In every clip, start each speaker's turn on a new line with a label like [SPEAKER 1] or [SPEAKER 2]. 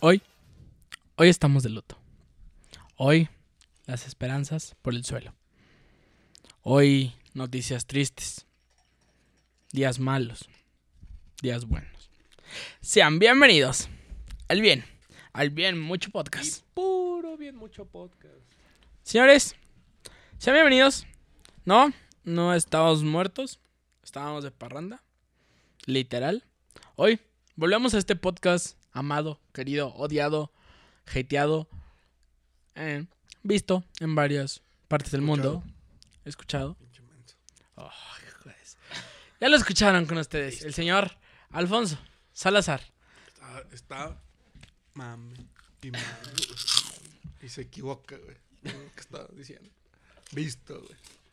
[SPEAKER 1] Hoy, hoy estamos de luto. Hoy, las esperanzas por el suelo. Hoy, noticias tristes. Días malos. Días buenos. Sean bienvenidos al bien, al bien mucho podcast.
[SPEAKER 2] Puro bien mucho podcast.
[SPEAKER 1] Señores, sean bienvenidos. No, no estábamos muertos. Estábamos de parranda. Literal. Hoy volvemos a este podcast amado, querido, odiado, hateado. eh, visto en varias partes del mundo. Escuchado. Oh, jodes. ya lo escucharon con ustedes. El señor Alfonso Salazar.
[SPEAKER 3] Está, está mame y mame. Y se equivoca, güey. en lo que estaba diciendo. Visto, güey.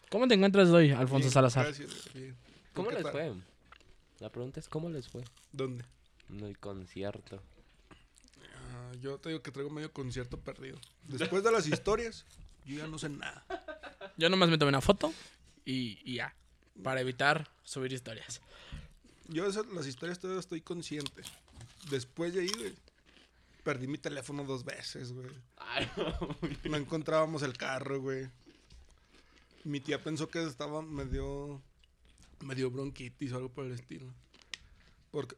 [SPEAKER 1] ¿Cómo te encuentras hoy, Alfonso
[SPEAKER 3] Bien,
[SPEAKER 1] Salazar?
[SPEAKER 3] gracias, güey, bien. ¿Tú
[SPEAKER 2] ¿Cómo
[SPEAKER 3] qué
[SPEAKER 2] les
[SPEAKER 3] tal?
[SPEAKER 2] fue? La pregunta es ¿cómo les fue?
[SPEAKER 3] ¿Dónde?
[SPEAKER 2] En el concierto.
[SPEAKER 3] Ah, yo te digo que traigo medio concierto perdido. Después de las historias, yo ya no sé nada.
[SPEAKER 1] Yo nomás me tomé una foto y, y ya. Para evitar subir historias.
[SPEAKER 3] Yo de esas- las historias todavía estoy consciente. Después de ahí, güey, perdí mi teléfono dos veces, güey. No encontrábamos el carro, güey. Mi tía pensó que estaba, me dio, me dio bronquitis o algo por el estilo. Porque,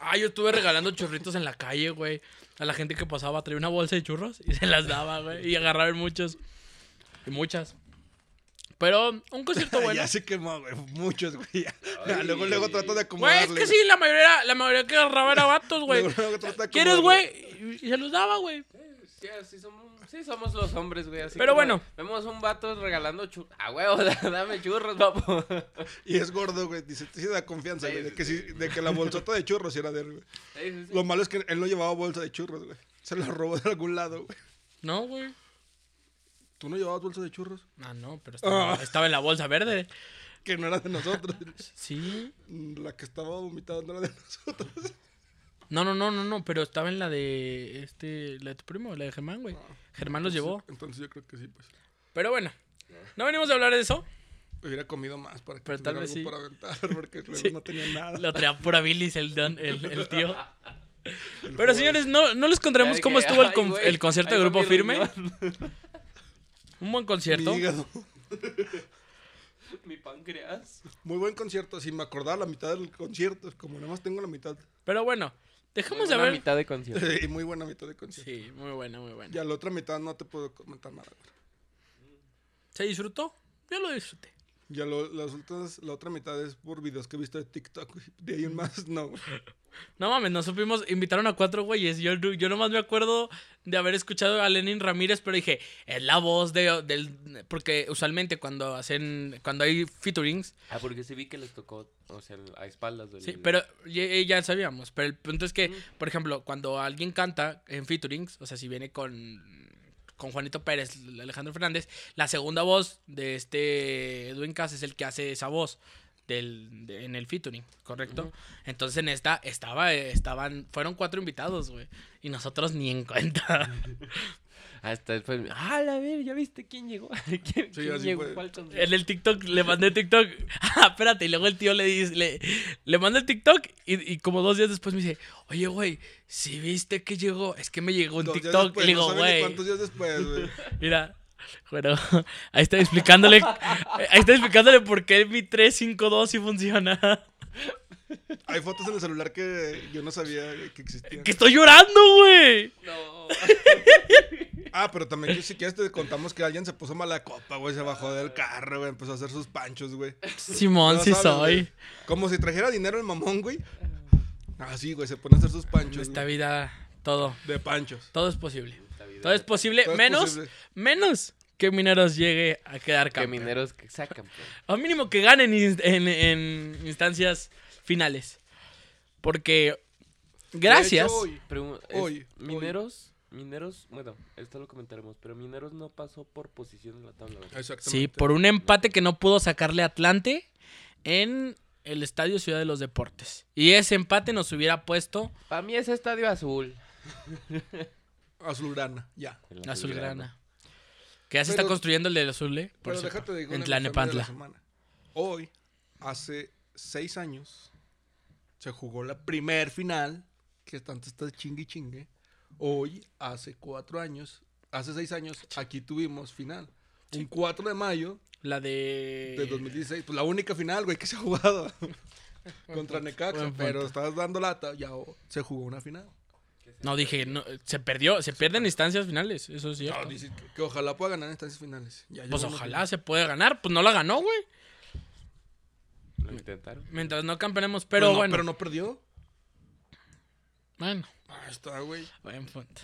[SPEAKER 1] Ah, yo estuve regalando churritos en la calle, güey. A la gente que pasaba traía una bolsa de churros y se las daba, güey. Y agarraban muchos. Y muchas. Pero un concierto bueno.
[SPEAKER 3] ya se quemó, güey. Muchos, güey. ya. Ya, luego, luego trato de
[SPEAKER 1] Güey, es
[SPEAKER 3] acomodarle.
[SPEAKER 1] que sí, la mayoría, la mayoría que agarraba era vatos, güey.
[SPEAKER 3] Luego, luego trato de
[SPEAKER 1] ¿Quieres,
[SPEAKER 3] acomodarle.
[SPEAKER 1] güey? Y y se los daba, güey.
[SPEAKER 4] Sí, así somos, sí somos los hombres, güey. así
[SPEAKER 1] Pero
[SPEAKER 4] como
[SPEAKER 1] bueno.
[SPEAKER 4] Vemos un vato regalando churros. Ah, huevo, dame churros, papo.
[SPEAKER 3] Y es gordo, güey. Dice, sí da confianza, güey. De que, sí- de que la bolsota de churros era de él, güey.
[SPEAKER 4] Sí, sí, sí.
[SPEAKER 3] Lo malo es que él no llevaba bolsa de churros, güey. Se lo robó de algún lado, güey.
[SPEAKER 1] No, güey.
[SPEAKER 3] ¿Tú no llevabas bolsa de churros?
[SPEAKER 1] Ah, no, pero estaba,
[SPEAKER 3] Ah.
[SPEAKER 1] estaba en la bolsa verde.
[SPEAKER 3] Que no era de nosotros.
[SPEAKER 1] Sí.
[SPEAKER 3] La que estaba vomitando no era de nosotros.
[SPEAKER 1] No, no, no, no, no, pero estaba en la de este, la de tu primo, la de Germán, güey.
[SPEAKER 3] Ah,
[SPEAKER 1] Germán
[SPEAKER 3] pues
[SPEAKER 1] los llevó.
[SPEAKER 3] Entonces yo creo que sí, pues.
[SPEAKER 1] Pero bueno, no venimos a hablar de eso.
[SPEAKER 3] Hubiera comido más para que
[SPEAKER 1] Pero
[SPEAKER 3] tuviera
[SPEAKER 1] tal vez
[SPEAKER 3] algo
[SPEAKER 1] sí.
[SPEAKER 3] para aventar, porque luego
[SPEAKER 1] Sí.
[SPEAKER 3] no tenía nada.
[SPEAKER 1] Lo traía pura bilis el, don- el, el tío.
[SPEAKER 3] El
[SPEAKER 1] Pero
[SPEAKER 3] jueves.
[SPEAKER 1] señores, no, no les contaremos
[SPEAKER 4] Ya
[SPEAKER 1] cómo
[SPEAKER 4] que,
[SPEAKER 1] estuvo el,
[SPEAKER 4] ay,
[SPEAKER 1] con-
[SPEAKER 4] güey,
[SPEAKER 1] el concierto de
[SPEAKER 4] ahí va
[SPEAKER 1] Grupo
[SPEAKER 4] mi
[SPEAKER 1] Firme.
[SPEAKER 4] riñón,
[SPEAKER 1] Un buen
[SPEAKER 3] Mi
[SPEAKER 1] concierto.
[SPEAKER 3] hígado.
[SPEAKER 4] Mi páncreas.
[SPEAKER 3] Muy buen concierto. Si me acordaba la mitad del concierto, como nada más tengo la mitad.
[SPEAKER 1] Pero bueno, dejemos de
[SPEAKER 4] Una
[SPEAKER 1] ver.
[SPEAKER 4] mitad de concierto.
[SPEAKER 3] Y muy buena mitad del concierto.
[SPEAKER 1] Sí, muy buena, muy buena.
[SPEAKER 3] Y a la otra mitad no te puedo comentar nada, güey.
[SPEAKER 1] ¿Se disfrutó? Yo lo disfruté.
[SPEAKER 3] Ya lo- las otras, la otra mitad es por videos que he visto de TikTok, güey. De
[SPEAKER 1] Mm.
[SPEAKER 3] ahí en más, no, güey.
[SPEAKER 1] No mames, no supimos. Invitaron a cuatro güeyes. Yo, yo nomás me acuerdo de haber escuchado a Lenin Ramírez, pero dije, es la voz de, del. Porque usualmente cuando hacen. Cuando hay featurings.
[SPEAKER 4] Ah, porque sí vi que les tocó, o sea, a espaldas del...
[SPEAKER 1] Sí, pero ya, eh, ya sabíamos. Pero el punto es que, por ejemplo, cuando alguien canta en featurings, o sea, si viene con, con Juanito Pérez, Alejandro Fernández, la segunda voz de este Edwin Cass es el que hace esa voz del, de- en el featuring, ¿correcto? Entonces en esta estaba, eh, estaban, fueron cuatro invitados, güey. Y nosotros ni en cuenta.
[SPEAKER 4] Hasta después... me- Ah, la ver, ¿ya viste quién llegó? ¿Quién, quién
[SPEAKER 3] así
[SPEAKER 4] llegó?
[SPEAKER 3] fue.
[SPEAKER 4] ¿Cuál concierto?
[SPEAKER 1] En el TikTok, le mandé TikTok. Ah, espérate. Y luego el tío le dice, le, le manda el TikTok y, y como dos días después me dice, oye, güey, si viste que llegó, es que me llegó un
[SPEAKER 3] Dos días
[SPEAKER 1] TikTok.
[SPEAKER 3] después,
[SPEAKER 1] le
[SPEAKER 3] no
[SPEAKER 1] digo,
[SPEAKER 3] saben ni
[SPEAKER 1] güey,
[SPEAKER 3] ¿Cuántos días después, güey?
[SPEAKER 1] mira. Bueno, ahí está explicándole, ahí está explicándole por qué mi 352 sí funciona.
[SPEAKER 3] Hay fotos en el celular que yo no sabía que existían.
[SPEAKER 1] Que estoy llorando, güey.
[SPEAKER 4] No.
[SPEAKER 3] Ah, pero también que si quieres te contamos que alguien se puso mala copa, güey, se bajó del carro, güey, empezó a hacer sus panchos, güey.
[SPEAKER 1] Simón,
[SPEAKER 3] No
[SPEAKER 1] sí
[SPEAKER 3] sabes,
[SPEAKER 1] soy.
[SPEAKER 3] güey. Como si trajera dinero el mamón, güey. Así, güey, se pone a hacer sus
[SPEAKER 1] En
[SPEAKER 3] panchos.
[SPEAKER 1] esta
[SPEAKER 3] güey,
[SPEAKER 1] vida, todo,
[SPEAKER 3] De panchos.
[SPEAKER 1] todo es posible. Todo es posible,
[SPEAKER 3] Todo es
[SPEAKER 1] menos,
[SPEAKER 3] posible.
[SPEAKER 1] menos que Mineros llegue a quedar
[SPEAKER 4] Que
[SPEAKER 1] campeón.
[SPEAKER 4] mineros que sacan, pues.
[SPEAKER 1] O mínimo que ganen inst- en, en instancias finales. Porque gracias.
[SPEAKER 3] De hecho, hoy,
[SPEAKER 4] Pregun- es-
[SPEAKER 3] Hoy, hoy.
[SPEAKER 4] mineros, mineros, bueno, esto lo comentaremos, pero mineros no pasó por posición en la tabla. güey.
[SPEAKER 3] Exactamente.
[SPEAKER 1] sí, por un empate que no pudo sacarle Atlante en el Estadio Ciudad de los Deportes. Y ese empate nos hubiera puesto
[SPEAKER 4] Para mí es estadio azul.
[SPEAKER 3] Azulgrana, ya.
[SPEAKER 1] la Azulgrana. Que ya se está
[SPEAKER 3] Pero-
[SPEAKER 1] construyendo el del Azul, ¿eh? Por
[SPEAKER 3] Pero
[SPEAKER 1] cierto,
[SPEAKER 3] déjate de digo
[SPEAKER 1] en
[SPEAKER 3] una cosa, mira, la
[SPEAKER 1] Tlanepantla.
[SPEAKER 3] semana. Hoy, hace seis años, se jugó la primer final que tanto estás chingue y chingue. Hoy, hace cuatro años, hace seis años, aquí tuvimos final. Un 4 de mayo
[SPEAKER 1] La de.
[SPEAKER 3] de 2016. Pues la única final, güey, que se ha jugado contra Necaxa.
[SPEAKER 1] buen punto.
[SPEAKER 3] Pero estabas dando lata, ya oh, se jugó una final.
[SPEAKER 1] No, dije, no, se perdió, se pierden instancias finales, eso es
[SPEAKER 3] No,
[SPEAKER 1] cierto.
[SPEAKER 3] dice que, que ojalá pueda ganar en estas finales. Ya
[SPEAKER 1] Pues
[SPEAKER 3] llegó una
[SPEAKER 1] ojalá se pueda ganar, pues no la ganó, güey.
[SPEAKER 4] Lo intentaron.
[SPEAKER 1] Mientras no campeonemos,
[SPEAKER 3] final.
[SPEAKER 1] pero
[SPEAKER 3] Pues no,
[SPEAKER 1] bueno.
[SPEAKER 3] Pero no perdió.
[SPEAKER 1] Bueno,
[SPEAKER 3] Ahí está, güey.
[SPEAKER 1] buen punto.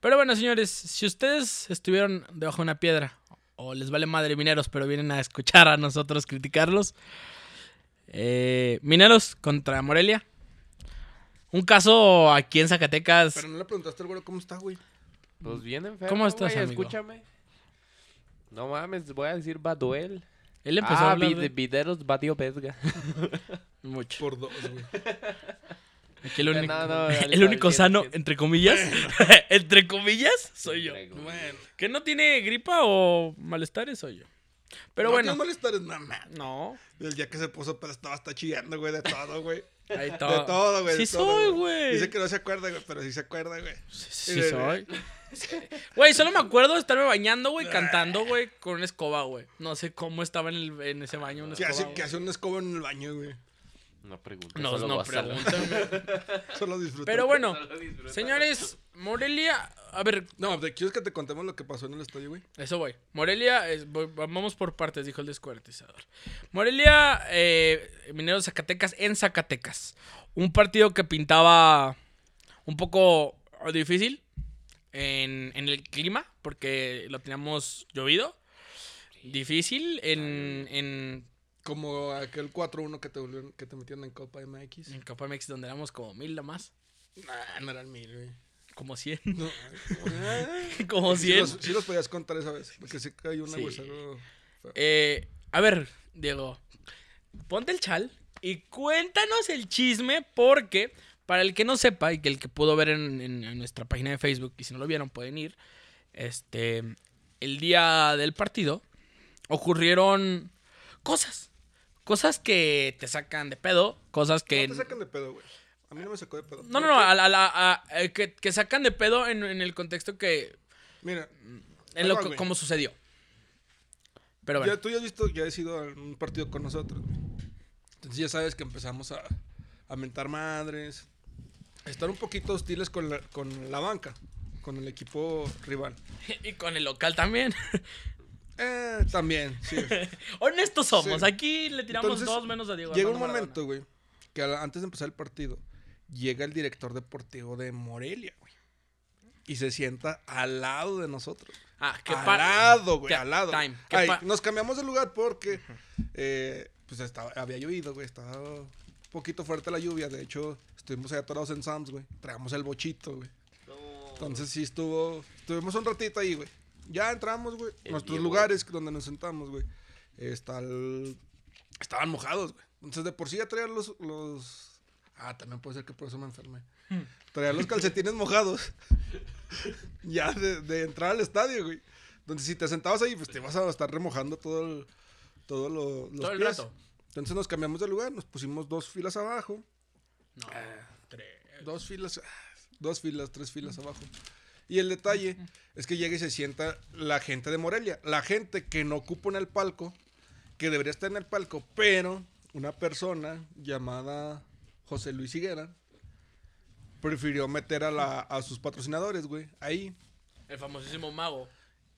[SPEAKER 1] Pero bueno, señores, si ustedes estuvieron debajo de una piedra, o les vale madre mineros, pero vienen a escuchar a nosotros criticarlos. eh, mineros contra Morelia. Un caso aquí en Zacatecas.
[SPEAKER 3] Pero no le preguntaste al güero cómo está, güey.
[SPEAKER 4] Pues bien enfermo.
[SPEAKER 1] ¿Cómo estás,
[SPEAKER 4] güey,
[SPEAKER 1] amigo?
[SPEAKER 4] Escúchame. No mames, voy a decir Baduel.
[SPEAKER 1] Él empezó a
[SPEAKER 4] ah,
[SPEAKER 1] hablar
[SPEAKER 4] vid-
[SPEAKER 1] de-
[SPEAKER 4] videros Badio Vesga.
[SPEAKER 1] mucho.
[SPEAKER 3] Por dos, güey.
[SPEAKER 1] Aquí el
[SPEAKER 4] Eh,
[SPEAKER 1] único,
[SPEAKER 4] no, no, al-
[SPEAKER 1] el único
[SPEAKER 4] al cien,
[SPEAKER 1] sano,
[SPEAKER 4] al cien.
[SPEAKER 1] entre comillas, entre comillas, soy yo.
[SPEAKER 3] Bueno.
[SPEAKER 1] Que no tiene gripa o malestares, soy yo. Pero
[SPEAKER 3] No,
[SPEAKER 1] bueno.
[SPEAKER 3] qué malestar es mamá.
[SPEAKER 1] No,
[SPEAKER 3] El día que se puso, pero estaba hasta chillando, güey, de todo, güey.
[SPEAKER 1] ahí todo.
[SPEAKER 3] De todo, güey.
[SPEAKER 1] Sí
[SPEAKER 3] de todo,
[SPEAKER 1] soy, güey.
[SPEAKER 3] Dice que no se acuerda, güey, pero sí se acuerda, güey.
[SPEAKER 1] Sí, sí
[SPEAKER 3] Eh,
[SPEAKER 1] soy. Güey, solo me acuerdo de estarme bañando, güey, cantando, güey, con una escoba, güey. No sé cómo estaba en, el- en ese baño una
[SPEAKER 3] Que
[SPEAKER 1] escoba.
[SPEAKER 3] hace,
[SPEAKER 1] güey.
[SPEAKER 3] que hace un escoba en el baño, güey.
[SPEAKER 4] No preguntes.
[SPEAKER 1] No,
[SPEAKER 4] solo
[SPEAKER 1] no
[SPEAKER 4] gózalo.
[SPEAKER 1] preguntan, güey.
[SPEAKER 3] Solo disfruta.
[SPEAKER 1] Pero bueno,
[SPEAKER 4] Solo disfruta.
[SPEAKER 1] señores, Morelia, a ver,
[SPEAKER 3] No, ¿te- ¿quieres que te contemos lo que pasó en el estadio, güey?
[SPEAKER 1] Eso voy. Morelia, es- voy- vamos por partes, dijo el descuartizador. Morelia, eh, Mineros Zacatecas en Zacatecas. Un partido que pintaba un poco difícil en, en el clima, porque lo teníamos llovido. Difícil en, en,
[SPEAKER 3] Como aquel 4-1 que te, volvieron- que te metieron en Copa MX.
[SPEAKER 1] en Copa MX, donde éramos como mil nomás.
[SPEAKER 3] Nah, no eran mil, güey.
[SPEAKER 1] Como cien.
[SPEAKER 3] No.
[SPEAKER 1] como
[SPEAKER 3] sí,
[SPEAKER 1] cien.
[SPEAKER 3] los, sí los podías contar esa vez. Porque sí que hay un
[SPEAKER 1] Sí.
[SPEAKER 3] agüero.
[SPEAKER 1] Eh, a ver, Diego, ponte el chal y cuéntanos el chisme porque para el que no sepa y que el que pudo ver en, en- en nuestra página de Facebook y si no lo vieron pueden ir, este, el día del partido ocurrieron cosas, cosas que te sacan de pedo, cosas que...
[SPEAKER 3] No te sacan de pedo, güey. A mí no me sacó de pedo.
[SPEAKER 1] No, no, no, a la- a la- a- eh, que, que sacan de pedo en, en el contexto que...
[SPEAKER 3] Mira,
[SPEAKER 1] En lo,
[SPEAKER 3] Ahí va,
[SPEAKER 1] co-
[SPEAKER 3] güey.
[SPEAKER 1] como sucedió. Pero bueno.
[SPEAKER 3] ya, tú ya has visto, ya has ido a un partido con nosotros. güey. Entonces ya sabes que empezamos a, a mentar madres. a Estar un poquito hostiles con la, con la banca, con el equipo rival.
[SPEAKER 1] Y con el local también.
[SPEAKER 3] Eh, también, sí.
[SPEAKER 1] Honestos somos,
[SPEAKER 3] Sí.
[SPEAKER 1] aquí le tiramos
[SPEAKER 3] Entonces,
[SPEAKER 1] dos menos a Diego.
[SPEAKER 3] Llega un
[SPEAKER 1] Armando Maradona.
[SPEAKER 3] momento, güey, que a la- antes de empezar el partido, llega el director deportivo de Morelia, güey. Y se sienta al lado de nosotros.
[SPEAKER 1] Ah, que
[SPEAKER 3] al
[SPEAKER 1] pa-
[SPEAKER 3] lado, güey,
[SPEAKER 1] que-
[SPEAKER 3] al lado.
[SPEAKER 1] time, que
[SPEAKER 3] Ay,
[SPEAKER 1] pa-
[SPEAKER 3] nos cambiamos de lugar porque eh, pues estaba, había llovido, güey, estaba un poquito fuerte la lluvia. De hecho, estuvimos ahí atorados en Sams, güey. Traíamos el bochito, güey. Entonces sí estuvo, estuvimos un ratito ahí, güey. Ya entramos, güey.
[SPEAKER 4] El
[SPEAKER 3] Nuestros
[SPEAKER 4] Diego.
[SPEAKER 3] lugares donde nos sentamos, güey. Está el- Estaban mojados, güey. Entonces de por sí ya traía los, los... Ah, también puede ser que por eso me enfermé.
[SPEAKER 1] Hmm.
[SPEAKER 3] Traía los calcetines mojados. ya de, de entrar al estadio, güey. Entonces si te sentabas ahí, pues te vas a estar remojando todo el... Todo, lo- los
[SPEAKER 1] Todo el
[SPEAKER 3] pies.
[SPEAKER 1] rato.
[SPEAKER 3] Entonces nos cambiamos de lugar, nos pusimos dos filas abajo. Ah,
[SPEAKER 1] No, tres.
[SPEAKER 3] Dos filas, ah, dos filas, tres filas abajo. Y el detalle es que llega y se sienta la gente de Morelia, la gente que no ocupa en el palco, que debería estar en el palco, pero una persona llamada José Luis Higuera prefirió meter a, la, a sus patrocinadores, güey, ahí
[SPEAKER 1] El famosísimo mago.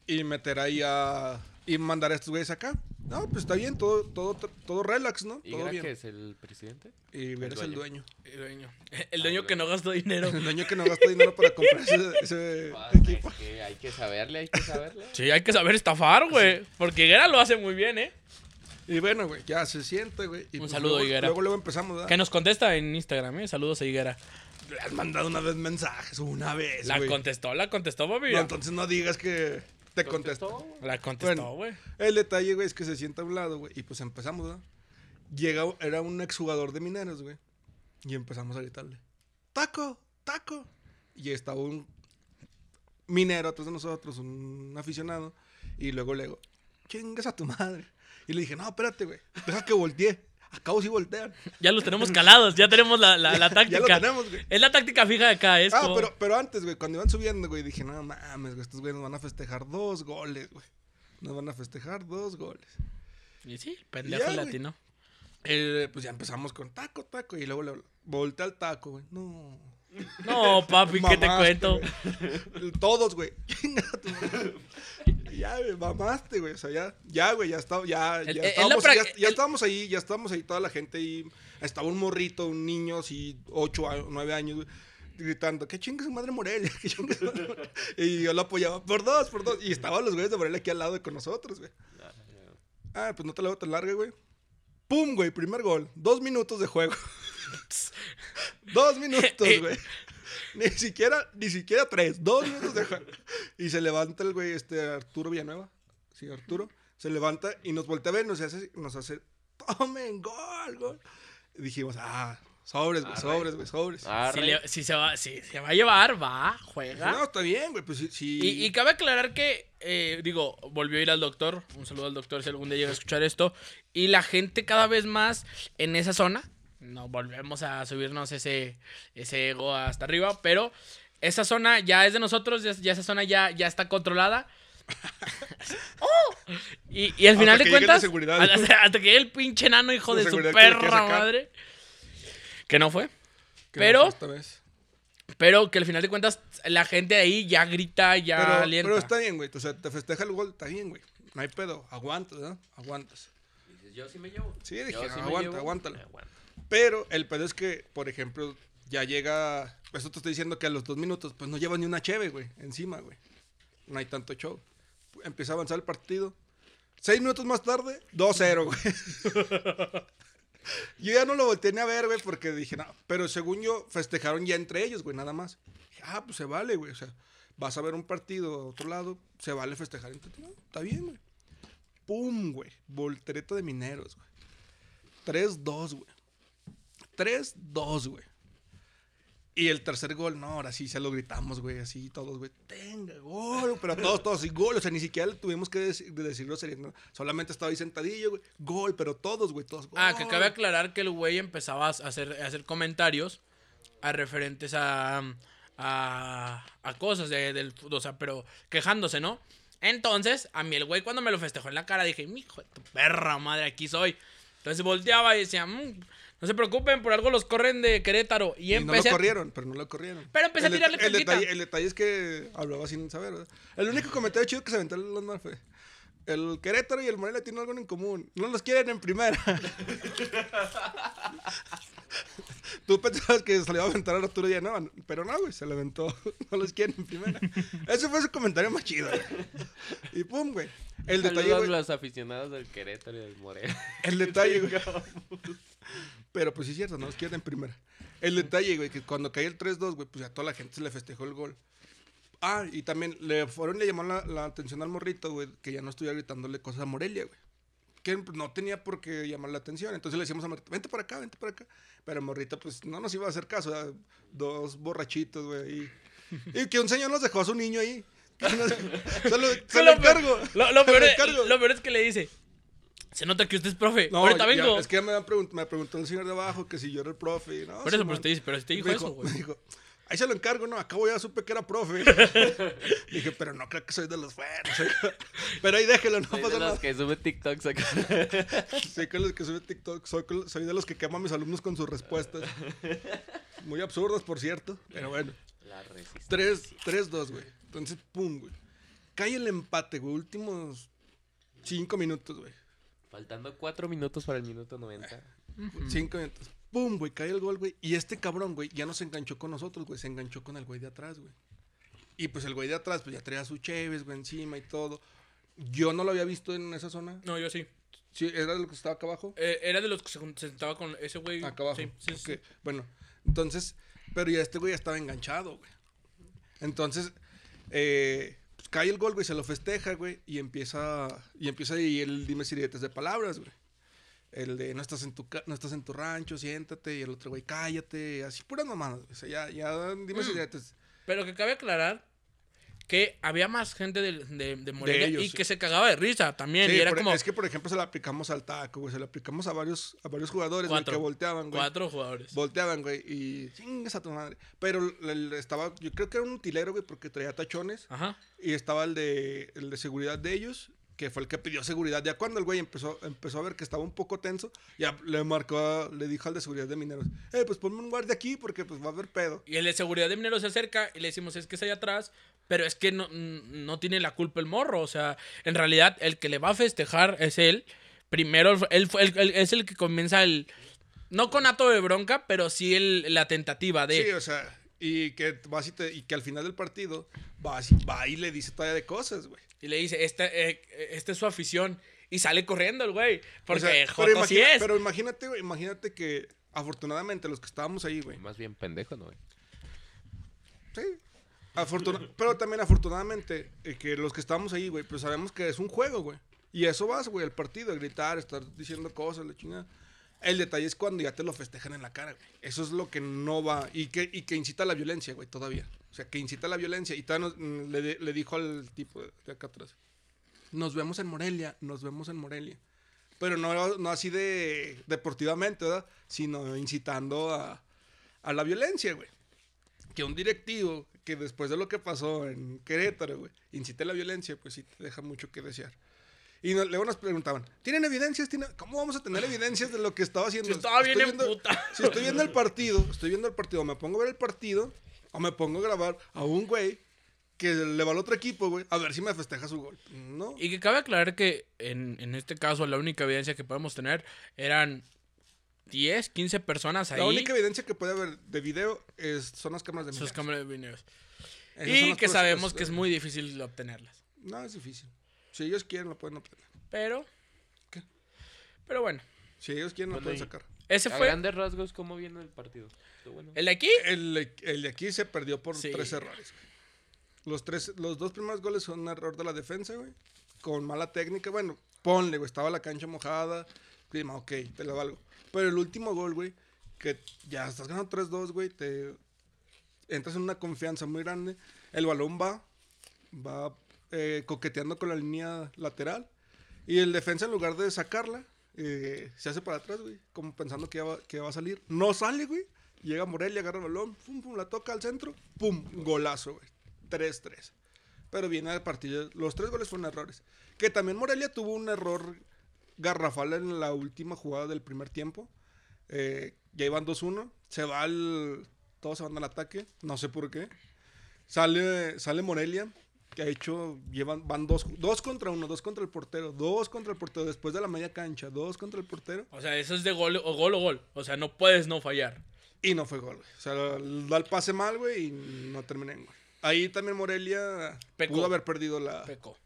[SPEAKER 3] y meter ahí a y mandar a estos güeyes acá. No, pues está bien, todo todo todo relax, ¿no?
[SPEAKER 4] ¿Y
[SPEAKER 3] Todo
[SPEAKER 4] Greg, que
[SPEAKER 3] bien.
[SPEAKER 4] es el presidente?
[SPEAKER 3] Y Higuera es el dueño.
[SPEAKER 1] El dueño. Ah, El dueño que no gastó dinero.
[SPEAKER 3] El dueño que no gastó dinero para comprar ese, ese
[SPEAKER 4] Ah,
[SPEAKER 3] equipo.
[SPEAKER 4] es que hay que saberle, hay que saberle.
[SPEAKER 1] Sí, hay que saber estafar, güey. Porque Higuera lo hace muy bien, ¿eh?
[SPEAKER 3] Y bueno, güey, ya se siente, güey. Y pues
[SPEAKER 1] Un saludo,
[SPEAKER 3] luego,
[SPEAKER 1] Higuera.
[SPEAKER 3] Luego, luego empezamos, ¿verdad?
[SPEAKER 1] Ah. Que nos contesta en Instagram, ¿eh? Saludos a Higuera.
[SPEAKER 3] Le has mandado una vez mensajes, una vez,
[SPEAKER 1] La
[SPEAKER 3] güey.
[SPEAKER 1] contestó, la contestó, papi.
[SPEAKER 3] No, entonces no digas que te contestó.
[SPEAKER 4] ¿Contestó?
[SPEAKER 1] La contestó,
[SPEAKER 3] Bueno.
[SPEAKER 1] güey.
[SPEAKER 3] El detalle, güey, es que se sienta a un lado, güey. Y pues empezamos, ¿verdad? Llega, era un exjugador de mineros, güey. Y empezamos a gritarle, ¡Taco! ¡Taco! Y estaba un minero atrás de nosotros, un aficionado. Y luego le digo, ¡Chingas a tu madre! Y le dije, no, espérate, güey. Deja que volteé. Acabo si voltean.
[SPEAKER 1] Ya los tenemos calados, ya tenemos la, la, la
[SPEAKER 3] Ya lo
[SPEAKER 1] táctica.
[SPEAKER 3] tenemos, güey.
[SPEAKER 1] Ah, Es la táctica fija de acá, esto.
[SPEAKER 3] Ah, pero, pero antes, güey, cuando iban subiendo, güey, dije, no mames, güey, estos güey nos van a festejar dos goles, güey. Nos van a festejar dos goles.
[SPEAKER 1] Y sí, el pendejo
[SPEAKER 3] Ya, güey.
[SPEAKER 1] latino.
[SPEAKER 3] Eh, pues ya empezamos con taco, taco, y luego le volteé al taco, güey. No.
[SPEAKER 1] No, papi, ¿qué te
[SPEAKER 3] Mamaste,
[SPEAKER 1] cuento?
[SPEAKER 3] güey. Todos, güey. Chinga tu madre. ya, güey, mamaste, güey. O sea, ya, ya, güey, ya, estaba, ya,
[SPEAKER 1] El-
[SPEAKER 3] ya,
[SPEAKER 1] el- el
[SPEAKER 3] estábamos,
[SPEAKER 1] opera-
[SPEAKER 3] ya, ya
[SPEAKER 1] el-
[SPEAKER 3] estábamos ahí, ya estábamos ahí, toda la gente ahí. Estaba un morrito, un niño así, ocho, a- nueve años, güey, Gritando, que chingue su madre Morelia, que chingue su madre Morelia. Y yo lo apoyaba, por dos, por dos. Y estaban los güeyes de Morelia aquí al lado con nosotros, güey. Ah, pues no te la hago tan larga, güey. ¡Pum, güey! Primer gol. Dos minutos de juego. Dos minutos,
[SPEAKER 1] Eh,
[SPEAKER 3] güey. Ni siquiera, ni siquiera tres. Dos minutos de juego. Y se levanta el güey, este Arturo Villanueva. Sí, Arturo. Se levanta y nos voltea a ver y nos hace, nos hace ¡Tomen, gol, gol! Y dijimos, ah, sobres, güey, sobres, güey, sobres.
[SPEAKER 1] Si,
[SPEAKER 4] Arre.
[SPEAKER 1] le- si se va, si se va a llevar, va, juega.
[SPEAKER 3] No, está bien, güey, pues sí. sí.
[SPEAKER 1] Y, y cabe aclarar que, eh, digo, volvió a ir al doctor. Un saludo al doctor si algún día llega a escuchar esto. Y la gente cada vez más en esa zona. No volvemos a subirnos ese, ese ego hasta arriba, pero esa zona ya es de nosotros. Ya, ya esa zona ya, ya está controlada. ¡Oh! Y, y al
[SPEAKER 3] Hasta
[SPEAKER 1] final de
[SPEAKER 3] que llegue la
[SPEAKER 1] cuentas,
[SPEAKER 3] seguridad.
[SPEAKER 1] hasta, hasta que llegue el pinche enano, hijo
[SPEAKER 3] La
[SPEAKER 1] de su
[SPEAKER 3] seguridad que lo quiere
[SPEAKER 1] perra
[SPEAKER 3] sacar.
[SPEAKER 1] madre. Que no fue.
[SPEAKER 3] ¿Qué
[SPEAKER 1] pero-
[SPEAKER 3] pasó esta vez?
[SPEAKER 1] Pero que al final de cuentas, la gente de ahí ya grita, ya
[SPEAKER 3] Pero,
[SPEAKER 1] alienta.
[SPEAKER 3] pero está bien, güey. O sea, te festeja el gol, está bien, güey. No hay pedo. Aguantas, ¿no? Aguantas.
[SPEAKER 4] Dices, yo sí me llevo.
[SPEAKER 3] Sí, dije,
[SPEAKER 4] Yo sí me
[SPEAKER 3] aguanta,
[SPEAKER 4] llevo. Eh,
[SPEAKER 3] aguántalo.
[SPEAKER 4] Aguanta.
[SPEAKER 3] Pero el pedo es que, por ejemplo, ya llega. Pues yo te estoy diciendo que a los dos minutos, pues no lleva ni una cheve, güey. Encima, güey. No hay tanto show. Empieza a avanzar el partido. Seis minutos más tarde, 2-0, güey. yo ya no lo volteé ni a ver, güey, porque dije, no. Pero según yo, festejaron ya entre ellos, güey, nada más. Dije, ah, pues se vale, güey. O sea, vas a ver un partido a otro lado, se vale festejar entre ti. No, Está bien, güey. Pum, güey. Voltereta de mineros, güey. 3-2, güey. 3-2, güey. Y el tercer gol, no, ahora sí se lo gritamos, güey, así todos, güey, tenga gol, pero todos, todos, y gol, o sea, ni siquiera le tuvimos que dec- de decirlo, sería, no, solamente estaba ahí sentadillo, güey, gol, pero todos, güey, todos, gol.
[SPEAKER 1] Ah, que cabe aclarar que el güey empezaba a hacer, a hacer comentarios a referentes a, a, a cosas de- del fútbol, o sea, pero quejándose, ¿no? Entonces, a mí el güey cuando me lo festejó en la cara dije, mijo de tu perra madre, aquí soy. Entonces volteaba y decía, "Mm, no se preocupen, por algo los corren de Querétaro. Y,
[SPEAKER 3] Y
[SPEAKER 1] empecé...
[SPEAKER 3] no lo corrieron, pero no lo corrieron.
[SPEAKER 1] Pero empecé a
[SPEAKER 3] El det-
[SPEAKER 1] tirarle
[SPEAKER 3] el
[SPEAKER 1] tantita.
[SPEAKER 3] detalle, el detalle es que hablaba sin saber, ¿verdad? El único comentario chido que se aventó el London fue, el Querétaro y el Morelia tienen algo en común, no los quieren en primera. Tú pensabas que se le iba a aventar a Arturo ya no, pero no, güey, se le aventó. No los quieren en primera. Ese fue su comentario más chido. güey. Y pum, güey. El detalle,
[SPEAKER 4] Saludos
[SPEAKER 3] güey.
[SPEAKER 4] a los aficionados del Querétaro y del Morelia.
[SPEAKER 3] El detalle, güey. Pero pues sí es cierto, no los quieren en primera. El detalle, güey, que cuando cae el 3-2, güey, pues a toda la gente se le festejó el gol. Ah, y también le fueron y le llamaron la, la atención al morrito, güey, que ya no estuviera gritándole cosas a Morelia, güey. Que no tenía por qué llamar la atención. Entonces le decíamos a Morrito, vente para acá, vente para acá. Pero Morrito, pues no nos iba a hacer caso. era Dos borrachitos, güey. Y, y que un señor nos dejó a su niño ahí. Se lo, se lo
[SPEAKER 1] lo peor-
[SPEAKER 3] encargo.
[SPEAKER 1] Lo, lo
[SPEAKER 3] se
[SPEAKER 1] peor
[SPEAKER 3] lo
[SPEAKER 1] es,
[SPEAKER 3] encargo.
[SPEAKER 1] lo peor es que le dice, se nota que usted es profe,
[SPEAKER 3] No,
[SPEAKER 1] ahorita
[SPEAKER 3] ya-
[SPEAKER 1] vengo.
[SPEAKER 3] es que ya me, han pregunt- me preguntó el señor de abajo que si yo era el profe. y no,
[SPEAKER 1] Por eso,
[SPEAKER 3] Simón.
[SPEAKER 1] pero te dice, pero si te dijo
[SPEAKER 3] Me
[SPEAKER 1] eso, güey.
[SPEAKER 3] me Ah, dijo, ahí se lo encargo, no, acabo ya supe que era profe. Dije, pero no creo que soy de los buenos. pero ahí déjelo, no
[SPEAKER 4] Soy
[SPEAKER 3] pasa
[SPEAKER 4] de los
[SPEAKER 3] nada.
[SPEAKER 4] que suben TikToks acá.
[SPEAKER 3] Soy de los que sube TikTok, soy, col- soy de los que quema a mis alumnos con sus respuestas. Muy absurdas, por cierto, pero bueno.
[SPEAKER 4] La resistencia.
[SPEAKER 3] 3-2, güey. Entonces, pum, güey. Cae el empate, güey. Últimos 5 minutos, güey.
[SPEAKER 4] Faltando cuatro minutos para el minuto 90.
[SPEAKER 3] Cinco minutos. ¡Pum, güey! Cae el gol, güey. Y este cabrón, güey, ya no se enganchó con nosotros, güey. Se enganchó con el güey de atrás, güey. Y pues el güey de atrás, pues ya traía su cheves, güey, encima y todo. Yo no lo había visto en esa zona.
[SPEAKER 1] No, yo sí.
[SPEAKER 3] Sí, era lo que estaba acá abajo.
[SPEAKER 1] Eh, era de los que se jun- se sentaba con ese güey.
[SPEAKER 3] Acá abajo.
[SPEAKER 1] Sí, sí, sí.
[SPEAKER 3] Ok, Bueno, entonces, pero ya este güey ya estaba enganchado, güey. Entonces, eh, pues, cae el gol, güey, se lo festeja, güey, y empieza, y empieza ahí el dime sirietes de palabras, güey. El de no estás en tu ca- no estás en tu rancho, siéntate, y el otro güey,
[SPEAKER 1] Mm.
[SPEAKER 3] cállate, así puras mamadas, güey. O sea, ya, ya dime sirietes.
[SPEAKER 1] Pero que cabe aclarar que había más gente de, de, de Morelia
[SPEAKER 3] ellos,
[SPEAKER 1] y
[SPEAKER 3] sí.
[SPEAKER 1] que se cagaba de risa también.
[SPEAKER 3] Sí,
[SPEAKER 1] y era
[SPEAKER 3] por- e-,
[SPEAKER 1] como
[SPEAKER 3] Es que, por ejemplo, se la aplicamos al taco, güey. Se la aplicamos a varios, a varios jugadores güey,
[SPEAKER 1] Cuatro.
[SPEAKER 3] que volteaban, güey.
[SPEAKER 1] cuatro jugadores.
[SPEAKER 3] Volteaban, güey, y chingas a tu madre. Pero el- el- estaba, yo creo que era un utilero, güey, porque traía tachones.
[SPEAKER 1] Ajá.
[SPEAKER 3] Y estaba el de, el de seguridad de ellos, que fue el que pidió seguridad. Ya cuando el güey empezó, empezó a ver que estaba un poco tenso, ya le marcó, a- le dijo al de seguridad de mineros, eh, pues ponme un guardia aquí porque pues va a haber pedo.
[SPEAKER 1] Y el de seguridad de minero se acerca y le decimos, es que es allá atrás, pero es que no, no tiene la culpa el morro. O sea, en realidad el que le va a festejar es él. Primero, él, fue- él- él- es el que comienza el... No con ato de bronca, pero sí el- la tentativa de...
[SPEAKER 3] Sí, o sea, y que vas y, te- y que al final del partido vas y- va y le dice todavía de cosas, güey.
[SPEAKER 1] Y le dice, esta, eh, esta es su afición. Y sale corriendo el güey. Porque
[SPEAKER 3] O sea,
[SPEAKER 1] Joto sí
[SPEAKER 3] imagina-
[SPEAKER 1] es.
[SPEAKER 3] pero imagínate, güey, imagínate que afortunadamente los que estábamos ahí, güey.
[SPEAKER 4] Más bien pendejo, ¿no? güey?
[SPEAKER 3] Sí. Afortuna- pero también afortunadamente eh, que los que estábamos ahí, güey, pues sabemos que es un juego, güey. Y a eso vas, güey, el partido, a gritar, estar diciendo cosas, la chingada. El detalle es cuando ya te lo festejan en la cara, güey. Eso es lo que no va. Y que, y que incita a la violencia, güey, todavía. O sea, que incita a la violencia. Y todavía nos- mm, le, de- le dijo al tipo de, de acá atrás. Nos vemos en Morelia, nos vemos en Morelia. Pero no, no así de deportivamente, ¿verdad? Sino incitando a, a la violencia, güey que un directivo que después de lo que pasó en Querétaro, güey, incite a la violencia, pues sí te deja mucho que desear. Y no- luego nos preguntaban, ¿tienen evidencias? ¿Tienen- ¿Cómo vamos a tener evidencias de lo que estaba haciendo?
[SPEAKER 1] Si estaba bien
[SPEAKER 3] Estoy viendo-
[SPEAKER 1] emputado.
[SPEAKER 3] Si estoy viendo el partido, estoy viendo el partido, me pongo a ver el partido o me pongo a grabar a un güey que le va al otro equipo, güey, a ver si me festeja su gol. No.
[SPEAKER 1] Y que cabe aclarar que en, en este caso la única evidencia que podemos tener eran 10, 15 personas pues ahí.
[SPEAKER 3] La única evidencia que puede haber de video es, son las cámaras de
[SPEAKER 1] sus
[SPEAKER 3] mineros.
[SPEAKER 1] cámaras de videos.
[SPEAKER 3] Esas son
[SPEAKER 1] Y
[SPEAKER 3] las
[SPEAKER 1] que
[SPEAKER 3] cosas- eh.
[SPEAKER 1] sabemos que es muy difícil obtenerlas.
[SPEAKER 3] No, es difícil. Si ellos quieren, lo pueden obtener.
[SPEAKER 1] Pero.
[SPEAKER 3] ¿Qué?
[SPEAKER 1] Pero bueno.
[SPEAKER 3] Si ellos quieren, lo
[SPEAKER 4] Bueno,
[SPEAKER 3] pueden
[SPEAKER 4] y-
[SPEAKER 3] sacar.
[SPEAKER 1] Ese
[SPEAKER 4] A
[SPEAKER 1] fue.
[SPEAKER 4] grandes rasgos, ¿cómo viene el partido? Estuvo bueno.
[SPEAKER 3] Eh,
[SPEAKER 1] El de aquí.
[SPEAKER 3] El, el de aquí se perdió por
[SPEAKER 1] Sí.
[SPEAKER 3] tres errores. güey. Los, tres, los dos primeros goles son un error de la defensa, güey. Con mala técnica. Bueno, ponle, güey. Estaba la cancha mojada. Clima, ok, te la valgo. Pero el último gol, güey, que ya estás ganando 3-2, güey. Te entras en una confianza muy grande. El balón va. Va eh, coqueteando con la línea lateral. Y el defensa, en lugar de sacarla, eh, se hace para atrás, güey. Como pensando que ya va, que va a salir. No sale, güey. Llega Morelia, agarra el balón, pum, pum, la toca al centro, pum, golazo, güey. 3-3. Pero viene el partido. Los tres goles fueron errores. Que también Morelia tuvo un error garrafal en la última jugada del primer tiempo. Eh, ya iban 2-1. Se va al. Todos se van al ataque. No sé por qué. Sale, sale Morelia, que ha hecho, llevan, van dos, dos contra uno, dos contra el portero, dos contra el portero, después de la media cancha, dos contra el portero,
[SPEAKER 1] O sea, eso es de gol o gol o gol. O sea, no puedes no fallar.
[SPEAKER 3] y no fue gol, güey. O sea, le da el pase mal, güey, y no termina en gol. Ahí también Morelia
[SPEAKER 1] Pecó.
[SPEAKER 3] pudo haber perdido la,
[SPEAKER 1] Pecó.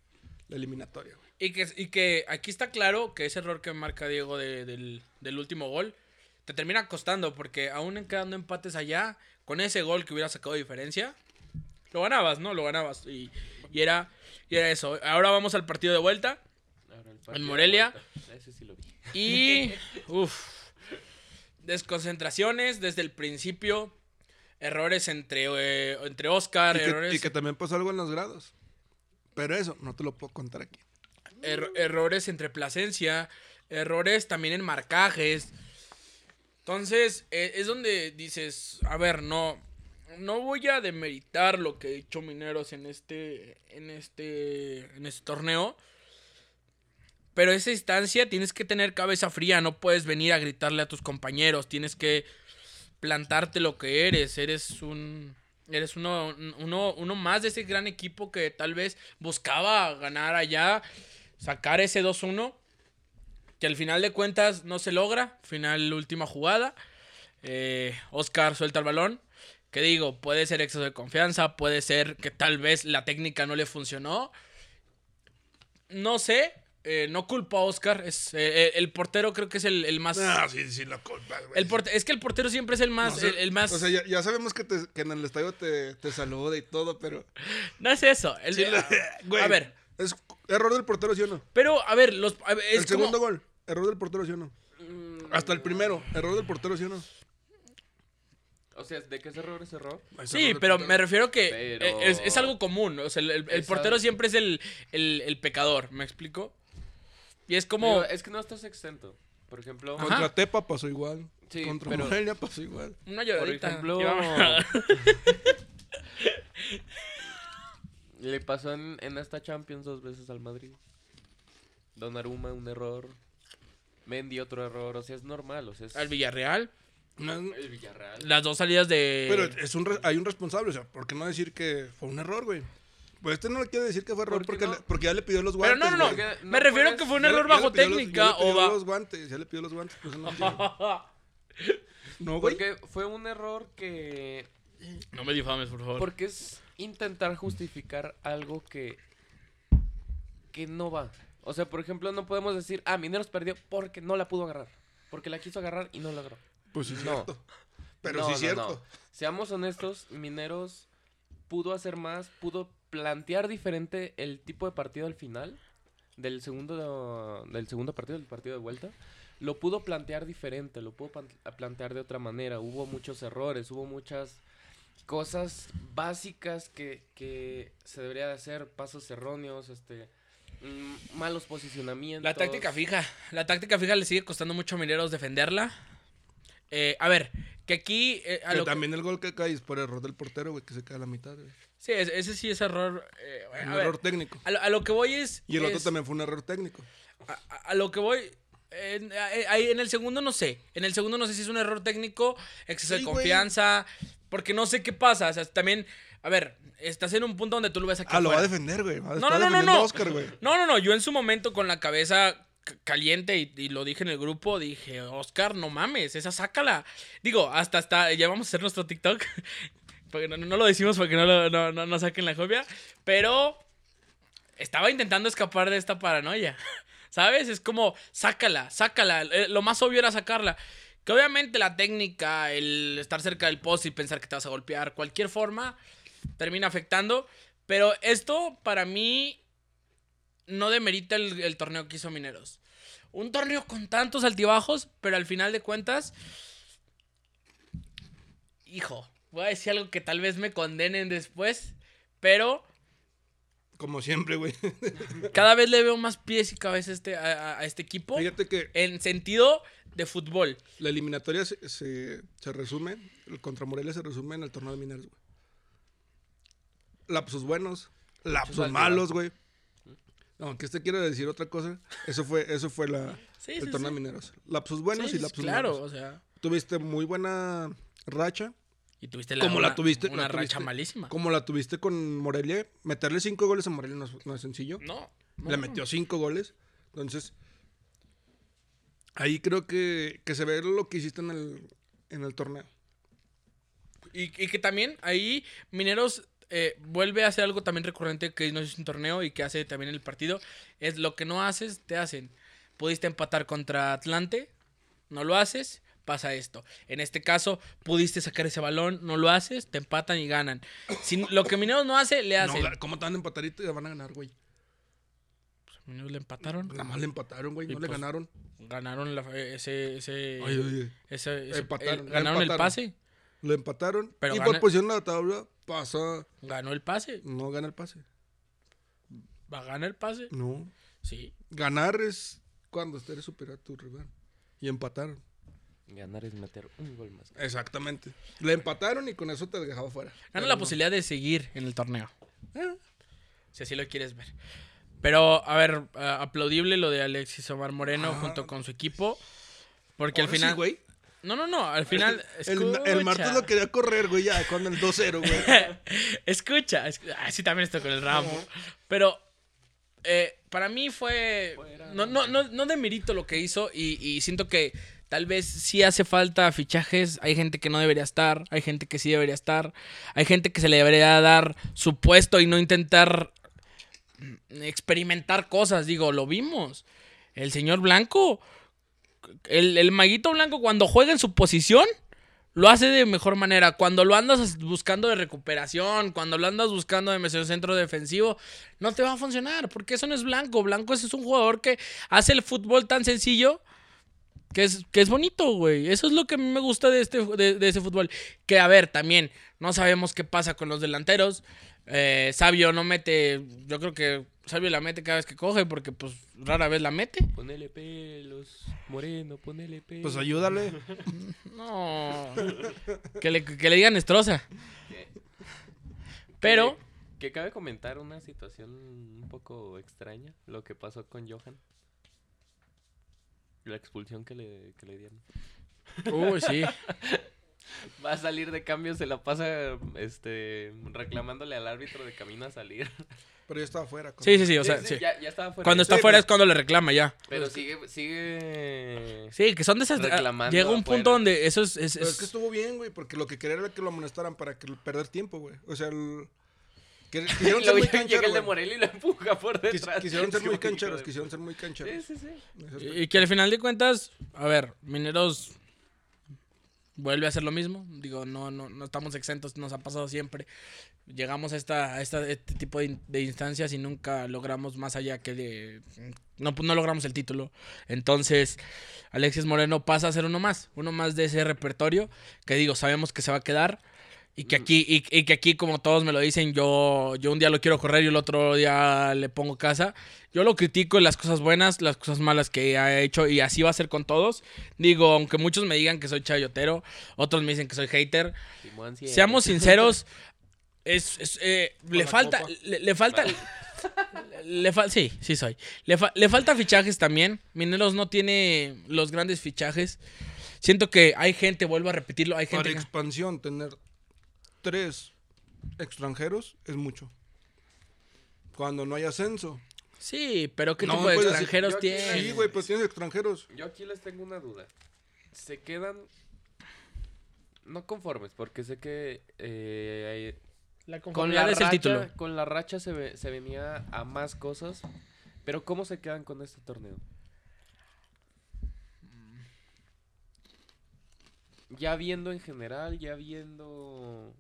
[SPEAKER 3] la eliminatoria, güey.
[SPEAKER 1] Y que, y que aquí está claro que ese error que marca Diego de- del, del último gol te termina costando porque aún en quedando empates allá, con ese gol que hubiera sacado diferencia, lo ganabas, ¿no? Lo ganabas. Y, y era, y era eso. Ahora vamos al partido de vuelta
[SPEAKER 4] Ahora el partido de
[SPEAKER 1] Morelia.
[SPEAKER 4] vuelta. Ese sí lo vi.
[SPEAKER 1] y... Uf. Desconcentraciones desde el principio. Errores entre, eh, entre Oscar,
[SPEAKER 3] Y que,
[SPEAKER 1] errores...
[SPEAKER 3] y que también pasó algo en los grados. Pero eso no te lo puedo contar aquí.
[SPEAKER 1] er- errores entre Plasencia, errores también en marcajes. Entonces, e- es donde dices, a ver, no, no voy a demeritar lo que ha hecho Mineros en este, en este, en este torneo. Pero esa instancia tienes que tener cabeza fría, no puedes venir a gritarle a tus compañeros, tienes que plantarte lo que eres, eres un eres uno, uno, uno más de ese gran equipo que tal vez buscaba ganar allá, sacar ese 2-1, que al final de cuentas no se logra, final última jugada, eh, Oscar suelta el balón, que digo, puede ser exceso de confianza, puede ser que tal vez la técnica no le funcionó, no sé, eh, no culpo a Oscar, es, eh, eh, el portero creo que es el, el más...
[SPEAKER 3] Ah, sí, sí, la culpa, güey.
[SPEAKER 1] El porte- es que el portero siempre es el más.
[SPEAKER 3] No sé,
[SPEAKER 1] el, el más
[SPEAKER 3] O sea, ya, ya sabemos que, te- que en el estadio te, te saluda y todo, pero...
[SPEAKER 1] No es eso. el- ah,
[SPEAKER 3] Sí, la- güey,
[SPEAKER 1] a ver,
[SPEAKER 3] Es error del portero, ¿sí o no?
[SPEAKER 1] pero a ver, los, a ver, es
[SPEAKER 3] el
[SPEAKER 1] como-
[SPEAKER 3] segundo
[SPEAKER 1] Mm.
[SPEAKER 3] gol, error del portero, ¿sí o no? Hasta el primero, error del portero, ¿sí o no?
[SPEAKER 4] O sea, ¿de qué es error es error?
[SPEAKER 1] Sí, pero me refiero que
[SPEAKER 4] Pero-
[SPEAKER 1] eh, es, es algo común. O sea, el, el- el
[SPEAKER 4] Es
[SPEAKER 1] portero
[SPEAKER 4] algo-
[SPEAKER 1] siempre es el, el- el pecador, ¿me explico? Y es como...
[SPEAKER 4] Digo, es que no estás exento. Por ejemplo,
[SPEAKER 1] Ajá.
[SPEAKER 3] Contra Tepa pasó igual.
[SPEAKER 4] Sí,
[SPEAKER 3] contra
[SPEAKER 4] pero-
[SPEAKER 3] Morelia pasó igual.
[SPEAKER 1] Una
[SPEAKER 4] por
[SPEAKER 1] lloradita.
[SPEAKER 4] ejemplo,
[SPEAKER 1] y vámonos.
[SPEAKER 4] le pasó en, en esta Champions dos veces al Madrid. Donnarumma un error, Mendy otro error, o sea, es normal, o sea, es
[SPEAKER 1] Al Villarreal.
[SPEAKER 3] No,
[SPEAKER 4] el Villarreal.
[SPEAKER 1] Las dos salidas de...
[SPEAKER 3] Pero eh, es un re- hay un responsable, o sea, ¿por qué no decir que fue un error, güey? Pues este no le quiere decir que fue error
[SPEAKER 4] ¿Por qué
[SPEAKER 3] porque,
[SPEAKER 4] no?
[SPEAKER 3] le- porque ya le pidió los
[SPEAKER 1] Pero no,
[SPEAKER 3] guantes.
[SPEAKER 1] no, no.
[SPEAKER 3] güey.
[SPEAKER 4] porque
[SPEAKER 1] Me
[SPEAKER 4] no
[SPEAKER 1] refiero
[SPEAKER 4] puedes-
[SPEAKER 1] que fue un
[SPEAKER 3] Ya le-
[SPEAKER 1] error
[SPEAKER 3] ya le
[SPEAKER 1] bajo
[SPEAKER 3] pidió los-
[SPEAKER 1] técnica
[SPEAKER 3] ya le
[SPEAKER 1] o
[SPEAKER 3] pidió
[SPEAKER 1] va...
[SPEAKER 3] los guantes, ya le pidió los guantes, pues no quiere. No, güey.
[SPEAKER 4] Porque fue un error que
[SPEAKER 1] No me difames, por favor.
[SPEAKER 4] Porque es intentar justificar algo que. que no va. O sea, por ejemplo, no podemos decir, ah, Mineros perdió porque no la pudo agarrar. Porque la quiso agarrar y no la agarró.
[SPEAKER 3] Pues sí, es
[SPEAKER 4] No.
[SPEAKER 3] cierto. Pero
[SPEAKER 4] No,
[SPEAKER 3] sí,
[SPEAKER 4] no,
[SPEAKER 3] es cierto.
[SPEAKER 4] no. Seamos honestos, Mineros pudo hacer más, pudo plantear diferente el tipo de partido al final. Del segundo, del segundo partido, del partido de vuelta, lo pudo plantear diferente, lo pudo pan- plantear de otra manera. Hubo muchos errores, hubo muchas cosas básicas que, que se debería de hacer, pasos erróneos, este mm, malos posicionamientos.
[SPEAKER 1] La táctica fija. La táctica fija le sigue costando mucho a Mineros defenderla. Eh, a ver, que aquí... eh, a
[SPEAKER 3] Que
[SPEAKER 1] lo que-
[SPEAKER 3] también el gol que cae es por error del portero, güey, que se cae a la mitad, güey.
[SPEAKER 1] Sí, ese, ese sí es error... eh, a,
[SPEAKER 3] Un
[SPEAKER 1] ver,
[SPEAKER 3] error técnico.
[SPEAKER 1] a lo, a lo que voy es...
[SPEAKER 3] Y el otro
[SPEAKER 1] es-
[SPEAKER 3] también fue un error técnico.
[SPEAKER 1] A, a- a lo que voy. En, eh, ahí en el segundo no sé. En el segundo no sé si es un error técnico, exceso
[SPEAKER 3] Sí,
[SPEAKER 1] de
[SPEAKER 3] güey.
[SPEAKER 1] confianza. Porque no sé qué pasa. O sea, también. A ver, estás en un punto donde tú lo ves aquí.
[SPEAKER 3] Ah, lo va a
[SPEAKER 1] afuera.
[SPEAKER 3] defender, güey. Va a
[SPEAKER 1] No,
[SPEAKER 3] estar
[SPEAKER 1] no, no, no,
[SPEAKER 3] defendiendo a
[SPEAKER 1] no.
[SPEAKER 3] Oscar, güey.
[SPEAKER 1] No, no, no. Yo en su momento con la cabeza c- caliente y, y lo dije en el grupo, dije, Oscar, no mames, esa sácala. Digo, hasta, hasta, ya vamos a hacer nuestro TikTok. porque no, no lo decimos porque no, lo- no, no, no saquen la copia. Pero estaba intentando escapar de esta paranoia. ¿Sabes? Es como, sácala, sácala. Eh, Lo más obvio era sacarla. Que obviamente la técnica, el estar cerca del post y pensar que te vas a golpear, cualquier forma, termina afectando. Pero esto para mí no demerita el, el torneo que hizo Mineros. Un torneo con tantos altibajos, pero al final de cuentas, hijo, voy a decir algo que tal vez me condenen después, pero
[SPEAKER 3] Como siempre, güey.
[SPEAKER 1] cada vez le veo más pies y cabeza a este, a, a- a este equipo
[SPEAKER 3] Fíjate que
[SPEAKER 1] en sentido de fútbol.
[SPEAKER 3] la eliminatoria se, se, se resume, el contra Morelia se resume en el torneo de Mineros, güey. Lapsos buenos, lapsos
[SPEAKER 4] altibajos.
[SPEAKER 3] malos, güey. No, que este quiere decir otra cosa. Eso fue, eso fue la,
[SPEAKER 1] Sí,
[SPEAKER 3] el
[SPEAKER 1] sí,
[SPEAKER 3] torneo
[SPEAKER 1] sí.
[SPEAKER 3] de Mineros. Lapsos
[SPEAKER 1] Sí,
[SPEAKER 3] buenos
[SPEAKER 1] sí,
[SPEAKER 3] y lapsos
[SPEAKER 1] claro,
[SPEAKER 3] malos.
[SPEAKER 1] o sea.
[SPEAKER 3] Tuviste muy buena racha.
[SPEAKER 1] Y tuviste la,
[SPEAKER 3] como
[SPEAKER 1] una,
[SPEAKER 3] la tuviste.
[SPEAKER 1] una
[SPEAKER 3] la
[SPEAKER 1] racha
[SPEAKER 3] tuviste-
[SPEAKER 1] malísima.
[SPEAKER 3] Como la tuviste con Morelia. Meterle cinco goles a Morelia no es, no es sencillo.
[SPEAKER 1] No.
[SPEAKER 3] Le
[SPEAKER 1] no, no.
[SPEAKER 3] metió cinco goles. Entonces, ahí creo que, que se ve lo que hiciste en el, en el torneo.
[SPEAKER 1] Y, y que también ahí Mineros eh, vuelve a hacer algo también recurrente que no es un torneo y que hace también el partido. Es lo que no haces, te hacen. Pudiste empatar contra Atlante, no lo haces, pasa esto. En este caso, pudiste sacar ese balón, no lo haces, te empatan y ganan. Si lo que Mineros no hace, le
[SPEAKER 3] No,
[SPEAKER 1] hacen.
[SPEAKER 3] ga- ¿Cómo te van a empatar y te van a ganar, güey? Pues
[SPEAKER 1] Mineros le empataron,
[SPEAKER 3] Nada más le empataron, güey.
[SPEAKER 1] Y
[SPEAKER 3] No le
[SPEAKER 1] pues,
[SPEAKER 3] ganaron.
[SPEAKER 1] ganaron la- ese... ese,
[SPEAKER 3] Oye, oye.
[SPEAKER 1] ese- ese-
[SPEAKER 3] Empataron,
[SPEAKER 1] el- ganaron el
[SPEAKER 3] empataron.
[SPEAKER 1] pase,
[SPEAKER 3] Le empataron.
[SPEAKER 1] Pero
[SPEAKER 3] y
[SPEAKER 1] gana-
[SPEAKER 3] por posición de la tabla pasa.
[SPEAKER 1] ganó el pase,
[SPEAKER 3] No gana el pase.
[SPEAKER 1] va a ganar el pase,
[SPEAKER 3] No.
[SPEAKER 1] sí.
[SPEAKER 3] Ganar es cuando estés superior a tu rival. Y empataron.
[SPEAKER 4] Ganar es meter un gol más.
[SPEAKER 3] Exactamente. Le empataron y con eso te dejaba fuera.
[SPEAKER 1] Gana
[SPEAKER 3] Pero
[SPEAKER 1] la
[SPEAKER 3] no. Eh,
[SPEAKER 1] posibilidad de seguir en el torneo. Si así lo quieres ver. Pero, a ver, a- aplaudible lo de Alexis Omar Moreno
[SPEAKER 3] Ah.
[SPEAKER 1] junto con su equipo. Porque al
[SPEAKER 3] Ahora sí,
[SPEAKER 1] final.
[SPEAKER 3] güey.
[SPEAKER 1] no, no, no. Al final.
[SPEAKER 3] El, el martes lo quería correr, güey, ya, cuando el 2-0, güey.
[SPEAKER 1] escucha. esc- ah, sí, también estoy con el ramo. Pero. eh, para mí fue. No, no, no, no demerito lo que hizo. Y, y siento que tal vez sí hace falta fichajes. Hay gente que no debería estar. Hay gente que sí debería estar. Hay gente que se le debería dar su puesto y no intentar mm, experimentar cosas. Digo, lo vimos. El señor Blanco. El, el maguito blanco cuando juega en su posición lo hace de mejor manera. Cuando lo andas buscando de recuperación, cuando lo andas buscando de medio centro defensivo, no te va a funcionar, porque eso no es blanco. Blanco es, es un jugador que hace el fútbol tan sencillo Que es, que es bonito, güey. Eso es lo que a mí me gusta de, este, de, de ese fútbol. Que, a ver, también, no sabemos qué pasa con los delanteros. Eh, Sabio no mete, yo creo que Sabio la mete cada vez que coge, porque pues rara vez la mete.
[SPEAKER 4] Ponele pelos, Moreno, ponele pelos.
[SPEAKER 3] Pues ayúdale.
[SPEAKER 1] No. que, le, que le digan estroza. Pero,
[SPEAKER 4] Que cabe comentar una situación un poco extraña, lo que pasó con Johan. La expulsión que le, que le dieron.
[SPEAKER 1] uy, sí.
[SPEAKER 4] Va a salir de cambio, se la pasa este reclamándole al árbitro de camino a salir.
[SPEAKER 3] Pero yo estaba afuera. con-
[SPEAKER 1] Sí, sí, sí. O sea,
[SPEAKER 4] Sí, sí,
[SPEAKER 1] sí.
[SPEAKER 4] Ya, ya estaba fuera.
[SPEAKER 1] Cuando está
[SPEAKER 3] Sí,
[SPEAKER 1] fuera
[SPEAKER 3] pero-
[SPEAKER 1] es cuando le reclama ya.
[SPEAKER 4] Pero sigue, sigue.
[SPEAKER 1] Sí, que son de esas. ah,
[SPEAKER 4] Reclamando
[SPEAKER 1] Llega un
[SPEAKER 4] afuera.
[SPEAKER 1] punto donde eso es. es-
[SPEAKER 3] Pero es
[SPEAKER 1] es-
[SPEAKER 3] que estuvo bien, güey, porque lo que quería era que lo amonestaran para que perder tiempo, güey. O sea, el... que-
[SPEAKER 4] Y
[SPEAKER 3] quisieron
[SPEAKER 4] luego
[SPEAKER 3] ser muy
[SPEAKER 4] llega- llega
[SPEAKER 3] cancheros.
[SPEAKER 4] el de
[SPEAKER 3] güey.
[SPEAKER 4] Morelia y lo empuja por
[SPEAKER 3] Quis-
[SPEAKER 4] detrás.
[SPEAKER 3] Quisieron ser
[SPEAKER 4] Sí,
[SPEAKER 3] muy
[SPEAKER 4] hijo de
[SPEAKER 3] cancheros,
[SPEAKER 4] pu-
[SPEAKER 3] quisieron ser muy
[SPEAKER 4] Sí,
[SPEAKER 3] cancheros.
[SPEAKER 4] sí, sí.
[SPEAKER 1] Y que al final de cuentas, a ver, Mineros vuelve a hacer lo mismo. Digo, no, no, no estamos exentos, nos ha pasado siempre. Llegamos a, esta, a esta- este tipo de, in- de instancias y nunca logramos más allá que de... No, pues no logramos el título. Entonces, Alexis Moreno pasa a ser uno más, uno más de ese repertorio que digo, sabemos que se va a quedar. Y
[SPEAKER 3] Mm.
[SPEAKER 1] que aquí, y, y que aquí, como todos me lo dicen, yo, yo un día lo quiero correr y el otro día le pongo casa. Yo lo critico en las cosas buenas, las cosas malas que ha hecho y así va a ser con todos. Digo, aunque muchos me digan que soy chayotero, otros me dicen que soy hater.
[SPEAKER 4] Simón, sí,
[SPEAKER 1] Seamos sinceros, es, es, eh, le,
[SPEAKER 3] la
[SPEAKER 1] falta,
[SPEAKER 3] copa.
[SPEAKER 1] le, le falta, le falta, sí, sí soy. Le, fa- le falta fichajes también. Mineros no tiene los grandes fichajes. Siento que hay gente, vuelvo a repetirlo, hay
[SPEAKER 3] Para
[SPEAKER 1] gente. que-
[SPEAKER 3] expansión, tener tres extranjeros es mucho. Cuando no hay ascenso.
[SPEAKER 1] Sí, pero ¿qué
[SPEAKER 3] No, pues,
[SPEAKER 1] tipo de
[SPEAKER 3] puedes decir-
[SPEAKER 1] extranjeros
[SPEAKER 4] yo aquí-
[SPEAKER 1] tiene?
[SPEAKER 3] Sí, güey, pues tienes extranjeros.
[SPEAKER 4] Yo aquí les tengo una duda. Se quedan no conformes, porque sé que eh,
[SPEAKER 1] La
[SPEAKER 4] con,
[SPEAKER 1] conformidad
[SPEAKER 4] la
[SPEAKER 1] es
[SPEAKER 4] racha,
[SPEAKER 1] el título.
[SPEAKER 4] con la racha se, ve- se venía a más cosas, pero ¿cómo se quedan con este torneo? Mm. Ya viendo en general, ya viendo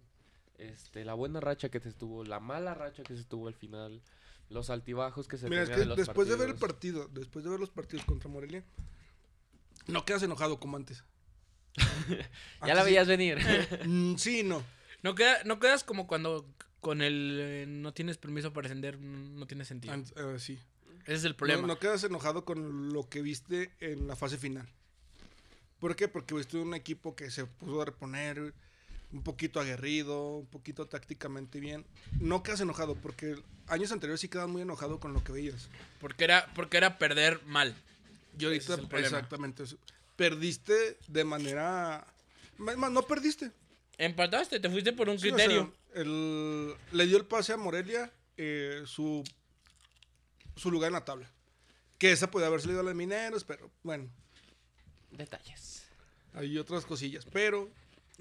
[SPEAKER 4] este, la buena racha que se tuvo, la mala racha que se tuvo al final, los altibajos que se
[SPEAKER 3] Mira, es
[SPEAKER 4] tenían
[SPEAKER 3] que
[SPEAKER 4] de los
[SPEAKER 3] después de ver el
[SPEAKER 4] partidos.
[SPEAKER 3] partido, después de ver los partidos contra Morelia, no quedas enojado como antes.
[SPEAKER 4] Ya la
[SPEAKER 3] Antes
[SPEAKER 4] veías venir.
[SPEAKER 3] sí- mm, Sí, no.
[SPEAKER 1] No, queda- no quedas como cuando con el eh, no tienes permiso para ascender, mm, no tiene sentido.
[SPEAKER 3] Ant- eh, sí.
[SPEAKER 1] Ese es el
[SPEAKER 3] No,
[SPEAKER 1] problema.
[SPEAKER 3] no quedas enojado con lo que viste en la fase final. ¿Por qué? Porque viste un equipo que se pudo a reponer, un poquito aguerrido, un poquito tácticamente bien. No quedas enojado, porque años anteriores sí quedas muy enojado con lo que veías.
[SPEAKER 1] Porque, era, porque era perder mal.
[SPEAKER 3] Y ahorita,
[SPEAKER 1] Ese es el problema.
[SPEAKER 3] exactamente. eso. Perdiste de manera. más- más, no perdiste.
[SPEAKER 1] Empataste, te fuiste por un
[SPEAKER 3] Sí, o sea,
[SPEAKER 1] criterio.
[SPEAKER 3] el- le dio el pase a Morelia eh, su, su lugar en la tabla. Que esa podía haber salido a los mineros, pero bueno,
[SPEAKER 4] Detalles.
[SPEAKER 3] hay otras cosillas. Pero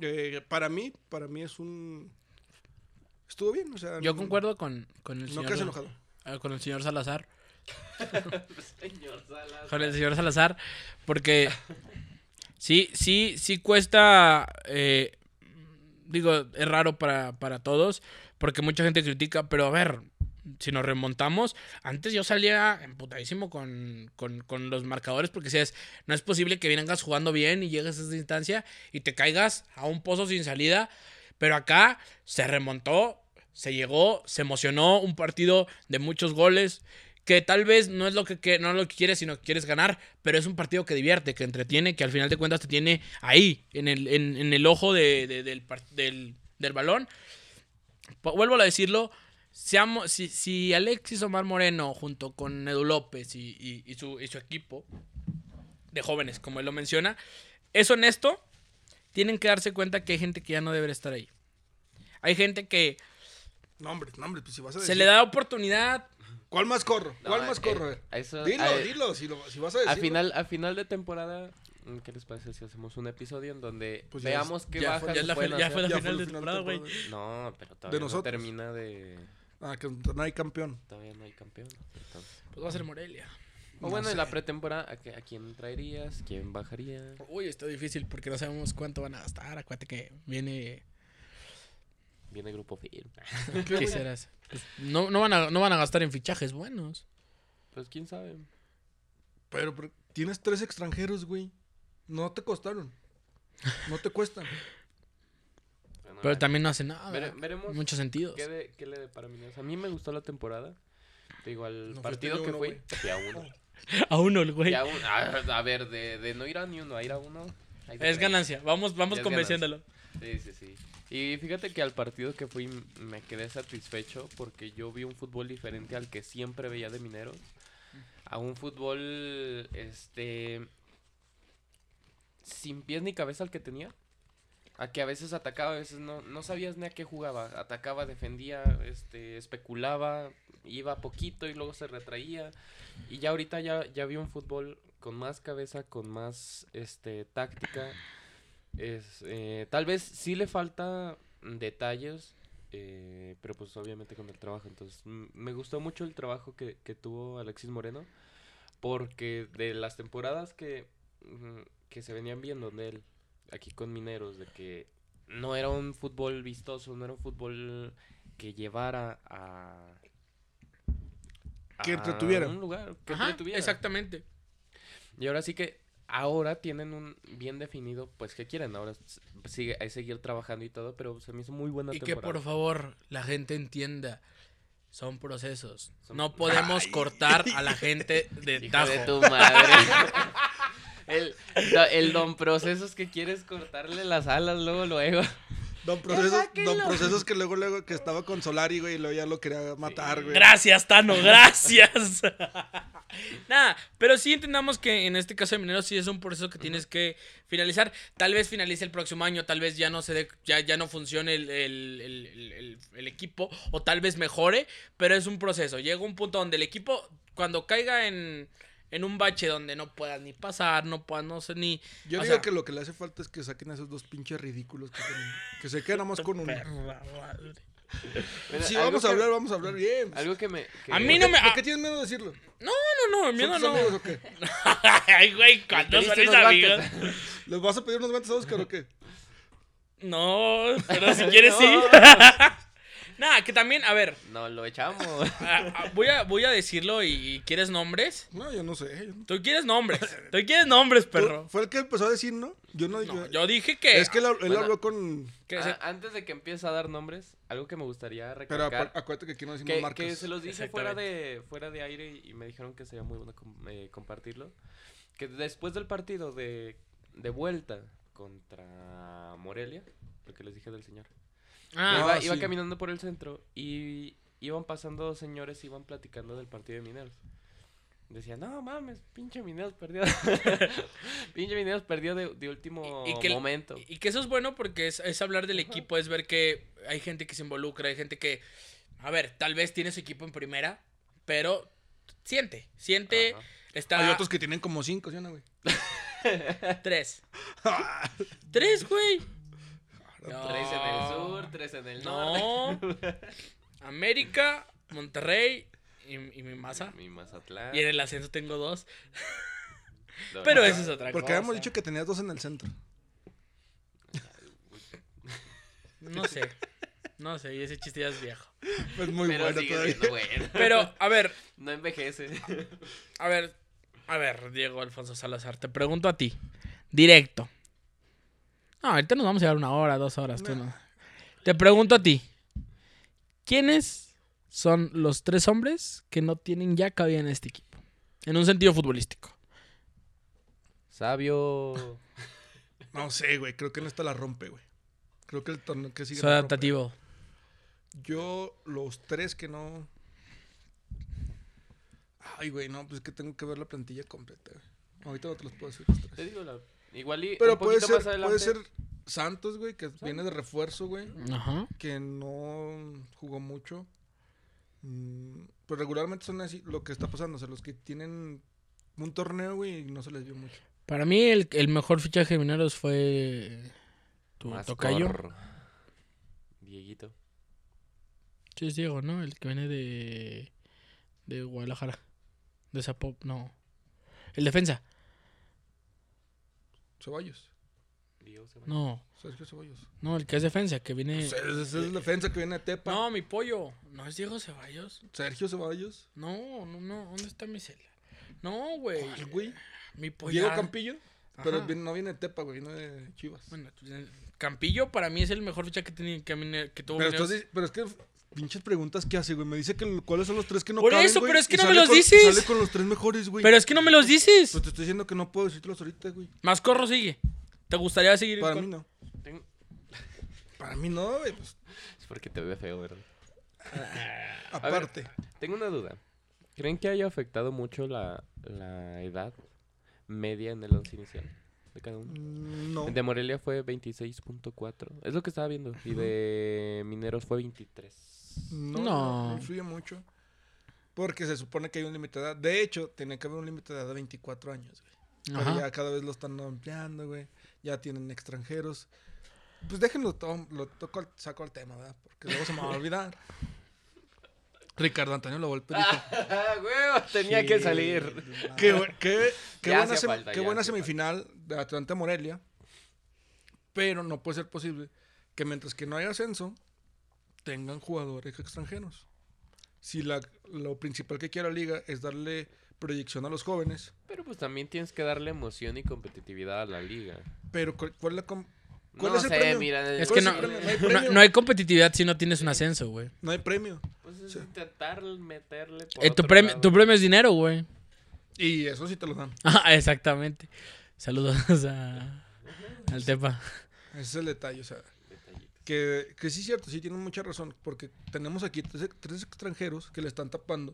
[SPEAKER 3] eh, para mí, para mí es un. Estuvo bien, o sea.
[SPEAKER 1] Yo
[SPEAKER 3] no-
[SPEAKER 1] concuerdo con, con el
[SPEAKER 3] No
[SPEAKER 1] señor.
[SPEAKER 3] quedas enojado.
[SPEAKER 1] ah, Con el señor Salazar.
[SPEAKER 4] Señor Salas.
[SPEAKER 1] Con el señor Salazar. Porque sí, sí, sí cuesta. eh, digo, es raro para, para todos. Porque mucha gente critica, pero a ver. Si nos remontamos, antes yo salía emputadísimo con, con, con los marcadores porque decías, no es posible que vengas jugando bien y llegues a esa instancia y te caigas a un pozo sin salida. Pero acá se remontó, se llegó, se emocionó, un partido de muchos goles, que tal vez no es lo que, que- no es lo que quieres, sino que quieres ganar, pero es un partido que divierte, que entretiene, que al final de cuentas te tiene ahí, en el, en, en el ojo de- de- del, par- del, del balón. Pa- Vuelvo a decirlo. seamos- si, si Alexis Omar Moreno junto con Edu López y, y- y su, y su equipo de jóvenes, como él lo menciona, es honesto, tienen que darse cuenta que hay gente que ya no debe estar ahí. Hay gente que
[SPEAKER 3] No, hombre, no, hombre, pues si vas a decir.
[SPEAKER 1] se le da oportunidad.
[SPEAKER 3] ¿Cuál más corro?
[SPEAKER 4] No,
[SPEAKER 3] ¿Cuál más
[SPEAKER 4] eh,
[SPEAKER 3] corro? A ver,
[SPEAKER 4] eso-
[SPEAKER 3] dilo,
[SPEAKER 4] a-
[SPEAKER 3] dilo, si, lo- si vas a decir.
[SPEAKER 4] A final, a final de temporada, mm, ¿qué les parece si hacemos un episodio en donde
[SPEAKER 3] Pues ya es-
[SPEAKER 4] veamos qué
[SPEAKER 1] ya
[SPEAKER 4] bajas
[SPEAKER 1] fue- ya es la
[SPEAKER 4] pueden
[SPEAKER 1] fel- ya
[SPEAKER 4] hacer?
[SPEAKER 1] fue la-
[SPEAKER 3] Ya
[SPEAKER 1] final
[SPEAKER 3] fue
[SPEAKER 1] de
[SPEAKER 3] el final
[SPEAKER 1] temporada, güey.
[SPEAKER 4] No, pero todavía no
[SPEAKER 3] nosotros.
[SPEAKER 4] termina de...
[SPEAKER 3] Ah, que no hay campeón.
[SPEAKER 4] Todavía no hay campeón. entonces.
[SPEAKER 1] Pues va a ser Morelia.
[SPEAKER 4] O bueno, en la pretemporada, ¿a, qué- a quién traerías? ¿Quién bajaría?
[SPEAKER 1] Uy, está difícil porque no sabemos cuánto van a gastar. Acuérdate que viene.
[SPEAKER 4] Viene Grupo Firme.
[SPEAKER 1] ¿Qué serás? Pues no, no, van a, no van a gastar en fichajes buenos.
[SPEAKER 4] Pues quién sabe.
[SPEAKER 3] Pero, pero tienes tres extranjeros, güey. No te costaron. No te cuestan.
[SPEAKER 4] Bueno,
[SPEAKER 1] Pero
[SPEAKER 4] vale.
[SPEAKER 1] también no hace nada.
[SPEAKER 4] Vere- veremos
[SPEAKER 1] Muchos sentidos.
[SPEAKER 4] qué, de- qué le depara a Mineros. A mí me gustó la temporada. Te digo, al
[SPEAKER 3] No,
[SPEAKER 4] partido
[SPEAKER 3] fuiste
[SPEAKER 4] que
[SPEAKER 3] uno,
[SPEAKER 4] fui,
[SPEAKER 3] güey.
[SPEAKER 4] fui a uno.
[SPEAKER 1] A uno el
[SPEAKER 4] Fui
[SPEAKER 1] güey.
[SPEAKER 4] a, un- a- a ver, de, de no ir a ni uno, a ir a uno. ahí te
[SPEAKER 1] Es
[SPEAKER 4] creo.
[SPEAKER 1] ganancia. Vamos, vamos
[SPEAKER 4] Es
[SPEAKER 1] convenciéndolo.
[SPEAKER 4] Sí, sí, sí. Y fíjate que al partido que fui m- me quedé satisfecho porque yo vi un fútbol diferente al que siempre veía de Mineros. A un fútbol, este, sin pies ni cabeza al que tenía. A que a veces atacaba, a veces no, no sabías ni a qué jugaba. Atacaba, defendía, este, especulaba, iba poquito y luego se retraía. Y ya ahorita ya, ya vi un fútbol con más cabeza, con más este, táctica. Es, eh, tal vez sí le falta detalles, eh, pero pues obviamente con el trabajo. Entonces mm, me gustó mucho el trabajo que, que tuvo Alexis Moreno, porque de las temporadas que, mm, que se venían viendo de él aquí con Mineros, de que no era un fútbol vistoso, no era un fútbol que llevara a...
[SPEAKER 3] Que
[SPEAKER 4] a
[SPEAKER 3] entretuviera.
[SPEAKER 4] un lugar, que
[SPEAKER 1] Ajá,
[SPEAKER 4] entretuviera.
[SPEAKER 1] exactamente.
[SPEAKER 4] Y ahora sí que ahora tienen un bien definido, pues que quieren. Ahora s- sigue hay seguir trabajando y todo, pero se me hizo muy buena
[SPEAKER 1] Y que
[SPEAKER 4] temporada.
[SPEAKER 1] por favor la gente entienda. Son procesos.
[SPEAKER 4] Son-
[SPEAKER 1] No podemos cortar a la gente de
[SPEAKER 4] Hijo
[SPEAKER 1] tajo.
[SPEAKER 4] de tu madre. el, do- el don procesos que quieres cortarle las alas luego luego.
[SPEAKER 3] Don Procesos,
[SPEAKER 4] sáquenlo.
[SPEAKER 3] don procesos que luego, luego que estaba con Solari, güey, y luego ya lo quería matar, güey.
[SPEAKER 1] Gracias, Tano, gracias. Nada, pero sí entendamos que en este caso de mineros sí es un proceso que tienes que finalizar. Tal vez finalice el próximo año, tal vez ya no se dé, ya, ya no funcione el, el- el- el- el- el equipo, o tal vez mejore, pero es un proceso. Llega un punto donde el equipo, cuando caiga en, en un bache donde no puedas ni pasar, no puedas, no sé, ni.
[SPEAKER 3] Yo
[SPEAKER 1] o
[SPEAKER 3] digo
[SPEAKER 1] sea-
[SPEAKER 3] que lo que le hace falta es que saquen a esos dos pinches ridículos que tienen. Que se quedan nada más con uno.
[SPEAKER 4] Mira,
[SPEAKER 3] Si
[SPEAKER 4] algo
[SPEAKER 3] vamos a
[SPEAKER 4] que-
[SPEAKER 3] hablar, vamos a hablar bien.
[SPEAKER 4] Algo que me. que-
[SPEAKER 1] A mí no me-
[SPEAKER 3] ¿Por qué tienes miedo de decirlo?
[SPEAKER 1] No, no, miedo
[SPEAKER 3] ¿Son tus amigos
[SPEAKER 1] no.
[SPEAKER 3] o qué?
[SPEAKER 1] Ay, güey, cuando
[SPEAKER 4] Pediste
[SPEAKER 1] son mis
[SPEAKER 4] unos guantes.
[SPEAKER 1] amigos.
[SPEAKER 3] ¿Les vas a pedir unos guantes a Oscar o qué?
[SPEAKER 1] No, pero si quieres sí.
[SPEAKER 4] No.
[SPEAKER 1] Nada, que también, a ver,
[SPEAKER 4] No, lo echamos.
[SPEAKER 1] a- a- voy, a, voy a decirlo y, y ¿quieres nombres?
[SPEAKER 3] No, yo no sé. yo no-
[SPEAKER 1] Tú quieres nombres, tú quieres nombres,
[SPEAKER 3] Tú-
[SPEAKER 1] perro.
[SPEAKER 3] Fue el que empezó a decir, ¿no? Yo no
[SPEAKER 1] No,
[SPEAKER 3] yo-
[SPEAKER 1] yo dije que...
[SPEAKER 3] Es que él, él
[SPEAKER 4] Bueno.
[SPEAKER 3] habló con.
[SPEAKER 1] que
[SPEAKER 4] Ah,
[SPEAKER 1] se-
[SPEAKER 4] antes de que empiece a dar nombres, algo que me gustaría
[SPEAKER 3] Pero
[SPEAKER 4] recalcar.
[SPEAKER 3] acu- acuérdate que aquí no decimos
[SPEAKER 4] que,
[SPEAKER 3] marcas.
[SPEAKER 4] que se los dije fuera de, fuera de aire y, y me dijeron que sería muy bueno com- eh, compartirlo. Que después del partido de, de vuelta contra Morelia, lo que les dije del señor,
[SPEAKER 1] Ah,
[SPEAKER 4] iba,
[SPEAKER 3] sí.
[SPEAKER 4] iba caminando por el centro y iban pasando dos señores y iban platicando del partido de Mineros. Decían, no mames, pinche Mineros perdió. pinche Mineros perdió de, de último
[SPEAKER 1] Y- y que-
[SPEAKER 4] momento.
[SPEAKER 1] y que eso es bueno porque es, es hablar del equipo, es ver que hay gente que se involucra, hay gente que... A ver, tal vez tiene su equipo en primera, pero siente, siente,
[SPEAKER 4] Ajá.
[SPEAKER 1] está...
[SPEAKER 3] Hay otros que tienen como cinco, ¿sí o no, güey?
[SPEAKER 1] Tres. Tres, güey.
[SPEAKER 4] Tres en el
[SPEAKER 1] No.
[SPEAKER 4] sur, tres en el norte.
[SPEAKER 1] Oh. No. América, Monterrey y, y mi masa.
[SPEAKER 4] Mi Mazatlán.
[SPEAKER 1] Y en el ascenso tengo dos.
[SPEAKER 4] Lo
[SPEAKER 1] Pero
[SPEAKER 4] demás.
[SPEAKER 1] eso es otra cosa.
[SPEAKER 3] Porque habíamos dicho que tenías dos en el centro.
[SPEAKER 1] No sé. No sé, y ese chiste ya es viejo.
[SPEAKER 3] Es muy
[SPEAKER 4] Pero
[SPEAKER 3] bueno
[SPEAKER 4] sigue
[SPEAKER 3] todavía.
[SPEAKER 4] siendo bueno.
[SPEAKER 1] Pero, a ver,
[SPEAKER 4] No envejece.
[SPEAKER 1] a ver, a ver, Diego Alfonso Salazar, te pregunto a ti. Directo. No, ahorita nos vamos a llevar una hora, dos horas, tú
[SPEAKER 3] No.
[SPEAKER 1] no. Te pregunto a ti. ¿Quiénes son los tres hombres que no tienen ya cabida en este equipo? En un sentido futbolístico.
[SPEAKER 4] Sabio.
[SPEAKER 3] No sé, güey. Creo que en esta la rompe, güey. Creo que el torneo que sigue.
[SPEAKER 1] Soy
[SPEAKER 3] la rompe.
[SPEAKER 1] adaptativo.
[SPEAKER 3] Yo, los tres que no. Ay, güey, no, pues es que tengo que ver la plantilla completa, güey. Ahorita no te los puedo decir los tres.
[SPEAKER 4] Te digo la. Igual y.
[SPEAKER 3] Pero
[SPEAKER 4] un
[SPEAKER 3] puede
[SPEAKER 4] poquito
[SPEAKER 3] ser,
[SPEAKER 4] más adelante.
[SPEAKER 3] puede ser Santos, güey, que viene de refuerzo, güey.
[SPEAKER 1] Ajá.
[SPEAKER 3] que no jugó mucho. Mm, Pues regularmente son así lo que está pasando. O sea, los que tienen un torneo, güey, y no se les dio mucho.
[SPEAKER 1] Para mí el, el mejor fichaje de Mineros fue tu
[SPEAKER 4] Más
[SPEAKER 1] tocayo.
[SPEAKER 4] cor- Dieguito.
[SPEAKER 1] Sí, es Diego, ¿no? El que viene de de Guadalajara. De Zapop, no. El defensa.
[SPEAKER 3] Ceballos.
[SPEAKER 4] Diego se va.
[SPEAKER 1] No,
[SPEAKER 3] Sergio Ceballos.
[SPEAKER 1] no, el que es defensa, que viene
[SPEAKER 3] Pues esa es la defensa que viene de Tepa.
[SPEAKER 1] No, mi pollo. No es Diego Ceballos.
[SPEAKER 3] Sergio Ceballos.
[SPEAKER 1] No, no, no, ¿dónde está mi cel? No, güey.
[SPEAKER 3] ¿Cuál, güey?
[SPEAKER 1] Mi pollo. Ah,
[SPEAKER 3] Diego Campillo. Pero
[SPEAKER 1] Ajá.
[SPEAKER 3] vi- no viene de Tepa, güey, no de Chivas.
[SPEAKER 1] Bueno, pues, eh, Campillo para mí es el mejor ficha que, tenía, que, mine- que tuvo
[SPEAKER 3] pero,
[SPEAKER 1] Mineros.
[SPEAKER 3] estás di- pero es que pinches preguntas que hace, güey. Me dice que lo- cuáles son los tres que no
[SPEAKER 1] Por
[SPEAKER 3] caben,
[SPEAKER 1] eso,
[SPEAKER 3] güey,
[SPEAKER 1] pero es que
[SPEAKER 3] y
[SPEAKER 1] no me
[SPEAKER 3] sale
[SPEAKER 1] los
[SPEAKER 3] con- y
[SPEAKER 1] dices.
[SPEAKER 3] Sale con los tres mejores, güey.
[SPEAKER 1] Pero es que no me los dices.
[SPEAKER 3] Pues te estoy diciendo que no puedo decírtelos ahorita, güey.
[SPEAKER 1] Mascorro sigue. ¿Te gustaría seguir?
[SPEAKER 3] Para
[SPEAKER 1] con-
[SPEAKER 3] mí no.
[SPEAKER 4] Tengo-
[SPEAKER 3] Para mí no, güey. pues,
[SPEAKER 4] Es porque te ve feo, ¿verdad? ver.
[SPEAKER 3] aparte.
[SPEAKER 4] Tengo una duda. ¿Creen que haya afectado mucho la, la edad media en el once inicial de cada uno?
[SPEAKER 3] Mm, No.
[SPEAKER 4] De Morelia fue 26.4. Es lo que estaba viendo. Y de Mineros fue 23.
[SPEAKER 3] No,
[SPEAKER 1] No.
[SPEAKER 3] no influye mucho. Porque se supone que hay un límite de edad. De hecho, tenía que haber un límite de edad de 24 años, güey. Pero
[SPEAKER 1] Ajá.
[SPEAKER 3] ya cada vez lo están ampliando, güey. Ya tienen extranjeros. Pues déjenlo, to- lo toco al- saco al tema, ¿verdad? Porque luego se me va a olvidar. Ricardo Antonio Lobolpe dijo...
[SPEAKER 4] ¡Ah, huevo! Tenía que salir.
[SPEAKER 3] Qué, bu- qué- qué
[SPEAKER 4] Ya
[SPEAKER 3] buena,
[SPEAKER 4] hacía
[SPEAKER 3] sem-
[SPEAKER 4] falta,
[SPEAKER 3] qué
[SPEAKER 4] ya
[SPEAKER 3] buena
[SPEAKER 4] hacía
[SPEAKER 3] semifinal de Atlanta Morelia. Pero no puede ser posible que mientras que no haya ascenso, tengan jugadores extranjeros. Si la, lo principal que quiere la liga es darle proyección a los jóvenes,
[SPEAKER 4] Pero pues también tienes que darle emoción y competitividad a la liga.
[SPEAKER 3] pero cu- ¿cuál, la com- ¿Cuál
[SPEAKER 4] no
[SPEAKER 3] es el
[SPEAKER 4] sé,
[SPEAKER 3] premio?
[SPEAKER 4] mira.
[SPEAKER 1] Es que
[SPEAKER 3] ¿Cuál
[SPEAKER 1] no,
[SPEAKER 3] el premio? No hay
[SPEAKER 1] no,
[SPEAKER 3] premio.
[SPEAKER 1] no hay competitividad si no tienes un ascenso, güey.
[SPEAKER 3] no hay premio.
[SPEAKER 4] Pues es
[SPEAKER 3] Sí.
[SPEAKER 4] intentar meterle. por
[SPEAKER 1] Eh, tu,
[SPEAKER 4] otro
[SPEAKER 1] premio,
[SPEAKER 4] lado.
[SPEAKER 1] tu premio es dinero, güey.
[SPEAKER 3] Y eso sí te lo dan.
[SPEAKER 1] Ah, exactamente. Saludos a, al Tepa.
[SPEAKER 3] Ese es el detalle, o sea.
[SPEAKER 4] Detallito.
[SPEAKER 3] Que, que sí es cierto, sí tienen mucha razón, porque tenemos aquí tres, tres extranjeros que le están tapando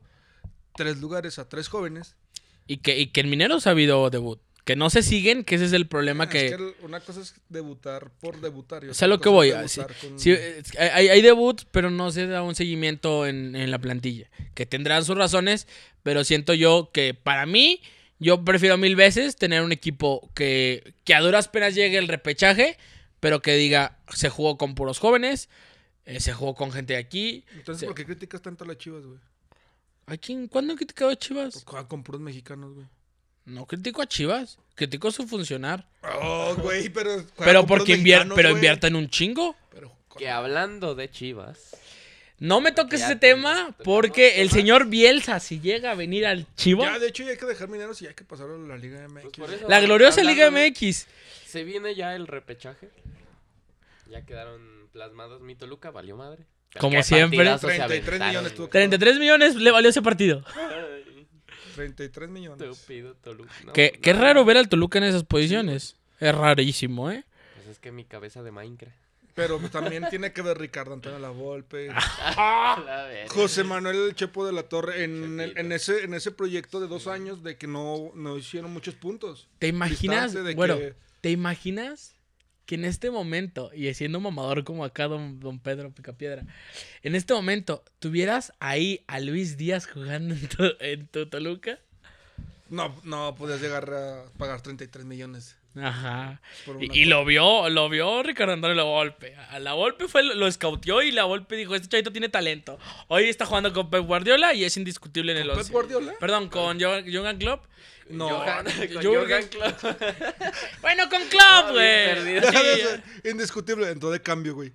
[SPEAKER 3] tres lugares a tres jóvenes.
[SPEAKER 1] Y que, y que en Mineros ha habido debut. Que no se siguen, que ese es el problema
[SPEAKER 3] Ah, Es
[SPEAKER 1] que...
[SPEAKER 3] que el- una cosa es debutar por debutar. y
[SPEAKER 1] O
[SPEAKER 3] otra
[SPEAKER 1] sea, lo que
[SPEAKER 3] cosa es
[SPEAKER 1] voy,
[SPEAKER 3] debutar
[SPEAKER 1] sí,
[SPEAKER 3] con-
[SPEAKER 1] sí, eh, es que hay, hay debut, pero no se da un seguimiento en, en la plantilla. Que tendrán sus razones, pero siento yo que para mí, yo prefiero mil veces tener un equipo que, que a duras penas llegue el repechaje, pero que diga, se jugó con puros jóvenes, eh, se jugó con gente de aquí.
[SPEAKER 3] Entonces,
[SPEAKER 1] sí.
[SPEAKER 3] ¿por qué criticas tanto a las chivas, güey?
[SPEAKER 1] ¿A quién? ¿Cuándo criticaba a
[SPEAKER 3] Pues
[SPEAKER 1] Chivas?
[SPEAKER 3] juegan con puros mexicanos, güey.
[SPEAKER 1] No critico a Chivas, critico su funcionar.
[SPEAKER 3] Oh, güey, pero. juegan
[SPEAKER 1] Pero
[SPEAKER 3] con puros
[SPEAKER 1] porque invier-
[SPEAKER 3] mexicanos,
[SPEAKER 1] pero
[SPEAKER 3] güey.
[SPEAKER 1] invierten un chingo.
[SPEAKER 3] Pero con-
[SPEAKER 4] Que hablando de Chivas.
[SPEAKER 1] No me toques
[SPEAKER 4] Ya
[SPEAKER 1] ese
[SPEAKER 4] te-
[SPEAKER 1] tema
[SPEAKER 4] te-
[SPEAKER 1] porque
[SPEAKER 4] no,
[SPEAKER 1] el
[SPEAKER 4] ¿qué
[SPEAKER 1] señor Bielsa, si llega a venir al
[SPEAKER 3] Ya,
[SPEAKER 1] Chivas,
[SPEAKER 3] de hecho, ya hay que dejar mineros y hay que pasar a la Liga MX.
[SPEAKER 4] Pues por eso,
[SPEAKER 1] la gloriosa Liga
[SPEAKER 4] hablando de-
[SPEAKER 1] MX.
[SPEAKER 4] Se viene ya el repechaje. Ya quedaron plasmados. Mi Toluca valió madre. Pero
[SPEAKER 1] Como
[SPEAKER 4] qué
[SPEAKER 1] siempre.
[SPEAKER 4] partidazo se
[SPEAKER 3] 33
[SPEAKER 4] aventaron,
[SPEAKER 3] millones tuvo que-
[SPEAKER 1] 33 millones le valió ese partido.
[SPEAKER 4] Ay,
[SPEAKER 3] 33 millones.
[SPEAKER 4] Estúpido Toluca. No,
[SPEAKER 1] que
[SPEAKER 4] no,
[SPEAKER 1] qué
[SPEAKER 4] no.
[SPEAKER 1] raro ver al Toluca en esas posiciones. Es rarísimo, ¿eh?
[SPEAKER 4] Pues es que mi cabeza de Minecraft.
[SPEAKER 3] Pero también tiene que ver Ricardo Antonio Lavolpe.
[SPEAKER 1] Ah,
[SPEAKER 4] La verga.
[SPEAKER 3] José Manuel Chepo de la Torre en, el-
[SPEAKER 4] Chepito.
[SPEAKER 3] en ese, en ese proyecto de dos años de que no, no hicieron muchos puntos.
[SPEAKER 1] ¿Te imaginas?
[SPEAKER 3] Distante de
[SPEAKER 1] Bueno,
[SPEAKER 3] que-
[SPEAKER 1] ¿te imaginas que en este momento, y siendo mamador como acá don, don Pedro Picapiedra, en este momento tuvieras ahí a Luis Díaz jugando en tu, en tu Toluca?
[SPEAKER 3] No, no podías llegar a pagar 33 millones.
[SPEAKER 1] Ajá.
[SPEAKER 3] por una
[SPEAKER 1] Y, y lo vio, lo vio Ricardo Antonio La Volpe. A La Volpe fue, lo escautió y La Volpe dijo, este chavito tiene talento. Hoy está jugando con Pep Guardiola y es indiscutible en el
[SPEAKER 3] ¿Pep
[SPEAKER 1] 11.
[SPEAKER 3] Guardiola? Ah.
[SPEAKER 1] Perdón, con Jo- Jürgen Klopp.
[SPEAKER 3] No.
[SPEAKER 4] Johan-
[SPEAKER 1] Jürgen-
[SPEAKER 4] con Jürgen Klopp.
[SPEAKER 1] Bueno, con Klopp,
[SPEAKER 3] Ah,
[SPEAKER 4] No, bien
[SPEAKER 1] güey.
[SPEAKER 4] perdido.
[SPEAKER 1] Sí,
[SPEAKER 3] Eso es Indiscutible. Entonces, de cambio, güey.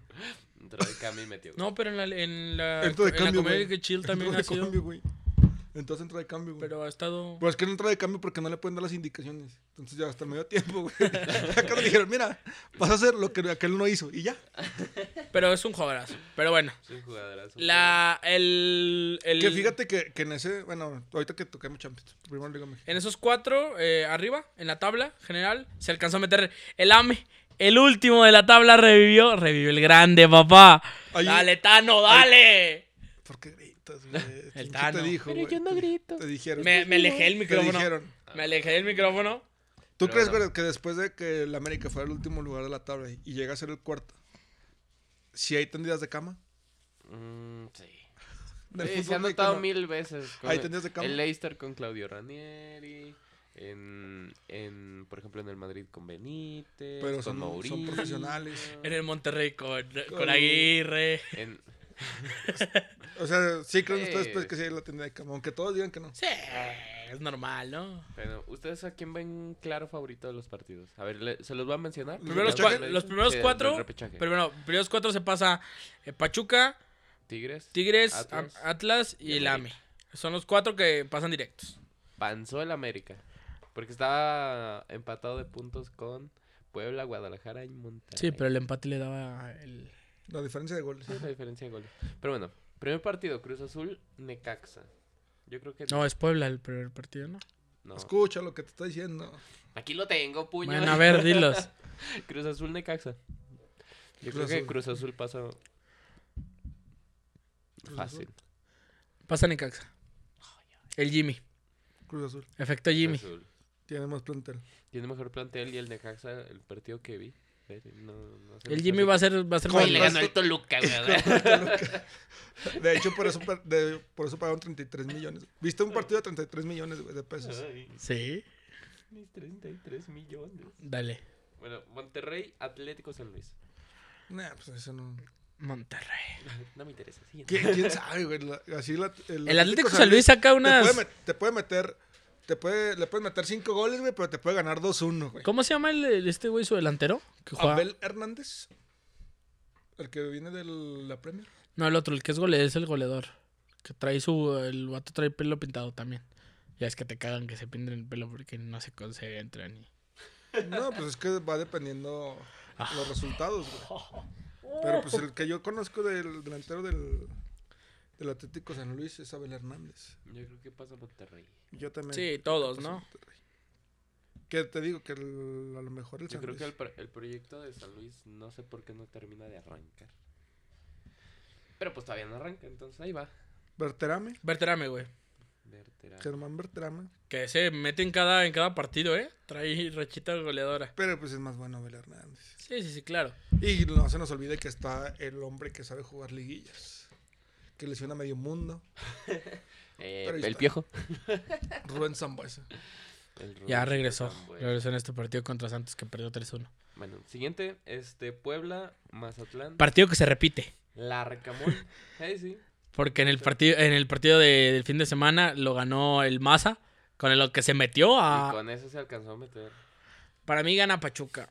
[SPEAKER 4] Entró de cambio y metió.
[SPEAKER 1] no, pero en la, en la,
[SPEAKER 3] Entró de
[SPEAKER 1] Ah, en la
[SPEAKER 3] cambio,
[SPEAKER 1] comedia
[SPEAKER 3] güey.
[SPEAKER 1] que chill también
[SPEAKER 3] Entró
[SPEAKER 1] ha
[SPEAKER 3] de
[SPEAKER 1] sido.
[SPEAKER 3] cambio, güey. Entonces entra de cambio, güey. Pero...
[SPEAKER 1] Pero ha estado...
[SPEAKER 3] es que no entra de cambio porque no le pueden dar las indicaciones. Entonces ya hasta medio tiempo, güey. Acá le dijeron, mira, vas a hacer lo que aquel no hizo. Y ya.
[SPEAKER 1] Pero es un jugadorazo. Pero bueno.
[SPEAKER 4] Es un jugadorazo.
[SPEAKER 1] La... El... el-
[SPEAKER 3] Que fíjate que, que en ese, bueno, ahorita que toquemos Champions, primero Liga México.
[SPEAKER 1] En esos cuatro, eh, arriba, en la tabla general, se alcanzó a meter el AME. El último de la tabla revivió. Revivió el grande, papá.
[SPEAKER 3] Ahí-
[SPEAKER 1] dale, Tano, dale.
[SPEAKER 3] ¿Por qué gritas, güey? ¿Quién
[SPEAKER 1] Tano.
[SPEAKER 3] te dijo,
[SPEAKER 4] Pero
[SPEAKER 3] güey?
[SPEAKER 4] yo no
[SPEAKER 3] Te-
[SPEAKER 4] grito.
[SPEAKER 3] Te dijeron.
[SPEAKER 1] Me, me alejé el
[SPEAKER 3] Te
[SPEAKER 1] micrófono.
[SPEAKER 3] dijeron.
[SPEAKER 1] Me alejé del micrófono.
[SPEAKER 3] ¿Tú
[SPEAKER 4] Pero
[SPEAKER 3] crees,
[SPEAKER 4] bueno.
[SPEAKER 3] güey, que después de que el América fuera el último lugar de la tabla y llega a ser el cuarto, si hay tendidas de cama?
[SPEAKER 4] Mm, sí.
[SPEAKER 3] Del
[SPEAKER 4] Sí, se
[SPEAKER 3] fútbol
[SPEAKER 4] ha notado
[SPEAKER 3] mexicano.
[SPEAKER 4] mil veces.
[SPEAKER 3] Ahí tenías de cama.
[SPEAKER 4] El Leicester con Claudio Ranieri. En, en, por ejemplo, en el Madrid con Benítez.
[SPEAKER 3] Pero
[SPEAKER 4] con
[SPEAKER 3] son- son
[SPEAKER 4] Mourinho,
[SPEAKER 3] profesionales.
[SPEAKER 1] En el Monterrey con, con
[SPEAKER 3] Con-
[SPEAKER 1] Aguirre.
[SPEAKER 4] en-
[SPEAKER 3] O sea, sí creen
[SPEAKER 4] Sí.
[SPEAKER 3] ustedes pues, que sí hay la tendida de cama, aunque todos digan que no.
[SPEAKER 1] Sí, es normal, ¿no?
[SPEAKER 4] pero, ¿ustedes a quién ven claro favorito de los partidos? A ver, le- se los voy a mencionar.
[SPEAKER 1] Primero los,
[SPEAKER 4] Ya
[SPEAKER 1] cua-
[SPEAKER 4] me
[SPEAKER 1] los
[SPEAKER 4] dicen.
[SPEAKER 1] primeros
[SPEAKER 4] Sí, del
[SPEAKER 1] cuatro.
[SPEAKER 4] repechaje.
[SPEAKER 1] Pero bueno, primeros cuatro se pasa eh, Pachuca,
[SPEAKER 4] Tigres.
[SPEAKER 1] Tigres, Am-
[SPEAKER 4] Atlas.
[SPEAKER 1] E. Atlas y el AME. Son los cuatro que pasan directos.
[SPEAKER 4] Panzó el América. Porque estaba empatado de puntos con Puebla, Guadalajara y Monterrey.
[SPEAKER 1] Sí, pero el empate le daba el...
[SPEAKER 3] La diferencia de goles.
[SPEAKER 4] Sí, la diferencia de goles. Pero bueno, primer partido, Cruz Azul, Necaxa. Yo creo que...
[SPEAKER 1] No, es Puebla el primer partido, ¿no?
[SPEAKER 4] no.
[SPEAKER 3] Escucha lo que te está diciendo.
[SPEAKER 4] Aquí lo tengo, puño.
[SPEAKER 1] Bueno, a ver, dilos.
[SPEAKER 4] Cruz Azul, Necaxa. Yo
[SPEAKER 3] Cruz
[SPEAKER 4] creo que
[SPEAKER 3] Azul.
[SPEAKER 4] Cruz Azul pasa
[SPEAKER 3] Cruz
[SPEAKER 4] fácil.
[SPEAKER 1] Pasa Necaxa. El Jimmy.
[SPEAKER 3] Azul. Cruz Azul.
[SPEAKER 1] Efecto Jimmy.
[SPEAKER 4] Cruz Azul.
[SPEAKER 3] Tiene más plantel.
[SPEAKER 4] Tiene mejor plantel y el Necaxa, el partido que vi. pero No, no se
[SPEAKER 1] El
[SPEAKER 4] me
[SPEAKER 1] Jimmy
[SPEAKER 4] hace-
[SPEAKER 1] va a ser... Va a ser
[SPEAKER 3] Con
[SPEAKER 4] Güey, le
[SPEAKER 1] favorito.
[SPEAKER 4] ganó el Toluca, güey.
[SPEAKER 3] De hecho, por eso, per- de- por eso pagaron 33 millones. ¿Viste un partido de 33 millones güey, de pesos?
[SPEAKER 4] Ay,
[SPEAKER 1] Sí,
[SPEAKER 4] mis 33 millones.
[SPEAKER 1] dale.
[SPEAKER 4] Bueno, Monterrey, Atlético San Luis.
[SPEAKER 3] Nah, pues eso no.
[SPEAKER 1] Monterrey.
[SPEAKER 4] No me interesa. Siguiente.
[SPEAKER 3] ¿Quién, quién sabe, güey? La- así la-
[SPEAKER 1] El Atlético San Luis saca
[SPEAKER 3] te puede,
[SPEAKER 1] unas...
[SPEAKER 3] met- te puede meter. Te puede, le puedes meter 5 goles, güey, pero te puede ganar 2-1, güey.
[SPEAKER 1] ¿Cómo se llama el, el- este güey, su delantero? Que juega-
[SPEAKER 3] Abel Hernández. El que viene de la Premier.
[SPEAKER 1] No, el otro, el que es goleador, es el goleador. Que trae su... El vato trae pelo pintado también. Ya es que te cagan que se pinten el pelo porque no se concentran y...
[SPEAKER 3] No, pues es que va dependiendo
[SPEAKER 1] Ah.
[SPEAKER 3] los resultados, güey. Pero pues el que yo conozco del delantero del, del Atlético San Luis es Abel Hernández.
[SPEAKER 4] Yo creo que pasa Monterrey.
[SPEAKER 3] Yo también.
[SPEAKER 1] Sí, todos, ¿no?
[SPEAKER 3] Que te digo que el- a lo mejor el
[SPEAKER 4] Yo
[SPEAKER 3] San
[SPEAKER 4] creo
[SPEAKER 3] Luis.
[SPEAKER 4] que el, pro- el proyecto de San Luis no sé por qué no termina de arrancar. Pero pues todavía no arranca, entonces ahí va.
[SPEAKER 3] Berterame,
[SPEAKER 1] Berterame, güey.
[SPEAKER 4] Verterame.
[SPEAKER 3] Germán Berterame.
[SPEAKER 1] Que se mete en cada, en cada partido, ¿eh? Trae rachita goleadora.
[SPEAKER 3] Pero pues es más bueno Abel Hernández.
[SPEAKER 1] Sí, sí, sí, claro.
[SPEAKER 3] Y no se nos olvide que está el hombre que sabe jugar liguillas. Que lesiona a medio mundo.
[SPEAKER 4] Eh,
[SPEAKER 3] Pero ahí
[SPEAKER 4] el
[SPEAKER 3] está.
[SPEAKER 4] piojo.
[SPEAKER 3] Rubén Zambuesa.
[SPEAKER 4] El Rubén
[SPEAKER 1] Ya
[SPEAKER 4] Zambuesa,
[SPEAKER 1] regresó.
[SPEAKER 4] güey.
[SPEAKER 1] Regresó en este partido contra Santos que perdió 3-1.
[SPEAKER 4] Bueno, siguiente, este, Puebla, Mazatlán,
[SPEAKER 1] Partido que se repite.
[SPEAKER 4] Larcamón. Ahí sí.
[SPEAKER 1] Porque en el partido, en el partido de- del fin de semana lo ganó el Maza. Con lo que se metió
[SPEAKER 4] Y
[SPEAKER 1] a.
[SPEAKER 4] con eso se alcanzó a meter.
[SPEAKER 1] Para mí gana Pachuca.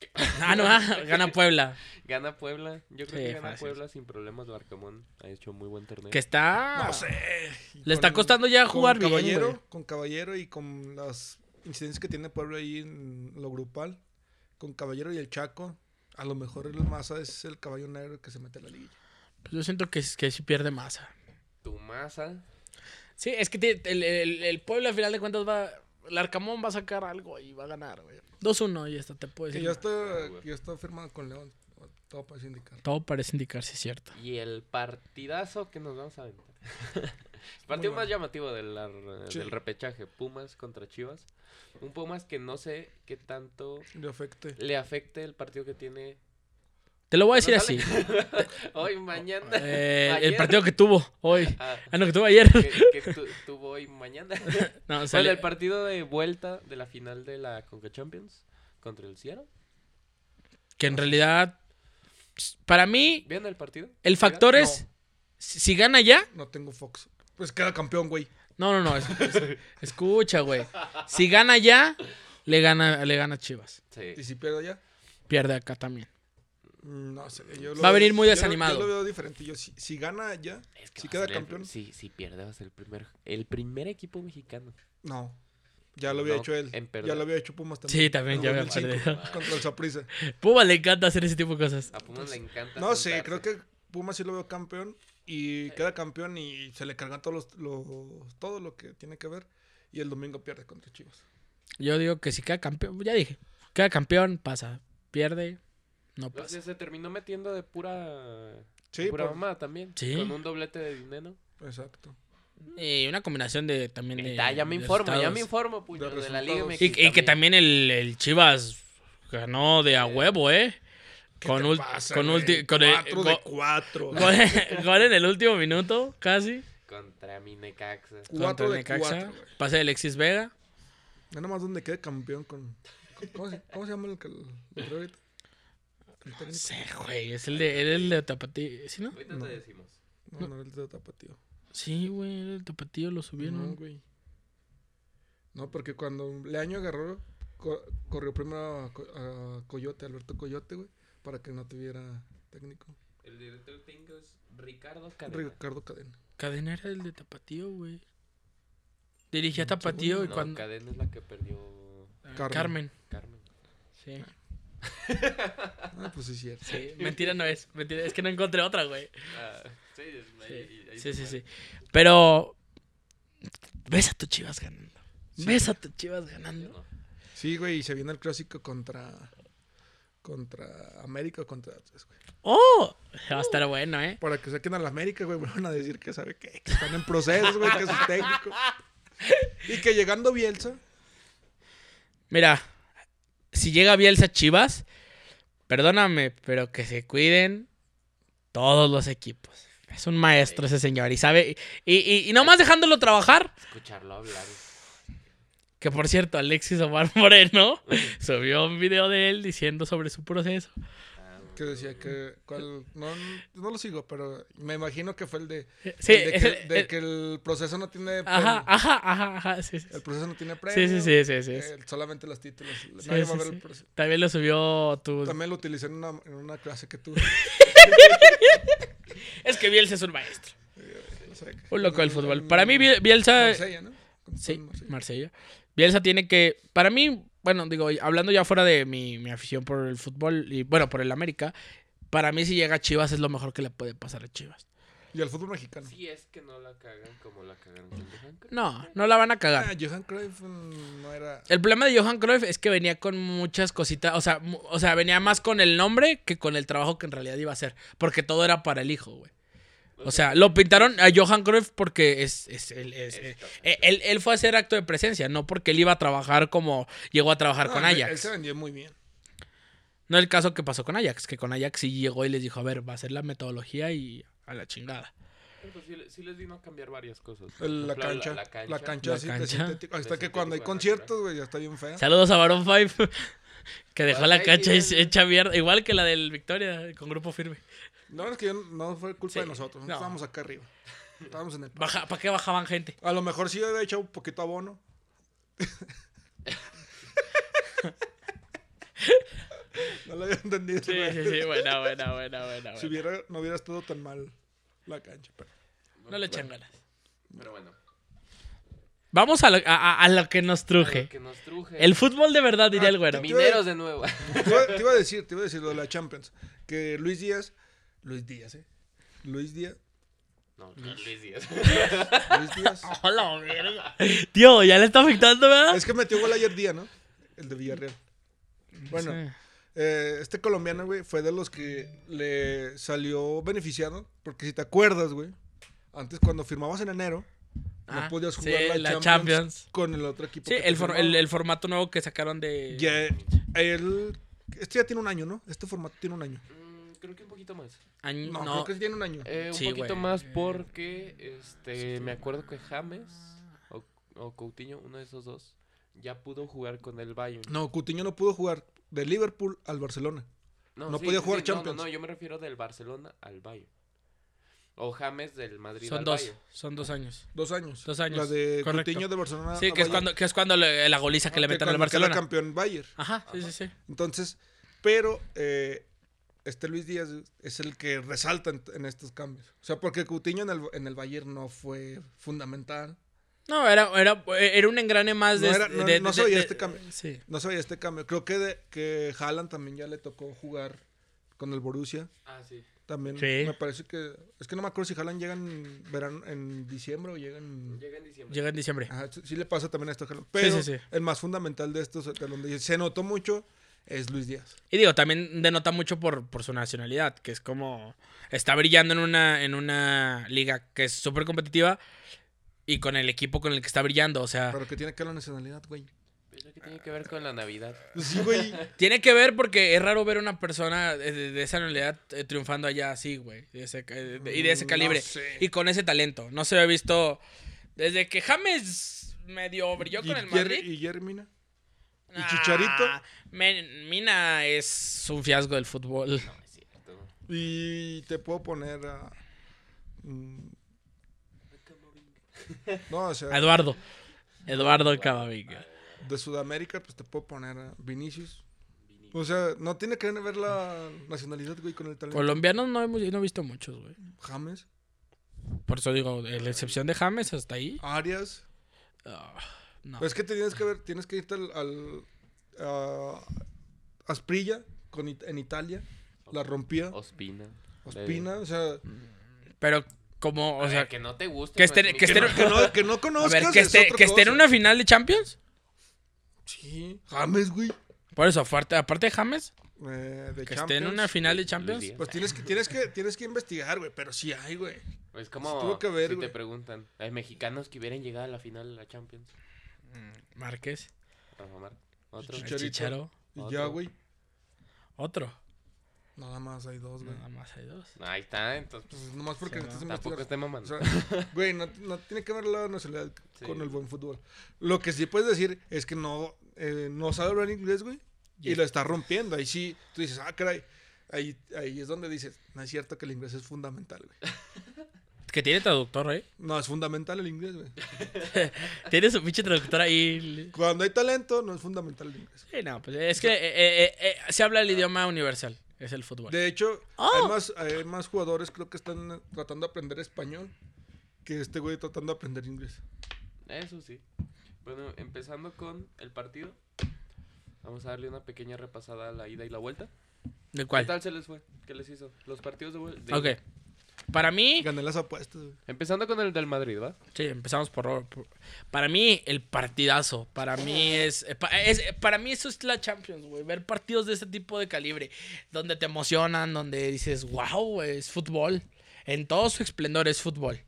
[SPEAKER 1] Ah, no, ah, gana Puebla.
[SPEAKER 4] Gana Puebla. Yo creo
[SPEAKER 1] Sí,
[SPEAKER 4] que gana
[SPEAKER 1] fácil.
[SPEAKER 4] Puebla sin problemas. Larcamón ha hecho muy buen torneo.
[SPEAKER 1] Que está.
[SPEAKER 3] No sé.
[SPEAKER 1] Ah. Le está
[SPEAKER 3] Con-
[SPEAKER 1] costando ya jugar
[SPEAKER 3] con
[SPEAKER 1] bien.
[SPEAKER 3] caballero,
[SPEAKER 1] güey.
[SPEAKER 3] Con Caballero y con las incidencias que tiene Puebla ahí en lo grupal, con Caballero y el Chaco, a lo mejor el Maza es el caballo negro que se mete a la liguilla.
[SPEAKER 1] Pues Yo siento que, que sí pierde Maza.
[SPEAKER 4] Tu masa.
[SPEAKER 1] Sí, es que tiene- el, el, el Puebla al final de cuentas va. El Arcamón va a sacar algo y va a ganar, güey. 2-1 y hasta te puedo
[SPEAKER 3] Que
[SPEAKER 1] decir.
[SPEAKER 3] ya
[SPEAKER 1] más.
[SPEAKER 3] está,
[SPEAKER 4] Ah, güey.
[SPEAKER 3] ya está firmado con León, todo parece indicar.
[SPEAKER 1] Todo parece indicar si es cierto.
[SPEAKER 4] Y el partidazo que nos vamos a aventar. el partido
[SPEAKER 3] bueno.
[SPEAKER 4] más llamativo de la- del
[SPEAKER 3] Sí.
[SPEAKER 4] repechaje. Pumas contra Chivas. Un Pumas que no sé qué tanto
[SPEAKER 3] Le afecte.
[SPEAKER 4] le afecte el partido que tiene
[SPEAKER 1] Te lo voy a
[SPEAKER 4] No
[SPEAKER 1] decir
[SPEAKER 4] sale.
[SPEAKER 1] así.
[SPEAKER 4] hoy, mañana.
[SPEAKER 1] Eh, el
[SPEAKER 4] ayer.
[SPEAKER 1] partido que tuvo hoy.
[SPEAKER 4] Ah,
[SPEAKER 1] Ah, no, que tuvo ayer.
[SPEAKER 4] que, que tu- tuvo hoy, mañana.
[SPEAKER 1] No,
[SPEAKER 4] Bueno,
[SPEAKER 1] sale-
[SPEAKER 4] el partido de vuelta de la final de la Conca Champions contra el Seattle.
[SPEAKER 1] que en realidad, ps, para mí,
[SPEAKER 4] ¿Vieron el partido?
[SPEAKER 1] el factor es, si si gana ya,
[SPEAKER 3] No tengo Fox. Pues queda campeón, güey.
[SPEAKER 1] no, no, no, es- es- escucha, güey. Si gana ya, le gana, le gana Chivas.
[SPEAKER 4] Sí.
[SPEAKER 3] Y si pierdo ya,
[SPEAKER 1] Pierde acá también.
[SPEAKER 3] mm, no sé. yo
[SPEAKER 1] Va a
[SPEAKER 3] veo-
[SPEAKER 1] venir muy
[SPEAKER 3] yo lo-
[SPEAKER 1] desanimado.
[SPEAKER 3] Yo lo veo diferente. Yo, si, si gana ya,
[SPEAKER 4] Es va
[SPEAKER 3] si
[SPEAKER 4] a
[SPEAKER 3] queda
[SPEAKER 4] ser el-
[SPEAKER 3] campeón,
[SPEAKER 4] sí, sí pierde, va a ser el primer, el primer equipo mexicano.
[SPEAKER 3] no. Ya lo había
[SPEAKER 4] No,
[SPEAKER 3] hecho él.
[SPEAKER 4] en
[SPEAKER 3] Ya
[SPEAKER 4] perder.
[SPEAKER 3] lo había hecho Pumas también.
[SPEAKER 1] Sí, también ya había
[SPEAKER 3] 2005,
[SPEAKER 1] perdido.
[SPEAKER 3] Contra el Saprissa.
[SPEAKER 1] Puma le encanta hacer ese tipo de cosas.
[SPEAKER 4] A Pumas le encanta.
[SPEAKER 3] No sé,
[SPEAKER 4] sentarse.
[SPEAKER 3] creo que Pumas sí lo veo campeón y queda campeón y se le cargan todos los, los- todo lo que tiene que ver y el domingo pierde contra Chivas.
[SPEAKER 1] Yo digo que si queda campeón, ya dije, queda campeón, pasa. Pierde, no
[SPEAKER 4] No
[SPEAKER 1] pasa.
[SPEAKER 4] sé, se terminó metiendo de pura.
[SPEAKER 3] Sí,
[SPEAKER 4] pura
[SPEAKER 3] por-
[SPEAKER 4] mamá también.
[SPEAKER 1] Sí.
[SPEAKER 4] Con un doblete de dinero.
[SPEAKER 3] Exacto.
[SPEAKER 1] Y una combinación de también de...
[SPEAKER 4] Está, ya me
[SPEAKER 1] de
[SPEAKER 4] informo, ya
[SPEAKER 1] resultados.
[SPEAKER 4] me informo, puño.
[SPEAKER 3] De
[SPEAKER 4] De, la Liga MX.
[SPEAKER 3] resultados.
[SPEAKER 1] Y, y que también el, el Chivas ganó de a huevo, ¿eh?
[SPEAKER 3] ¿Qué
[SPEAKER 1] Con,
[SPEAKER 3] te
[SPEAKER 1] ul-
[SPEAKER 3] pasa,
[SPEAKER 1] con,
[SPEAKER 3] güey?
[SPEAKER 1] ulti- con el-
[SPEAKER 3] cuatro de
[SPEAKER 1] go-
[SPEAKER 3] cuatro.
[SPEAKER 1] Gol, gol en el último minuto, casi.
[SPEAKER 4] Contra mi Necaxa.
[SPEAKER 1] Contra
[SPEAKER 3] Cuatro de
[SPEAKER 1] Necaxa.
[SPEAKER 3] cuatro. güey.
[SPEAKER 1] Pase de Alexis Vega.
[SPEAKER 3] Ya nomás donde quede campeón con... con- ¿Cómo se, cómo se llama el que lo trae ahorita? El
[SPEAKER 1] No
[SPEAKER 3] técnico.
[SPEAKER 1] sé, güey. Es el de, era el de Tapatío. ¿Sí, no?
[SPEAKER 4] Ahorita
[SPEAKER 3] No.
[SPEAKER 4] te decimos.
[SPEAKER 3] No, no, el de Tapatío.
[SPEAKER 1] Sí, güey. Era el Tapatío, lo
[SPEAKER 3] No,
[SPEAKER 1] subieron.
[SPEAKER 3] güey. No, porque cuando Leaño agarró, co- corrió primero a, Co- a Coyote, Alberto Coyote, güey, para que no tuviera técnico.
[SPEAKER 4] El director técnico es Ricardo Cadena.
[SPEAKER 3] Ricardo Cadena.
[SPEAKER 1] Cadena era el de Tapatío, güey. Dirigía a Tapatío y
[SPEAKER 4] No,
[SPEAKER 1] cuando. Ah,
[SPEAKER 4] Cadena es la que perdió
[SPEAKER 1] Carmen.
[SPEAKER 3] Carmen.
[SPEAKER 4] Carmen.
[SPEAKER 1] Sí.
[SPEAKER 3] Ah, pues sí, es cierto.
[SPEAKER 1] sí. Mentira no es. Mentira. Es que no encontré otra, güey.
[SPEAKER 4] Ah, sí, es- ahí- ahí-
[SPEAKER 1] Sí, sí, sí. Pero. Ves a tu chivas ganando. Ves a tu chivas ganando.
[SPEAKER 4] No.
[SPEAKER 3] Sí, güey, y se viene el clásico contra. Contra América o contra Atlas, güey.
[SPEAKER 1] ¡Oh! Va a estar bueno, ¿eh?
[SPEAKER 3] Para que saquen a la América, güey, me van a decir que sabe qué, que están en procesos, güey, que es su técnico. Y que llegando Bielsa,
[SPEAKER 1] Mira, si llega Bielsa a Chivas, perdóname, pero que se cuiden todos los equipos. Es un maestro ese señor y sabe. Y, y, y nomás dejándolo trabajar.
[SPEAKER 4] Escucharlo hablar.
[SPEAKER 1] Que por cierto, Alexis Omar Moreno subió un video de él diciendo sobre su proceso.
[SPEAKER 4] Ah,
[SPEAKER 3] que decía que. ¿cuál? No, no lo sigo, pero me imagino que fue el de.
[SPEAKER 1] Sí,
[SPEAKER 3] el de,
[SPEAKER 1] es
[SPEAKER 3] que,
[SPEAKER 1] el-
[SPEAKER 3] de
[SPEAKER 1] el-
[SPEAKER 3] que el proceso no tiene.
[SPEAKER 1] ajá,
[SPEAKER 3] premio.
[SPEAKER 1] ajá, ajá, ajá, sí, sí.
[SPEAKER 3] El proceso no tiene premio.
[SPEAKER 1] Sí, sí, sí, sí, sí, sí.
[SPEAKER 3] eh, solamente los títulos.
[SPEAKER 1] Sí,
[SPEAKER 3] Nadie va
[SPEAKER 1] sí,
[SPEAKER 3] a ver
[SPEAKER 1] sí.
[SPEAKER 3] el proceso.
[SPEAKER 1] También lo subió tu...
[SPEAKER 3] También lo utilicé en una, en una clase que tuve.
[SPEAKER 1] Es que Bielsa es un maestro.
[SPEAKER 3] No sé qué.
[SPEAKER 1] Un loco del fútbol.
[SPEAKER 3] En-
[SPEAKER 1] Para mí Biel- Bielsa...
[SPEAKER 3] Marsella, ¿no? Con-
[SPEAKER 1] Sí,
[SPEAKER 3] con Marsella.
[SPEAKER 1] Marsella. Bielsa tiene que. Para mí, bueno, digo, hablando ya fuera de mi, mi afición por el fútbol y, bueno, por el América, para mí si llega a Chivas es lo mejor que le puede pasar a Chivas.
[SPEAKER 3] Y al fútbol mexicano.
[SPEAKER 4] Si es que no la cagan como la cagaron con Johan Cruyff.
[SPEAKER 1] No, no la van a
[SPEAKER 3] Ah,
[SPEAKER 1] cagar.
[SPEAKER 3] Johan Cruyff mm, no era.
[SPEAKER 1] El problema de Johan Cruyff es que venía con muchas cositas, o sea, mu- o sea, venía más con el nombre que con el trabajo que en realidad iba a hacer, porque todo era para el hijo, güey. O sea, lo pintaron a Johan Cruyff porque es, es, él, es-
[SPEAKER 4] Es-
[SPEAKER 1] eh, él, él fue a hacer acto de presencia, no porque él iba a trabajar como llegó a trabajar
[SPEAKER 3] No,
[SPEAKER 1] con
[SPEAKER 3] él-
[SPEAKER 1] Ajax.
[SPEAKER 3] Él se vendió muy bien.
[SPEAKER 1] No el caso que pasó con Ajax, que con Ajax sí llegó y les dijo, a ver, va a ser la metodología y a la chingada.
[SPEAKER 4] Pero pues sí, le- sí les vino a cambiar varias cosas. Por
[SPEAKER 3] El- la,
[SPEAKER 4] ejemplo,
[SPEAKER 3] cancha, la cancha. La cancha.
[SPEAKER 1] La
[SPEAKER 3] sí,
[SPEAKER 1] cancha.
[SPEAKER 3] de sintético. Hasta
[SPEAKER 4] De
[SPEAKER 3] que cuando hay
[SPEAKER 4] sintético,
[SPEAKER 3] conciertos, güey, ya está bien fea.
[SPEAKER 1] Saludos a Baron Five, que dejó la
[SPEAKER 4] Ay,
[SPEAKER 1] cancha
[SPEAKER 4] sí,
[SPEAKER 1] hecha-
[SPEAKER 4] sí.
[SPEAKER 1] hecha mierda, igual que la del Victoria con grupo firme.
[SPEAKER 3] No, es que yo no- no fue culpa
[SPEAKER 1] Sí,
[SPEAKER 3] de nosotros. Nosotros
[SPEAKER 1] no.
[SPEAKER 3] estábamos acá arriba. Estábamos en el. pa-
[SPEAKER 1] Baja, ¿Para qué bajaban gente?
[SPEAKER 3] A lo mejor sí había echado un poquito abono. no lo había entendido.
[SPEAKER 1] Sí,
[SPEAKER 3] güey.
[SPEAKER 1] sí, sí, buena, buena, buena, buena.
[SPEAKER 3] Si
[SPEAKER 1] buena.
[SPEAKER 3] hubiera, no hubiera estado tan mal la cancha. Pero...
[SPEAKER 1] No le echan ganas.
[SPEAKER 4] Pero bueno.
[SPEAKER 1] Vamos a lo, a- a- a lo que nos truje.
[SPEAKER 4] Que nos truje.
[SPEAKER 1] El fútbol de verdad, diría
[SPEAKER 3] Ah,
[SPEAKER 1] el güero.
[SPEAKER 3] también.
[SPEAKER 4] Mineros de nuevo.
[SPEAKER 3] Te iba, te iba a decir, te iba a decir lo de la Champions. Que Luis Díaz. Luis Díaz, ¿eh? Luis Díaz.
[SPEAKER 4] No, Luis Díaz.
[SPEAKER 3] Luis Díaz.
[SPEAKER 1] Hola, verga. Tío, ya le está afectando, ¿verdad?
[SPEAKER 3] Es que metió gol ayer día, ¿no? El de Villarreal. Bueno, eh, este colombiano, güey, fue de los que le salió beneficiado. Porque si te acuerdas, güey, antes cuando firmabas en enero,
[SPEAKER 1] Ah,
[SPEAKER 3] no podías
[SPEAKER 1] sí,
[SPEAKER 3] jugar la,
[SPEAKER 1] la
[SPEAKER 3] Champions,
[SPEAKER 1] Champions.
[SPEAKER 3] con el otro equipo.
[SPEAKER 1] Sí,
[SPEAKER 3] que te
[SPEAKER 1] el, for-
[SPEAKER 3] firmaba.
[SPEAKER 1] el- el formato nuevo que sacaron de...
[SPEAKER 3] Ya, el- Este ya tiene un año, ¿no? Este formato tiene un año.
[SPEAKER 4] Mm, creo que un poquito más.
[SPEAKER 1] Añ-
[SPEAKER 3] No,
[SPEAKER 1] no.
[SPEAKER 3] creo que sí tiene un año.
[SPEAKER 4] Eh, un
[SPEAKER 1] Sí,
[SPEAKER 4] poquito
[SPEAKER 1] güey.
[SPEAKER 4] más porque este me acuerdo que James o, o Coutinho, uno de esos dos, ya pudo jugar con el Bayern.
[SPEAKER 3] No, Cutiño no pudo jugar de Liverpool al Barcelona. no podía jugar
[SPEAKER 4] no,
[SPEAKER 3] Champions.
[SPEAKER 4] No, no, yo me refiero del Barcelona al Bayern. O James del Madrid
[SPEAKER 1] Son
[SPEAKER 4] al
[SPEAKER 1] dos,
[SPEAKER 4] Bayern.
[SPEAKER 1] son dos años.
[SPEAKER 3] Dos años.
[SPEAKER 1] Dos años,
[SPEAKER 3] La de
[SPEAKER 1] correcto.
[SPEAKER 3] Coutinho de Barcelona.
[SPEAKER 1] Sí,
[SPEAKER 3] a
[SPEAKER 1] que es
[SPEAKER 3] Bayern.
[SPEAKER 1] cuando, que es cuando le- la goliza que le
[SPEAKER 3] Ah, Que
[SPEAKER 1] meten al
[SPEAKER 3] cuando queda
[SPEAKER 1] Barcelona.
[SPEAKER 3] campeón Bayern.
[SPEAKER 1] Ajá, sí, sí, sí.
[SPEAKER 3] Entonces, pero eh, este Luis Díaz es el que resalta en, en estos cambios. O sea, porque Coutinho en el, en el Bayern no fue fundamental.
[SPEAKER 1] No, era, era, era un engrane más de...
[SPEAKER 3] No era- no-
[SPEAKER 1] de-
[SPEAKER 3] no
[SPEAKER 1] de-
[SPEAKER 3] se veía
[SPEAKER 1] de-
[SPEAKER 3] este cambio.
[SPEAKER 1] Sí.
[SPEAKER 3] No sabía este cambio. Creo que, de, que Haaland también ya le tocó jugar con el Borussia.
[SPEAKER 4] Ah, sí.
[SPEAKER 3] También
[SPEAKER 1] Sí.
[SPEAKER 3] me parece que... Es que no me acuerdo si Haaland llega en, verano, en diciembre o llega en...
[SPEAKER 4] Llega en diciembre.
[SPEAKER 1] Llega en diciembre.
[SPEAKER 3] Ajá, sí, sí le pasa también a esto, Haaland. Pero
[SPEAKER 1] sí, sí.
[SPEAKER 3] el más fundamental de estos, de donde se notó mucho, es Luis Díaz.
[SPEAKER 1] Y digo, también denota mucho por, por su nacionalidad, que es como... Está brillando en una, en una liga que es súper competitiva y con el equipo con el que está brillando. O sea,
[SPEAKER 3] Pero que tiene que ver la nacionalidad, güey.
[SPEAKER 4] Pero que tiene que ver con la Navidad.
[SPEAKER 3] Sí, güey.
[SPEAKER 1] tiene que ver porque es raro ver una persona de, de- de esa nacionalidad eh, triunfando allá así, güey. de ese ca- de- de- y de ese
[SPEAKER 3] Mm,
[SPEAKER 1] calibre.
[SPEAKER 3] no sé.
[SPEAKER 1] Y con ese talento. No se había visto... Desde que James medio brilló
[SPEAKER 3] Y
[SPEAKER 1] con el
[SPEAKER 3] Jerry-
[SPEAKER 1] Madrid...
[SPEAKER 3] ¿Y Germina? ¿Y
[SPEAKER 1] Ah,
[SPEAKER 3] Chicharito?
[SPEAKER 1] Men- Mina es un fiasco del fútbol.
[SPEAKER 4] No, es cierto.
[SPEAKER 3] Y te puedo poner a... mm, No, o sea,
[SPEAKER 1] Eduardo. Eduardo Camavinga.
[SPEAKER 3] de Sudamérica, pues te puedo poner a Vinicius. O sea, no tiene que ver la nacionalidad, güey, con el talento.
[SPEAKER 1] Colombianos no, hemos, no he visto muchos, güey.
[SPEAKER 3] James,
[SPEAKER 1] Por eso digo, eh, la excepción de James hasta ahí.
[SPEAKER 3] Arias,
[SPEAKER 1] Ah, no.
[SPEAKER 3] Pero es que te tienes que ver, tienes que irte al, al a Asprilla con, It- en Italia, la rompía,
[SPEAKER 4] Ospina.
[SPEAKER 3] Ospina, o sea,
[SPEAKER 1] Mm. Pero como, o sea,
[SPEAKER 4] que no te guste.
[SPEAKER 1] que
[SPEAKER 4] no
[SPEAKER 1] esté-
[SPEAKER 4] es mi-
[SPEAKER 1] que esté-
[SPEAKER 3] que no, que no
[SPEAKER 1] a
[SPEAKER 3] conozcas.
[SPEAKER 1] ver, que
[SPEAKER 3] es
[SPEAKER 1] esté,
[SPEAKER 3] otra
[SPEAKER 1] que esté en
[SPEAKER 3] cosa.
[SPEAKER 1] una final de Champions.
[SPEAKER 3] Sí, James, güey.
[SPEAKER 1] Por eso, aparte, aparte de James,
[SPEAKER 3] eh, de
[SPEAKER 1] que esté en
[SPEAKER 3] Champions.
[SPEAKER 1] una final de Champions.
[SPEAKER 4] Luis Díaz.
[SPEAKER 3] Pues tienes que, tienes que, tienes que investigar, güey, pero sí hay, güey.
[SPEAKER 4] Es como
[SPEAKER 3] tuvo que ver,
[SPEAKER 4] si
[SPEAKER 3] güey.
[SPEAKER 4] te preguntan. Hay mexicanos que hubieran llegado a la final de la Champions.
[SPEAKER 1] Márquez,
[SPEAKER 4] Ah, Omar, Otro.
[SPEAKER 1] el
[SPEAKER 3] Chicharito.
[SPEAKER 1] Chicharo,
[SPEAKER 3] Y
[SPEAKER 4] Otro.
[SPEAKER 3] ya, güey.
[SPEAKER 1] otro.
[SPEAKER 3] Nada más hay dos, güey.
[SPEAKER 1] Nada más hay dos.
[SPEAKER 4] Ahí está, entonces.
[SPEAKER 3] Pues nomás porque
[SPEAKER 1] Sí, no.
[SPEAKER 3] estás
[SPEAKER 4] Tampoco
[SPEAKER 3] investigando.
[SPEAKER 4] esté mamando.
[SPEAKER 3] O sea, güey, no, no tiene que ver la nacionalidad
[SPEAKER 4] Sí.
[SPEAKER 3] con el buen fútbol. Lo que sí puedes decir es que no, eh, no sabe hablar inglés, güey. Y lo está rompiendo. Ahí sí, tú dices, ah, caray. Ahí, ahí es donde dices, no es cierto que el inglés es fundamental, güey.
[SPEAKER 1] Que tiene traductor, ¿eh?
[SPEAKER 3] No, es fundamental el inglés, güey.
[SPEAKER 1] Tiene su pinche traductor ahí.
[SPEAKER 3] Cuando hay talento, no es fundamental el inglés.
[SPEAKER 1] Sí, no, pues es que eh, eh, eh, eh, se habla el idioma universal, es el fútbol.
[SPEAKER 3] De hecho,
[SPEAKER 1] Oh.
[SPEAKER 3] hay, más, hay más jugadores, creo que están tratando de aprender español que este güey tratando de aprender inglés.
[SPEAKER 4] Eso sí. Bueno, empezando con el partido. Vamos a darle una pequeña repasada a la ida y la vuelta.
[SPEAKER 1] ¿De
[SPEAKER 4] ¿Qué
[SPEAKER 1] cuál?
[SPEAKER 4] tal se les fue? ¿Qué les hizo? Los partidos de vuelta.
[SPEAKER 1] Ok. Para mí,
[SPEAKER 3] Gané las apuestas, güey.
[SPEAKER 4] Empezando con el del Madrid, ¿va?
[SPEAKER 1] Sí, empezamos por, Robert, por- Para mí, el partidazo. Para mí es, eh, pa- es- eh, Para mí eso es la Champions, güey. Ver partidos de ese tipo de calibre. Donde te emocionan, donde dices, wow, es fútbol. En todo su esplendor es fútbol.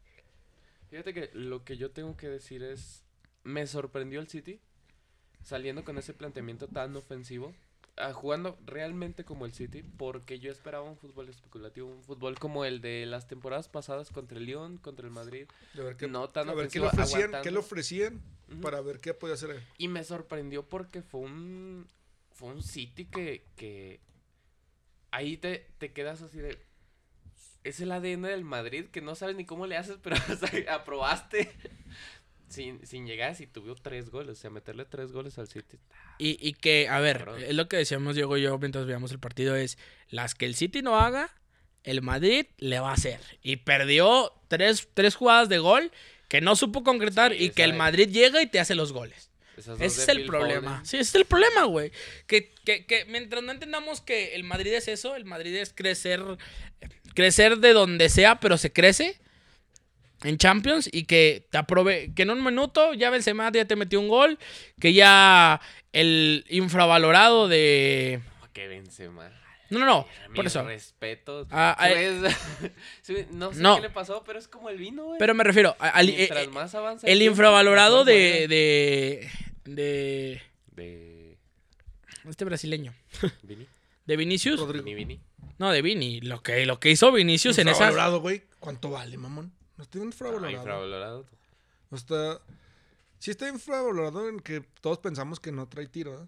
[SPEAKER 4] Fíjate que lo que yo tengo que decir es, me sorprendió el City saliendo con ese planteamiento tan ofensivo, ah, jugando realmente como el City, porque yo esperaba un fútbol especulativo, un fútbol como el de las temporadas pasadas contra el Lyon, contra el Madrid,
[SPEAKER 3] A ver qué,
[SPEAKER 4] no tan
[SPEAKER 3] a ver qué
[SPEAKER 4] ofensivo,
[SPEAKER 3] le ofrecían,
[SPEAKER 4] aguantando.
[SPEAKER 3] qué le ofrecían
[SPEAKER 4] Ujú.
[SPEAKER 3] para ver qué podía hacer. él.
[SPEAKER 4] Y me sorprendió porque fue un. Fue un City que. que ahí te, te quedas así de. Es el ADN del Madrid que no sabes ni cómo le haces, pero o sea, aprobaste. Sin, sin llegar, si tuvo tres goles. O sea, meterle tres goles al City.
[SPEAKER 1] Y, y que, a ver,
[SPEAKER 4] Cabrón.
[SPEAKER 1] es lo que decíamos Diego y yo mientras veíamos el partido, es las que el City no haga, el Madrid le va a hacer. Y perdió tres, tres jugadas de gol que no supo concretar
[SPEAKER 4] Sí,
[SPEAKER 1] y que el
[SPEAKER 4] esa-
[SPEAKER 1] Madrid llega y te hace los goles.
[SPEAKER 4] Esas dos
[SPEAKER 1] Ese es
[SPEAKER 4] de
[SPEAKER 1] el
[SPEAKER 4] Phil
[SPEAKER 1] problema.
[SPEAKER 4] Foden.
[SPEAKER 1] Sí, ese es el problema, güey. Que, que- que mientras no entendamos que el Madrid es eso, el Madrid es crecer, crecer de donde sea, pero se crece en Champions y que te aprove que en un minuto ya Benzema ya te metió un gol, que ya el infravalorado de...
[SPEAKER 4] Ah, Que Benzema.
[SPEAKER 1] No, no, no,
[SPEAKER 4] Mira,
[SPEAKER 1] por
[SPEAKER 4] mis
[SPEAKER 1] eso.
[SPEAKER 4] respetos.
[SPEAKER 1] Ah, ah,
[SPEAKER 4] Pues, sí, no sé
[SPEAKER 1] no.
[SPEAKER 4] qué le pasó, pero es como el vino, güey.
[SPEAKER 1] Pero me refiero a- al- eh,
[SPEAKER 4] Mientras
[SPEAKER 1] eh,
[SPEAKER 4] más avanza
[SPEAKER 1] el
[SPEAKER 4] tiempo,
[SPEAKER 1] infravalorado
[SPEAKER 4] mejor
[SPEAKER 1] de,
[SPEAKER 4] juega.
[SPEAKER 1] de... de...
[SPEAKER 4] De.
[SPEAKER 1] este brasileño.
[SPEAKER 4] Vini.
[SPEAKER 1] De Vinicius.
[SPEAKER 3] Rodrigo.
[SPEAKER 4] Vini, Vini.
[SPEAKER 1] No, de Vini. Lo que, lo que hizo Vinicius en esa...
[SPEAKER 3] Infravalorado, güey. ¿Cuánto vale, mamón? No está
[SPEAKER 4] Ah,
[SPEAKER 3] infravalorado.
[SPEAKER 4] infravalorado.
[SPEAKER 3] No está... Sí está infravalorado en que todos pensamos que no trae tiro, ¿eh?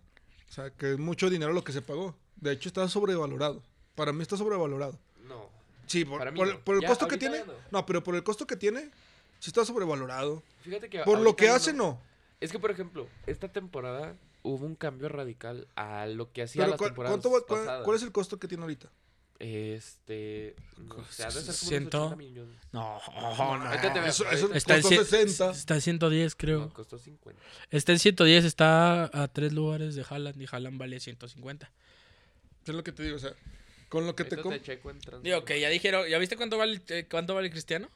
[SPEAKER 3] O sea, que es mucho dinero lo que se pagó. De hecho, está sobrevalorado. Para mí está sobrevalorado.
[SPEAKER 4] No.
[SPEAKER 3] Sí, por,
[SPEAKER 4] Para mí
[SPEAKER 3] por-
[SPEAKER 4] no.
[SPEAKER 3] por el
[SPEAKER 4] Ya,
[SPEAKER 3] costo que
[SPEAKER 4] ahorita
[SPEAKER 3] tiene.
[SPEAKER 4] ya
[SPEAKER 3] No.
[SPEAKER 4] no.
[SPEAKER 3] pero por el costo que tiene, sí está sobrevalorado.
[SPEAKER 4] Fíjate que.
[SPEAKER 3] Por lo
[SPEAKER 4] ahorita
[SPEAKER 3] que
[SPEAKER 4] ya
[SPEAKER 3] hace, no.
[SPEAKER 4] Es que, por ejemplo, esta temporada hubo un cambio radical a lo que hacía
[SPEAKER 3] Pero
[SPEAKER 4] las
[SPEAKER 3] ¿cuál,
[SPEAKER 4] temporadas
[SPEAKER 3] cuánto va- cuál-
[SPEAKER 4] pasadas.
[SPEAKER 3] cuál es el costo que tiene ahorita?
[SPEAKER 4] Este. No, se ha de ser como unos
[SPEAKER 1] Ciento.
[SPEAKER 4] 80 millones.
[SPEAKER 1] No, no.
[SPEAKER 4] ahorita te veo,
[SPEAKER 3] Ah, Eso, eso
[SPEAKER 4] ahorita.
[SPEAKER 1] Está en,
[SPEAKER 3] costó
[SPEAKER 1] cien-
[SPEAKER 3] 60.
[SPEAKER 1] está en 110,
[SPEAKER 4] No,
[SPEAKER 1] creo.
[SPEAKER 4] costó 50.
[SPEAKER 1] Está en 110, está a tres lugares de Haaland y Haaland vale 150.
[SPEAKER 3] Es lo que te digo, o sea, con lo que te,
[SPEAKER 4] Ahorita
[SPEAKER 3] com-
[SPEAKER 4] te checo en transfer.
[SPEAKER 1] Digo que ya dijeron, ¿ya viste cuánto vale, eh, cuánto vale Cristiano?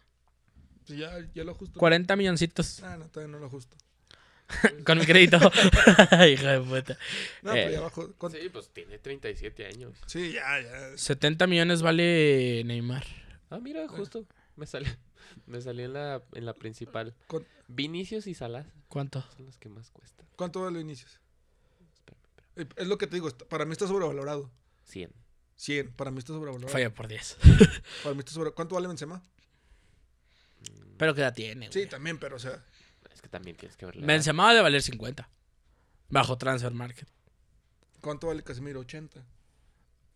[SPEAKER 3] Sí, Ya, ya lo ajusto.
[SPEAKER 1] 40 milloncitos
[SPEAKER 3] Ah, no, todavía no lo ajusto.
[SPEAKER 1] con mi crédito. Hija de puta.
[SPEAKER 3] No,
[SPEAKER 1] Eh.
[SPEAKER 3] pero ya bajó. ¿Cuánto?
[SPEAKER 4] Sí, pues tiene 37 años.
[SPEAKER 3] Sí, ya, ya.
[SPEAKER 1] 70 millones vale Neymar.
[SPEAKER 4] Ah, mira, justo. Me salió, me salió en, la, en la principal.
[SPEAKER 3] ¿Cuán-
[SPEAKER 4] Vinicius y Salas
[SPEAKER 1] ¿Cuánto?
[SPEAKER 4] son los que más cuestan.
[SPEAKER 3] ¿Cuánto vale Vinicius?
[SPEAKER 4] Espérame, espérame.
[SPEAKER 3] Eh, Es lo que te digo, está- para mí está sobrevalorado.
[SPEAKER 4] 100.
[SPEAKER 3] 100, para mí está sobrevalorado.
[SPEAKER 1] Falla por 10.
[SPEAKER 3] Para mí está sobre- ¿Cuánto vale Benzema?
[SPEAKER 1] Pero que edad tiene,
[SPEAKER 3] Sí,
[SPEAKER 1] güey.
[SPEAKER 3] también, pero o sea,
[SPEAKER 4] Es que también tienes que verle.
[SPEAKER 1] Benzema ha de valer 50. Bajo Transfer Market.
[SPEAKER 3] ¿cuánto vale Casemiro? 80.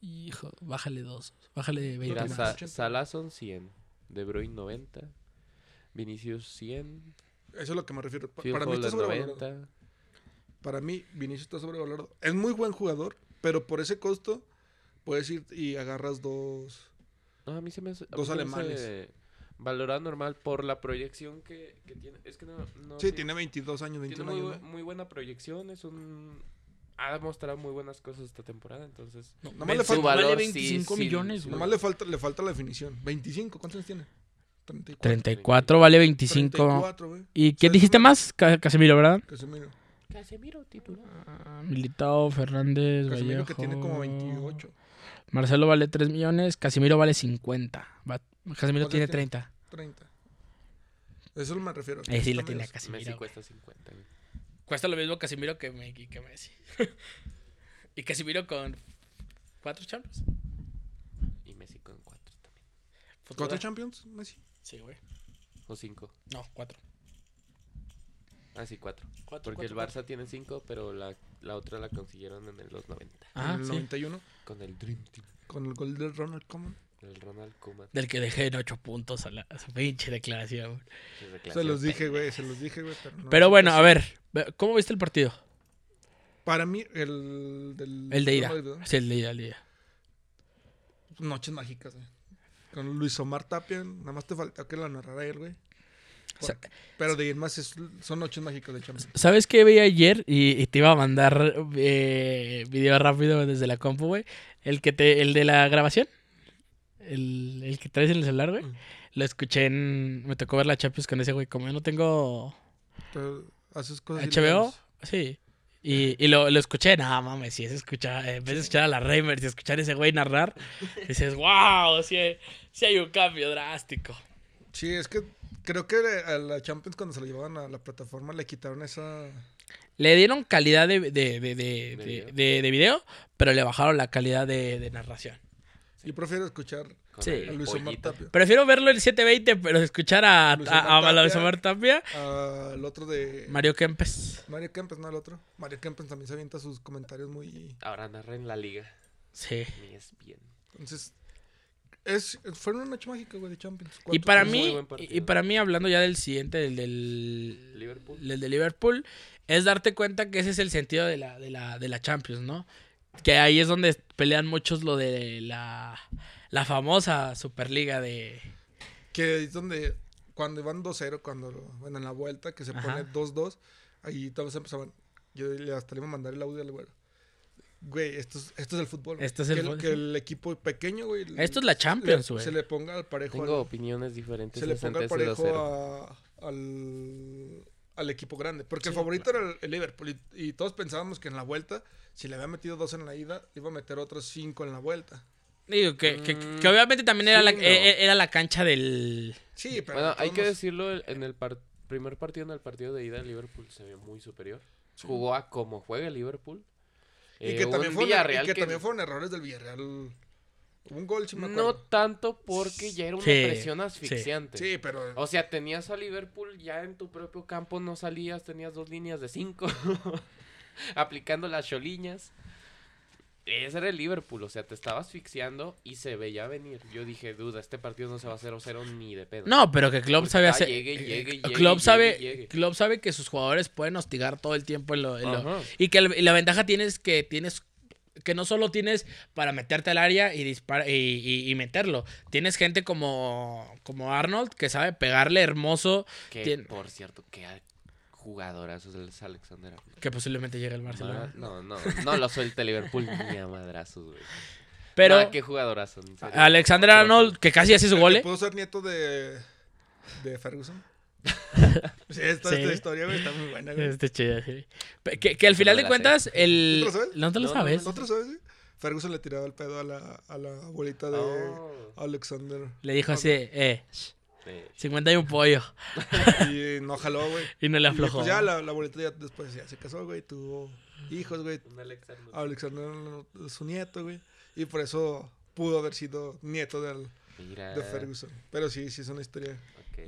[SPEAKER 1] Hijo, bájale dos. Bájale
[SPEAKER 3] Mira,
[SPEAKER 1] 20
[SPEAKER 4] Mira,
[SPEAKER 1] más.
[SPEAKER 4] Sa-
[SPEAKER 3] 80.
[SPEAKER 4] Salah son 100, De Bruyne 90, Vinicius 100,
[SPEAKER 3] Eso es lo que me refiero. Pa-
[SPEAKER 4] Phil
[SPEAKER 3] para mí está
[SPEAKER 4] Foden
[SPEAKER 3] sobrevalorado.
[SPEAKER 4] 90.
[SPEAKER 3] Para mí Vinicius está sobrevalorado. Es muy buen jugador, pero por ese costo puedes ir y agarras dos.
[SPEAKER 4] No, a mí se me hace... a mí
[SPEAKER 3] Dos
[SPEAKER 4] se me
[SPEAKER 3] alemanes.
[SPEAKER 4] hace- Valorado normal por la proyección que, que tiene. Es que no. no
[SPEAKER 3] Sí,
[SPEAKER 4] sé.
[SPEAKER 3] tiene 22 años,
[SPEAKER 4] Tiene
[SPEAKER 3] 21
[SPEAKER 4] muy,
[SPEAKER 3] años.
[SPEAKER 4] bu-
[SPEAKER 3] ¿no?
[SPEAKER 4] muy buena proyección. Es un. Ha demostrado muy buenas cosas esta temporada. Entonces.
[SPEAKER 1] No,
[SPEAKER 3] Nomás
[SPEAKER 1] vale,
[SPEAKER 3] le falta-
[SPEAKER 1] vale
[SPEAKER 4] valor, sí,
[SPEAKER 1] 25
[SPEAKER 4] sí,
[SPEAKER 1] millones,
[SPEAKER 4] sí.
[SPEAKER 1] güey.
[SPEAKER 3] Nomás le falta, le falta la definición. 25, ¿cuántos años tiene? 34.
[SPEAKER 1] 34 vale 25.
[SPEAKER 3] 34, güey.
[SPEAKER 1] ¿Y quién
[SPEAKER 3] Sí,
[SPEAKER 1] dijiste
[SPEAKER 3] sí.
[SPEAKER 1] más? Ca- Casemiro, ¿verdad?
[SPEAKER 3] Casemiro.
[SPEAKER 4] Casemiro titular.
[SPEAKER 1] Ah, Militao, Fernández,
[SPEAKER 3] Casemiro
[SPEAKER 1] Vallejo.
[SPEAKER 3] que tiene como 28.
[SPEAKER 1] Marcelo vale 3 millones, Casemiro vale 50. Va- Casemiro
[SPEAKER 3] ¿Cuánto
[SPEAKER 1] tiene
[SPEAKER 3] tiene?
[SPEAKER 1] 30.
[SPEAKER 3] 30. Eso me refiero.
[SPEAKER 1] Ahí Eh, sí la
[SPEAKER 3] Casemiro
[SPEAKER 1] tiene a
[SPEAKER 3] es-
[SPEAKER 1] Casemiro.
[SPEAKER 4] Messi
[SPEAKER 1] güey.
[SPEAKER 4] cuesta 50. güey.
[SPEAKER 1] Cuesta lo mismo Casemiro que, me- que Messi. y Casemiro con 4 champions.
[SPEAKER 4] Y Messi con 4 también.
[SPEAKER 3] ¿Cuatro Champions, Messi?
[SPEAKER 1] Sí, güey.
[SPEAKER 4] O 5.
[SPEAKER 1] No, 4.
[SPEAKER 4] Ah, sí, 4.
[SPEAKER 1] Cuatro,
[SPEAKER 4] Porque el Barça
[SPEAKER 1] cuatro,
[SPEAKER 4] tiene 5, pero la, la otra la consiguieron en el- los 90.
[SPEAKER 1] Ah,
[SPEAKER 3] en el
[SPEAKER 1] sí.
[SPEAKER 3] 91,
[SPEAKER 4] Con el Dream Team.
[SPEAKER 3] con el gol de Ronald Koeman.
[SPEAKER 4] El Ronald Koeman.
[SPEAKER 1] Del que dejé en 8 puntos a la a su pinche declaración. güey.
[SPEAKER 4] Se
[SPEAKER 3] Se
[SPEAKER 4] reclaseó,
[SPEAKER 3] los dije,
[SPEAKER 4] pero-
[SPEAKER 3] güey, se los dije, güey. Pero, no pues
[SPEAKER 1] Pero
[SPEAKER 3] lo
[SPEAKER 1] bueno,
[SPEAKER 3] quise.
[SPEAKER 1] a ver, ve- ¿cómo viste el partido?
[SPEAKER 3] Para mí, el del.
[SPEAKER 1] El de ida.
[SPEAKER 3] Real Madrid,
[SPEAKER 1] Sí, el de ida, el de ida.
[SPEAKER 3] ¿no? Noches mágicas, güey. Con Luis Omar Tapia, nada más te faltó que la narrara él, güey.
[SPEAKER 1] O sea,
[SPEAKER 3] Pero de ahí en más es- son noches mágicas de Champions.
[SPEAKER 1] ¿Sabes qué veía ayer? Y, y te iba a mandar eh, video rápido desde la compu, güey. El, que te- el de la grabación. El, el que traes en el celular, güey.
[SPEAKER 3] Mm.
[SPEAKER 1] Lo escuché en... Me tocó ver la Champions con ese güey. Como yo no tengo
[SPEAKER 3] Pero haces cosas.
[SPEAKER 1] HBO.
[SPEAKER 3] ilegales.
[SPEAKER 1] Sí. Y, y lo, lo escuché. No, mames, si es escuchar... eh, En vez de escuchar a la Reimers y escuchar a ese güey narrar. Dices, wow, sí, hay- sí hay un cambio drástico.
[SPEAKER 3] Sí, es que creo que a la Champions cuando se la llevaban a la plataforma le quitaron esa.
[SPEAKER 1] Le dieron calidad de, de, de, de-
[SPEAKER 4] ¿De
[SPEAKER 1] de-
[SPEAKER 4] video?
[SPEAKER 1] de- de video, pero le bajaron la calidad de, de narración.
[SPEAKER 3] Yo prefiero escuchar
[SPEAKER 4] con
[SPEAKER 1] Sí.
[SPEAKER 3] a
[SPEAKER 4] el
[SPEAKER 3] Luis Omar
[SPEAKER 4] pollito.
[SPEAKER 3] Tapia.
[SPEAKER 1] Prefiero verlo en 720, pero escuchar a,
[SPEAKER 3] Luis
[SPEAKER 1] a, a,
[SPEAKER 3] Omar
[SPEAKER 1] a Luis
[SPEAKER 3] Tapia.
[SPEAKER 1] Omar Tapia,
[SPEAKER 3] Al otro de.
[SPEAKER 1] Mario Kempes.
[SPEAKER 3] Mario Kempes, no el otro. Mario Kempes también se avienta sus comentarios muy.
[SPEAKER 4] Ahora narra en la liga. E
[SPEAKER 1] Sí.
[SPEAKER 4] Ni es bien.
[SPEAKER 3] Entonces, es, fue una noche mágica, güey, de Champions.
[SPEAKER 1] Y
[SPEAKER 3] ¿Cuántos
[SPEAKER 1] para
[SPEAKER 4] muy
[SPEAKER 3] goles?
[SPEAKER 1] mí,
[SPEAKER 4] buen partido.
[SPEAKER 1] y para mí, hablando ya del siguiente, del del,
[SPEAKER 4] Liverpool.
[SPEAKER 1] del de Liverpool, es darte cuenta que ese es el sentido de la, de la, de la Champions, ¿no? Que ahí es donde pelean muchos lo de la, la famosa Superliga de...
[SPEAKER 3] Que es donde, cuando van 2-0, cuando, lo- bueno, en la vuelta, que se
[SPEAKER 1] Ajá.
[SPEAKER 3] pone 2-2, ahí todos empezaban. Yo le- hasta le iba a mandar el audio al güey. Güey, esto es, esto es el fútbol. güey.
[SPEAKER 1] Esto es el
[SPEAKER 3] que,
[SPEAKER 1] fútbol.
[SPEAKER 3] que el equipo pequeño, güey. le-
[SPEAKER 1] Esto es la Champions,
[SPEAKER 3] le-
[SPEAKER 1] güey.
[SPEAKER 3] Se le ponga al parejo. al-
[SPEAKER 4] Tengo opiniones diferentes.
[SPEAKER 3] se le ponga
[SPEAKER 4] ante
[SPEAKER 3] al
[SPEAKER 4] ese 2-0.
[SPEAKER 3] parejo a- al, al equipo grande. Porque el
[SPEAKER 1] Sí,
[SPEAKER 3] favorito era el, el Liverpool. Y, y todos pensábamos que en la vuelta, si le había metido dos en la ida, le iba a meter otros cinco en la vuelta.
[SPEAKER 1] Digo, que, que-
[SPEAKER 4] Mm,
[SPEAKER 1] que obviamente también era,
[SPEAKER 4] sí,
[SPEAKER 1] la,
[SPEAKER 4] no.
[SPEAKER 1] e- e- era la cancha del...
[SPEAKER 3] Sí, pero.
[SPEAKER 4] Bueno,
[SPEAKER 3] de
[SPEAKER 4] hay
[SPEAKER 3] todos
[SPEAKER 4] que
[SPEAKER 3] modos-
[SPEAKER 4] decirlo, el- en el par- primer partido, en el partido de ida, Liverpool se ve muy superior. Jugó a como juega Liverpool.
[SPEAKER 3] Y
[SPEAKER 4] Eh,
[SPEAKER 3] que,
[SPEAKER 4] un
[SPEAKER 3] también, fueron,
[SPEAKER 4] Villarreal
[SPEAKER 3] y que
[SPEAKER 4] que
[SPEAKER 3] también fueron errores del Villarreal. Hubo Un gol, si me
[SPEAKER 4] No
[SPEAKER 3] acuerdo.
[SPEAKER 4] tanto porque ya era una
[SPEAKER 1] Sí,
[SPEAKER 4] presión
[SPEAKER 1] sí.
[SPEAKER 4] asfixiante.
[SPEAKER 3] Sí, pero.
[SPEAKER 4] O sea, tenías a Liverpool ya en tu propio campo, no salías, tenías dos líneas de cinco, aplicando las choliñas. Ese era el Liverpool, o sea, te estaba asfixiando y se veía venir. Yo dije, duda, este partido no se va a 0-0 ni de pedo.
[SPEAKER 1] No, pero que Klopp
[SPEAKER 4] Porque
[SPEAKER 1] sabe
[SPEAKER 4] ah,
[SPEAKER 1] hacer...
[SPEAKER 4] llegue, llegue,
[SPEAKER 1] eh,
[SPEAKER 4] llegue,
[SPEAKER 1] Klopp
[SPEAKER 4] llegue,
[SPEAKER 1] sabe,
[SPEAKER 4] llegue.
[SPEAKER 1] Klopp sabe que sus jugadores pueden hostigar todo el tiempo en lo- en lo-
[SPEAKER 4] Ajá.
[SPEAKER 1] y que el- y la ventaja tienes que tienes que no solo tienes para meterte al área y dispara y, y- y meterlo. Tienes gente como como Arnold que sabe pegarle hermoso
[SPEAKER 4] Que,
[SPEAKER 1] Tien-
[SPEAKER 4] por cierto, que a- jugadorazos es Alexander. Arnold.
[SPEAKER 1] que posiblemente llegue al
[SPEAKER 4] Ma-
[SPEAKER 1] Barcelona.
[SPEAKER 4] No, no, no lo suelta Liverpool ni a madrazos, güey.
[SPEAKER 1] Pero
[SPEAKER 4] Nah, qué jugadorazo. en serio.
[SPEAKER 1] Alexander
[SPEAKER 4] Otro-
[SPEAKER 1] Arnold que casi hace su gol.
[SPEAKER 3] ¿que
[SPEAKER 1] ¿eh?
[SPEAKER 3] ¿Pudo ser nieto de. de Ferguson? sí, esta,
[SPEAKER 1] Sí.
[SPEAKER 3] esta historia, güey, está muy buena, güey.
[SPEAKER 1] Este chido, sí. Pe- Que, que al final
[SPEAKER 4] me
[SPEAKER 1] de
[SPEAKER 4] la sé.
[SPEAKER 1] cuentas, el.
[SPEAKER 3] ¿Tú lo sabes?
[SPEAKER 1] No te lo
[SPEAKER 4] No, no,
[SPEAKER 1] sabes.
[SPEAKER 3] ¿Otro sabes? güey? Ferguson le tiraba el pedo a la, a la abuelita de
[SPEAKER 4] Oh.
[SPEAKER 3] Alexander.
[SPEAKER 1] Le dijo así, eh, shh,
[SPEAKER 3] Oh.
[SPEAKER 4] Sí.
[SPEAKER 1] 51 pollo.
[SPEAKER 3] Y eh, no jaló, güey.
[SPEAKER 1] Y no le
[SPEAKER 3] Y
[SPEAKER 1] aflojó.
[SPEAKER 3] Pues ya la, la abuelita ya después ya se casó, güey, tuvo hijos, güey.
[SPEAKER 4] Un Alexander.
[SPEAKER 3] Alexander es su nieto, güey. Y por eso pudo haber sido nieto del,
[SPEAKER 4] Mira.
[SPEAKER 3] de Ferguson. Pero sí, sí es una historia.
[SPEAKER 4] ok.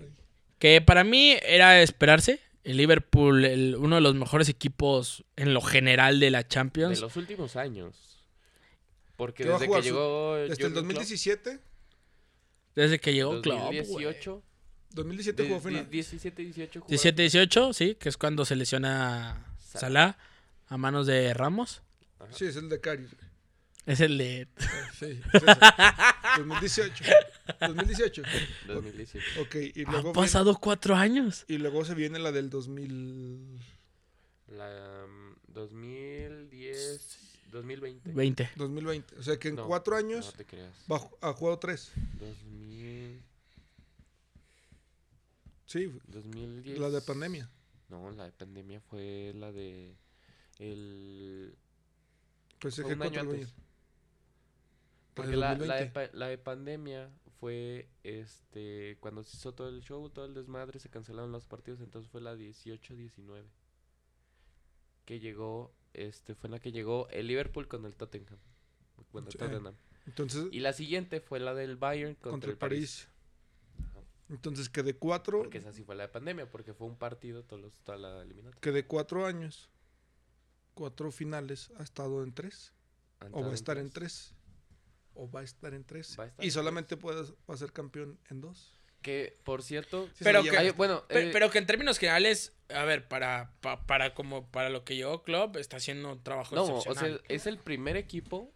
[SPEAKER 1] Que para mí era esperarse. El Liverpool, el- uno de los mejores equipos en lo general de la Champions.
[SPEAKER 4] De los últimos años. Porque
[SPEAKER 3] ¿Qué va a
[SPEAKER 4] desde que
[SPEAKER 3] jugar su-
[SPEAKER 4] llegó.
[SPEAKER 3] Desde el
[SPEAKER 4] Jürgen Klopp,
[SPEAKER 3] 2017,
[SPEAKER 1] Desde que llegó Klopp.
[SPEAKER 4] 2018.
[SPEAKER 3] 2017 jugó final.
[SPEAKER 4] 17, 18.
[SPEAKER 1] 17-18, sí, que es cuando se lesiona
[SPEAKER 4] Salah.
[SPEAKER 1] Salah a manos de Ramos.
[SPEAKER 3] Sí, es el de Carius. güey.
[SPEAKER 1] Es Es el de.
[SPEAKER 3] Sí, es ese. 2018. 2018.
[SPEAKER 4] 2018.
[SPEAKER 3] Ok, y
[SPEAKER 1] Han
[SPEAKER 3] luego,
[SPEAKER 1] pasado cuatro años.
[SPEAKER 3] viene- y luego se viene la del 2000,
[SPEAKER 4] La mm, 2010, 2020.
[SPEAKER 1] 20.
[SPEAKER 3] 2020. O sea que en
[SPEAKER 4] No,
[SPEAKER 3] cuatro
[SPEAKER 4] No
[SPEAKER 3] años
[SPEAKER 4] te creas.
[SPEAKER 3] va a ju- ha jugado tres.
[SPEAKER 4] 2000,
[SPEAKER 3] Sí,
[SPEAKER 4] 2010.
[SPEAKER 3] la de pandemia.
[SPEAKER 4] No, la de pandemia fue la de el
[SPEAKER 3] Pues
[SPEAKER 4] fue
[SPEAKER 3] que
[SPEAKER 4] un año
[SPEAKER 3] contra el
[SPEAKER 4] antes.
[SPEAKER 3] Bayern.
[SPEAKER 4] Porque
[SPEAKER 3] del
[SPEAKER 4] la, la, de,
[SPEAKER 3] 2020.
[SPEAKER 4] pa- la de pandemia fue este cuando se hizo todo el show, todo el desmadre, se cancelaron los partidos, entonces fue la 18-19. Que llegó, este, fue en la que llegó el Liverpool con el Tottenham. Bueno,
[SPEAKER 3] Sí.
[SPEAKER 4] Tottenham.
[SPEAKER 3] Entonces,
[SPEAKER 4] Y la siguiente fue la del Bayern contra,
[SPEAKER 3] contra
[SPEAKER 4] el París. Ajá.
[SPEAKER 3] Entonces que de cuatro,
[SPEAKER 4] Porque esa sí fue la de pandemia, porque fue un partido todos los, toda la eliminatoria.
[SPEAKER 3] que de cuatro años, cuatro finales ha estado en tres.
[SPEAKER 4] Han
[SPEAKER 3] O va
[SPEAKER 4] estado
[SPEAKER 3] a estar en tres. O va a estar en tres.
[SPEAKER 4] Va a estar
[SPEAKER 3] y
[SPEAKER 4] en
[SPEAKER 3] solamente puedes, va a ser campeón en dos.
[SPEAKER 4] Que, por cierto...
[SPEAKER 3] Sí,
[SPEAKER 1] Pero
[SPEAKER 3] se
[SPEAKER 1] que-
[SPEAKER 3] lo lleva.
[SPEAKER 4] hay- bueno,
[SPEAKER 1] Pe- Pero,
[SPEAKER 4] eh,
[SPEAKER 1] que en términos generales, a ver, para, pa- para como para lo que yo, Klopp está haciendo un trabajo
[SPEAKER 4] No, o sea,
[SPEAKER 1] excepcional.
[SPEAKER 4] es el primer equipo.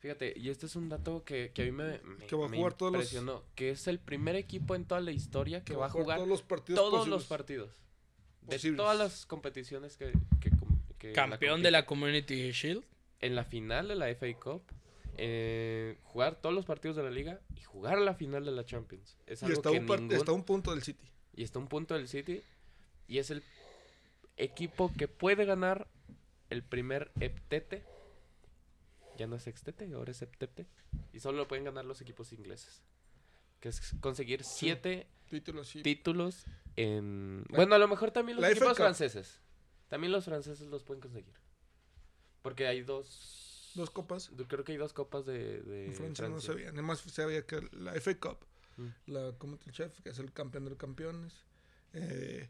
[SPEAKER 4] Fíjate, y este es un dato que, que a mí me, me-
[SPEAKER 3] Que va a
[SPEAKER 4] me
[SPEAKER 3] jugar todos los-
[SPEAKER 4] impresionó. Que es el primer equipo en toda la historia que, va a jugar
[SPEAKER 3] todos
[SPEAKER 4] todos
[SPEAKER 3] los partidos.
[SPEAKER 4] los
[SPEAKER 3] posibles.
[SPEAKER 4] partidos. De
[SPEAKER 3] Posibles.
[SPEAKER 4] todas las competiciones que... que com- que la
[SPEAKER 1] Campeón de
[SPEAKER 4] compite.
[SPEAKER 1] la Community Shield.
[SPEAKER 4] En la final de la FA Cup. eh, jugar todos los partidos de la liga y jugar la final de la Champions. Es
[SPEAKER 3] Y
[SPEAKER 4] algo
[SPEAKER 3] está
[SPEAKER 4] que
[SPEAKER 3] un, par-
[SPEAKER 4] ningún-
[SPEAKER 3] está un punto del City.
[SPEAKER 4] y está un punto del City. Y es el equipo que puede ganar el primer heptete. Ya no es sextete, ahora es heptete. Y solo lo pueden ganar los equipos ingleses. Que es conseguir siete
[SPEAKER 3] Título sí.
[SPEAKER 4] títulos en...
[SPEAKER 3] La-
[SPEAKER 4] Bueno, a lo mejor también los
[SPEAKER 3] la FA
[SPEAKER 4] equipos
[SPEAKER 3] Cup.
[SPEAKER 4] franceses. También los franceses los pueden conseguir. Porque hay dos...
[SPEAKER 3] Dos copas.
[SPEAKER 4] yo Creo que hay dos copas de... de
[SPEAKER 3] En Francia, no
[SPEAKER 4] Francia.
[SPEAKER 3] sabía. Nada más sabía que la FA Cup,
[SPEAKER 4] Mm.
[SPEAKER 3] la Community Chef, que es el campeón de los campeones. eh,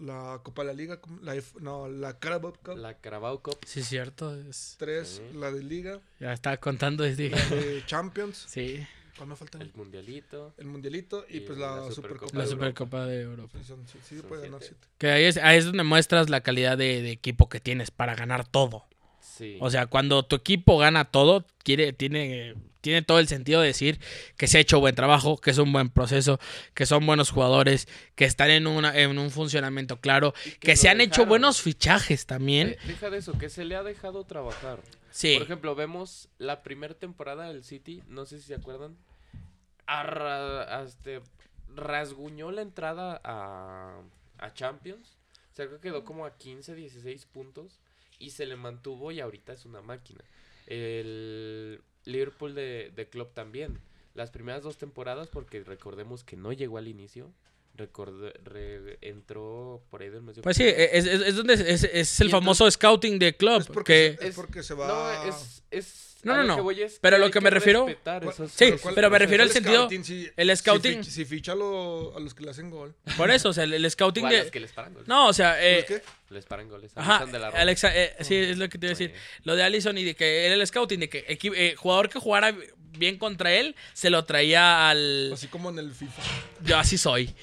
[SPEAKER 3] la Copa de la Liga, com- la F- no, la Carabao Cup.
[SPEAKER 4] La Carabao Cup.
[SPEAKER 1] Sí, cierto. es-
[SPEAKER 3] Tres,
[SPEAKER 4] Sí.
[SPEAKER 3] la de Liga,
[SPEAKER 1] Ya estaba contando desde.
[SPEAKER 3] la de Champions.
[SPEAKER 1] Sí,
[SPEAKER 3] ¿Cuál me falta?
[SPEAKER 4] El Mundialito.
[SPEAKER 3] El Mundialito y,
[SPEAKER 4] Y
[SPEAKER 3] pues
[SPEAKER 4] la
[SPEAKER 3] la,
[SPEAKER 4] Supercopa
[SPEAKER 3] Supercopa.
[SPEAKER 1] la
[SPEAKER 4] de
[SPEAKER 3] de
[SPEAKER 1] Supercopa de Europa.
[SPEAKER 3] Europa. Sí, son- sí, sí
[SPEAKER 4] Son
[SPEAKER 3] puede ganar
[SPEAKER 4] siete.
[SPEAKER 3] siete.
[SPEAKER 1] Que ahí es, ahí es donde muestras la calidad de, de equipo que tienes para ganar todo.
[SPEAKER 4] Sí.
[SPEAKER 1] O sea, cuando tu equipo gana todo, quiere, tiene, tiene todo el sentido de decir que se ha hecho buen trabajo, que es un buen proceso, que son buenos jugadores, que están en, una, en un funcionamiento claro,
[SPEAKER 4] Y
[SPEAKER 1] que se
[SPEAKER 4] lo
[SPEAKER 1] han hecho
[SPEAKER 4] dejaron.
[SPEAKER 1] buenos fichajes también.
[SPEAKER 4] Eh, Deja de eso, que se le ha dejado trabajar.
[SPEAKER 1] Sí.
[SPEAKER 4] Por ejemplo, vemos la primera temporada del City, no sé si se acuerdan. arra- este, rasguñó la entrada a, a Champions. O sea, creo que quedó como a 15, 16 puntos. Y se le mantuvo y ahorita es una máquina. El Liverpool de, de Klopp también. Las primeras dos temporadas, porque recordemos que no llegó al inicio. recorde- re- entró por ahí del mes de
[SPEAKER 1] Pues sí,
[SPEAKER 4] octubre.
[SPEAKER 1] es, es- es donde es, es el
[SPEAKER 4] Y
[SPEAKER 1] famoso scouting de club.
[SPEAKER 3] Es porque,
[SPEAKER 1] que-
[SPEAKER 3] es porque se va.
[SPEAKER 4] No, es. es
[SPEAKER 1] No,
[SPEAKER 4] a
[SPEAKER 1] no,
[SPEAKER 4] lo
[SPEAKER 1] no.
[SPEAKER 4] que voy es
[SPEAKER 1] Pero a lo
[SPEAKER 4] hay
[SPEAKER 1] que me refiero-
[SPEAKER 4] respetar
[SPEAKER 3] ¿Cuál-
[SPEAKER 4] esos-
[SPEAKER 1] Sí,
[SPEAKER 4] esos
[SPEAKER 1] pero me
[SPEAKER 4] procesos.
[SPEAKER 1] refiero al sentido-
[SPEAKER 3] scouting, sí,
[SPEAKER 1] el
[SPEAKER 3] sí
[SPEAKER 1] scouting-
[SPEAKER 3] fich- Si ficha, a lo- a los que le hacen gol.
[SPEAKER 1] Por eso, o sea, el, el
[SPEAKER 4] O
[SPEAKER 1] scouting
[SPEAKER 4] a las
[SPEAKER 1] de.
[SPEAKER 4] que les paran goles.
[SPEAKER 1] No, o sea, eh,
[SPEAKER 3] ¿Por qué?
[SPEAKER 4] Les paran goles.
[SPEAKER 1] ajá,
[SPEAKER 4] abusan de la ropa.
[SPEAKER 1] Alexa, eh, sí, es lo que te iba a decir. Lo de Allison y de que era el scouting, de que equi- eh, jugador que jugara bien contra él, se lo traía al.
[SPEAKER 3] Así como en el FIFA.
[SPEAKER 1] Yo así soy.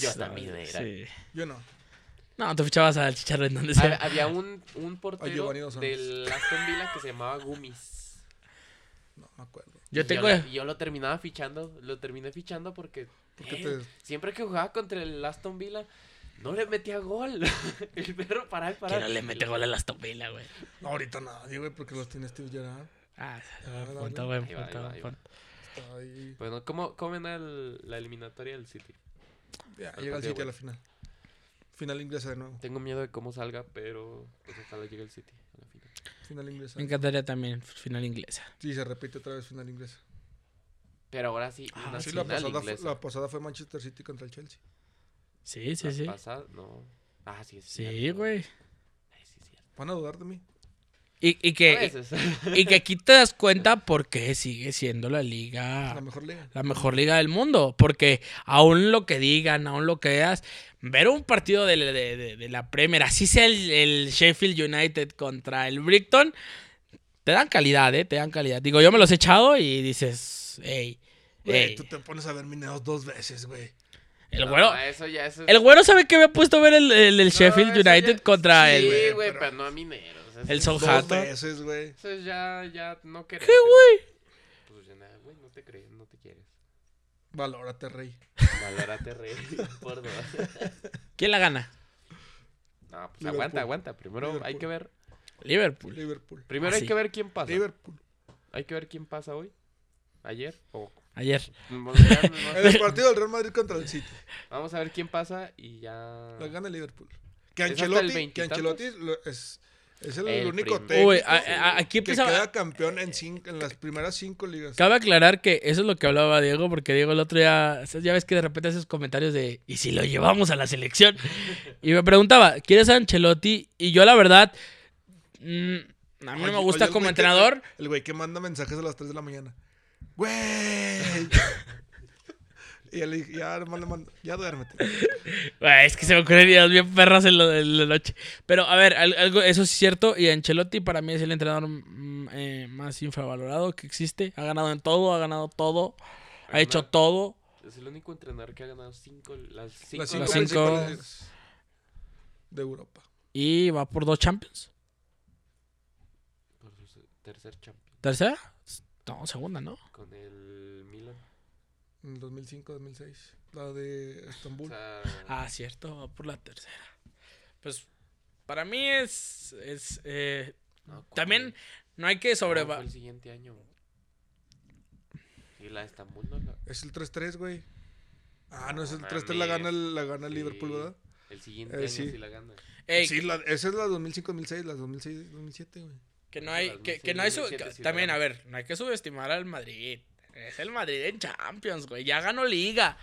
[SPEAKER 4] Yo también era.
[SPEAKER 1] Sí.
[SPEAKER 3] Yo no.
[SPEAKER 1] No, tú fichabas al chicharro en donde
[SPEAKER 4] Ha-
[SPEAKER 1] sea.
[SPEAKER 4] Había un, un
[SPEAKER 3] A
[SPEAKER 4] portero
[SPEAKER 3] Giovanni Dos Santos.
[SPEAKER 4] del Aston Villa que se llamaba Gumis.
[SPEAKER 3] No me acuerdo.
[SPEAKER 1] Yo
[SPEAKER 4] Y
[SPEAKER 1] tengo.
[SPEAKER 4] la- y yo lo terminaba fichando. Lo terminé fichando porque.
[SPEAKER 3] Porque
[SPEAKER 4] eh,
[SPEAKER 3] te-
[SPEAKER 4] Siempre que jugaba contra el Aston Villa. No le metía gol. el perro parar,
[SPEAKER 1] Que
[SPEAKER 4] parar.
[SPEAKER 1] no le mete gol a las topilas, güey.
[SPEAKER 3] No, ahorita nadie, güey, porque los tiene Steve Gerrard.
[SPEAKER 1] Ah,
[SPEAKER 3] Ah, dale.
[SPEAKER 1] punto, güey,
[SPEAKER 4] Ahí va, ahí
[SPEAKER 1] punto,
[SPEAKER 4] va, ahí va.
[SPEAKER 1] punto.
[SPEAKER 3] Está ahí.
[SPEAKER 4] Bueno, ¿cómo, cómo ven el- la eliminatoria del City?
[SPEAKER 3] Ya,
[SPEAKER 1] Ah,
[SPEAKER 4] Al
[SPEAKER 3] llega el
[SPEAKER 4] partido,
[SPEAKER 3] sitio a
[SPEAKER 4] güey.
[SPEAKER 3] la final. Final inglesa de nuevo.
[SPEAKER 4] Tengo miedo de cómo salga, pero pues ojalá llegue el City a la final.
[SPEAKER 3] Final inglesa.
[SPEAKER 1] Me encantaría también final inglesa.
[SPEAKER 3] Sí, se repite otra vez final inglesa.
[SPEAKER 4] Pero ahora sí,
[SPEAKER 1] Ah,
[SPEAKER 4] una
[SPEAKER 3] Sí, la
[SPEAKER 4] final
[SPEAKER 3] pasada, fue,
[SPEAKER 4] inglesa.
[SPEAKER 3] la pasada fue Manchester City contra el Chelsea.
[SPEAKER 1] Sí, sí,
[SPEAKER 4] La
[SPEAKER 1] sí.
[SPEAKER 4] pasada, no. Ah, sí, es
[SPEAKER 1] Sí,
[SPEAKER 4] cierto.
[SPEAKER 1] güey.
[SPEAKER 4] Ay, sí, es cierto.
[SPEAKER 3] Van a dudar de mí.
[SPEAKER 1] Y, y
[SPEAKER 4] A
[SPEAKER 3] Eh,
[SPEAKER 1] que,
[SPEAKER 4] veces.
[SPEAKER 1] y que aquí te das cuenta por qué sigue siendo la liga,
[SPEAKER 3] La mejor liga.
[SPEAKER 1] la mejor liga del mundo. Porque aún lo que digan, aún lo que veas, ver un partido de, la- de- de- de la Premier, así sea el, el Sheffield United contra el Brighton, te dan calidad, ¿eh? Te dan calidad. Digo, yo me los he echado y dices, hey,
[SPEAKER 3] Güey, tú te pones a ver Mineos dos veces, güey.
[SPEAKER 1] El
[SPEAKER 4] No,
[SPEAKER 1] güero.
[SPEAKER 4] eso ya, eso es-
[SPEAKER 1] El güero sabe que había puesto ver el, el- el
[SPEAKER 4] No,
[SPEAKER 1] Sheffield
[SPEAKER 4] eso ya-
[SPEAKER 1] United contra
[SPEAKER 4] sí,
[SPEAKER 1] el.
[SPEAKER 4] Sí, güey,
[SPEAKER 3] Pero- pues,
[SPEAKER 4] pero no a mineros. o sea,
[SPEAKER 1] El
[SPEAKER 4] eso-
[SPEAKER 1] Southampton.
[SPEAKER 3] Dos
[SPEAKER 1] Ojato.
[SPEAKER 3] veces, güey.
[SPEAKER 4] Eso es ya, ya no querés.
[SPEAKER 1] ¿Qué, güey?
[SPEAKER 4] Pues ya nada, güey, no te crees, no te quieres.
[SPEAKER 3] Valórate, rey.
[SPEAKER 4] Valórate, rey, por dos.
[SPEAKER 1] ¿Quién la gana?
[SPEAKER 4] No, pues
[SPEAKER 3] Liverpool.
[SPEAKER 4] aguanta, aguanta. Primero hay
[SPEAKER 3] Liverpool.
[SPEAKER 4] que ver.
[SPEAKER 1] Liverpool.
[SPEAKER 3] Liverpool.
[SPEAKER 4] Primero
[SPEAKER 1] Ah,
[SPEAKER 4] hay
[SPEAKER 1] sí.
[SPEAKER 4] que ver quién pasa.
[SPEAKER 3] Liverpool.
[SPEAKER 4] Hay que ver quién pasa hoy. Ayer. O...
[SPEAKER 1] Ayer.
[SPEAKER 4] Vamos a ver-
[SPEAKER 3] El partido del Real Madrid contra el City.
[SPEAKER 4] Vamos a ver quién pasa y ya.
[SPEAKER 3] La gana el Liverpool. Que
[SPEAKER 4] ¿Es hasta el
[SPEAKER 3] Ancelotti, que
[SPEAKER 4] veintitantos?
[SPEAKER 3] Ancelotti lo- es, es el,
[SPEAKER 4] El
[SPEAKER 3] único
[SPEAKER 4] prim-
[SPEAKER 3] técnico
[SPEAKER 1] Uy, a- a- aquí
[SPEAKER 3] que
[SPEAKER 1] empezaba.
[SPEAKER 3] queda campeón en, cinco- en las primeras cinco ligas.
[SPEAKER 1] Cabe aclarar que eso es lo que hablaba Diego, porque Diego el otro día, ya ves que de repente haces comentarios de, ¿y si lo llevamos a la selección? Y me preguntaba, ¿quieres a Ancelotti? Y yo la verdad, mm, a mí no me
[SPEAKER 3] Oye-
[SPEAKER 1] gusta
[SPEAKER 3] oye, el
[SPEAKER 1] como
[SPEAKER 3] güey que-
[SPEAKER 1] entrenador.
[SPEAKER 3] el güey que manda mensajes a las 3 de la mañana. ¡Güey! y él dice, ya, nomás le mando, ya duérmete.
[SPEAKER 1] Ay, Ah, es que se me ocurren ideas bien perras en, lo- en la noche. Pero a ver, al- algo, eso sí es cierto, y Ancelotti para mí es el entrenador mm, eh, más infravalorado que existe. Ha ganado en todo, ha ganado todo, ha
[SPEAKER 4] ganado.
[SPEAKER 1] hecho todo.
[SPEAKER 4] Es el único entrenador que ha ganado cinco, las cinco,
[SPEAKER 3] Las cinco,
[SPEAKER 1] Las cinco.
[SPEAKER 3] principales ligas de Europa.
[SPEAKER 1] Y va por dos Champions.
[SPEAKER 4] Por su tercer champion
[SPEAKER 1] ¿Tercera? No, segunda, ¿no?
[SPEAKER 4] con el Milan.
[SPEAKER 3] En el 2005, 2006. La de
[SPEAKER 4] O
[SPEAKER 3] Estambul.
[SPEAKER 4] sea,
[SPEAKER 1] Ah, cierto, va por la tercera. Pues para mí es. es eh,
[SPEAKER 4] no, ¿cuál?
[SPEAKER 1] también no hay
[SPEAKER 3] Ah,
[SPEAKER 1] que
[SPEAKER 4] No, fue
[SPEAKER 1] sobrevaluar.
[SPEAKER 3] pues,
[SPEAKER 4] el siguiente año. Y la de Estambul no la-
[SPEAKER 3] Es el 3-3, güey. Ah, no, es el
[SPEAKER 4] No
[SPEAKER 3] 3-3 la
[SPEAKER 4] mames.
[SPEAKER 3] gana el, la gana el
[SPEAKER 4] Sí.
[SPEAKER 3] Liverpool, ¿verdad?
[SPEAKER 4] El siguiente
[SPEAKER 3] Eh,
[SPEAKER 4] año
[SPEAKER 3] sí.
[SPEAKER 4] sí la gana.
[SPEAKER 1] Ey,
[SPEAKER 3] Sí, la- esa es la 2005-2006, la 2006-2007, güey.
[SPEAKER 1] que no hay. Que, que no hay. su- que- también, a ver, no hay que subestimar al Madrid. Es el Madrid en Champions, güey. Ya ganó Liga.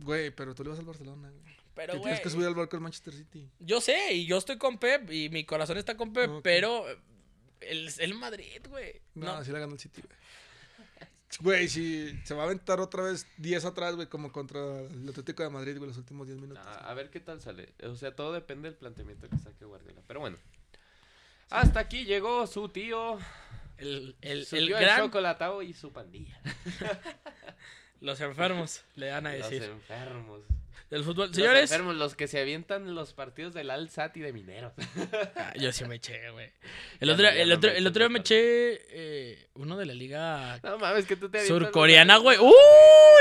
[SPEAKER 3] Güey, pero tú le vas al Barcelona, güey.
[SPEAKER 1] Pero,
[SPEAKER 3] Tú
[SPEAKER 1] güey.
[SPEAKER 3] tienes que subir al barco al Manchester City.
[SPEAKER 1] Yo sé, y yo estoy con Pep, y mi corazón está con Pep,
[SPEAKER 3] Ok.
[SPEAKER 1] pero. eh, El, el Madrid, güey.
[SPEAKER 3] No,
[SPEAKER 1] No,
[SPEAKER 3] sí la ganó el City, güey. Güey, si se va a aventar otra vez 10 atrás, güey, como contra el Atlético de Madrid, güey, los últimos 10 minutos.
[SPEAKER 4] Ah, A, a ver qué tal sale. O sea, todo depende del planteamiento que saque Guardiola. Pero bueno. Hasta aquí llegó su tío,
[SPEAKER 1] el, el,
[SPEAKER 4] su
[SPEAKER 1] el
[SPEAKER 4] tío el
[SPEAKER 1] gran.
[SPEAKER 4] chocolatao y su pandilla.
[SPEAKER 1] los enfermos, le van a
[SPEAKER 4] Los
[SPEAKER 1] decir.
[SPEAKER 4] enfermos.
[SPEAKER 1] Del fútbol.
[SPEAKER 4] Los
[SPEAKER 1] Señores.
[SPEAKER 4] enfermos, los que se avientan los partidos del Alsat y de Mineros.
[SPEAKER 1] Ah, yo sí me eché, güey. El
[SPEAKER 4] Ya
[SPEAKER 1] otro,
[SPEAKER 4] no,
[SPEAKER 1] día-
[SPEAKER 4] ya
[SPEAKER 1] el
[SPEAKER 4] no
[SPEAKER 1] otro,
[SPEAKER 4] me
[SPEAKER 1] el
[SPEAKER 4] echo
[SPEAKER 1] otro día
[SPEAKER 4] los
[SPEAKER 1] me eché eh, uno de la liga
[SPEAKER 4] No mames, que tú te avientas los
[SPEAKER 1] surcoreana, güey.
[SPEAKER 4] partidos.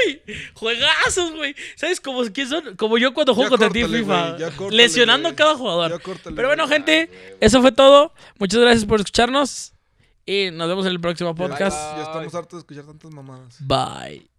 [SPEAKER 1] ¡Uy! Juegazos, güey. ¿Sabes cómo quién son? Como yo cuando juego
[SPEAKER 3] Ya
[SPEAKER 1] contra ti en
[SPEAKER 3] córtale,
[SPEAKER 1] FIFA.
[SPEAKER 3] güey, ya córtale,
[SPEAKER 1] lesionando a
[SPEAKER 3] güey.
[SPEAKER 1] cada
[SPEAKER 3] Ya
[SPEAKER 1] jugador.
[SPEAKER 3] córtale,
[SPEAKER 1] Pero bueno,
[SPEAKER 3] güey.
[SPEAKER 1] gente,
[SPEAKER 4] Ay, güey.
[SPEAKER 1] eso fue todo. Muchas gracias por escucharnos. Y nos vemos en el próximo
[SPEAKER 3] Ya-
[SPEAKER 1] podcast.
[SPEAKER 3] Ya, estamos hartos de escuchar tantas mamadas.
[SPEAKER 1] Bye.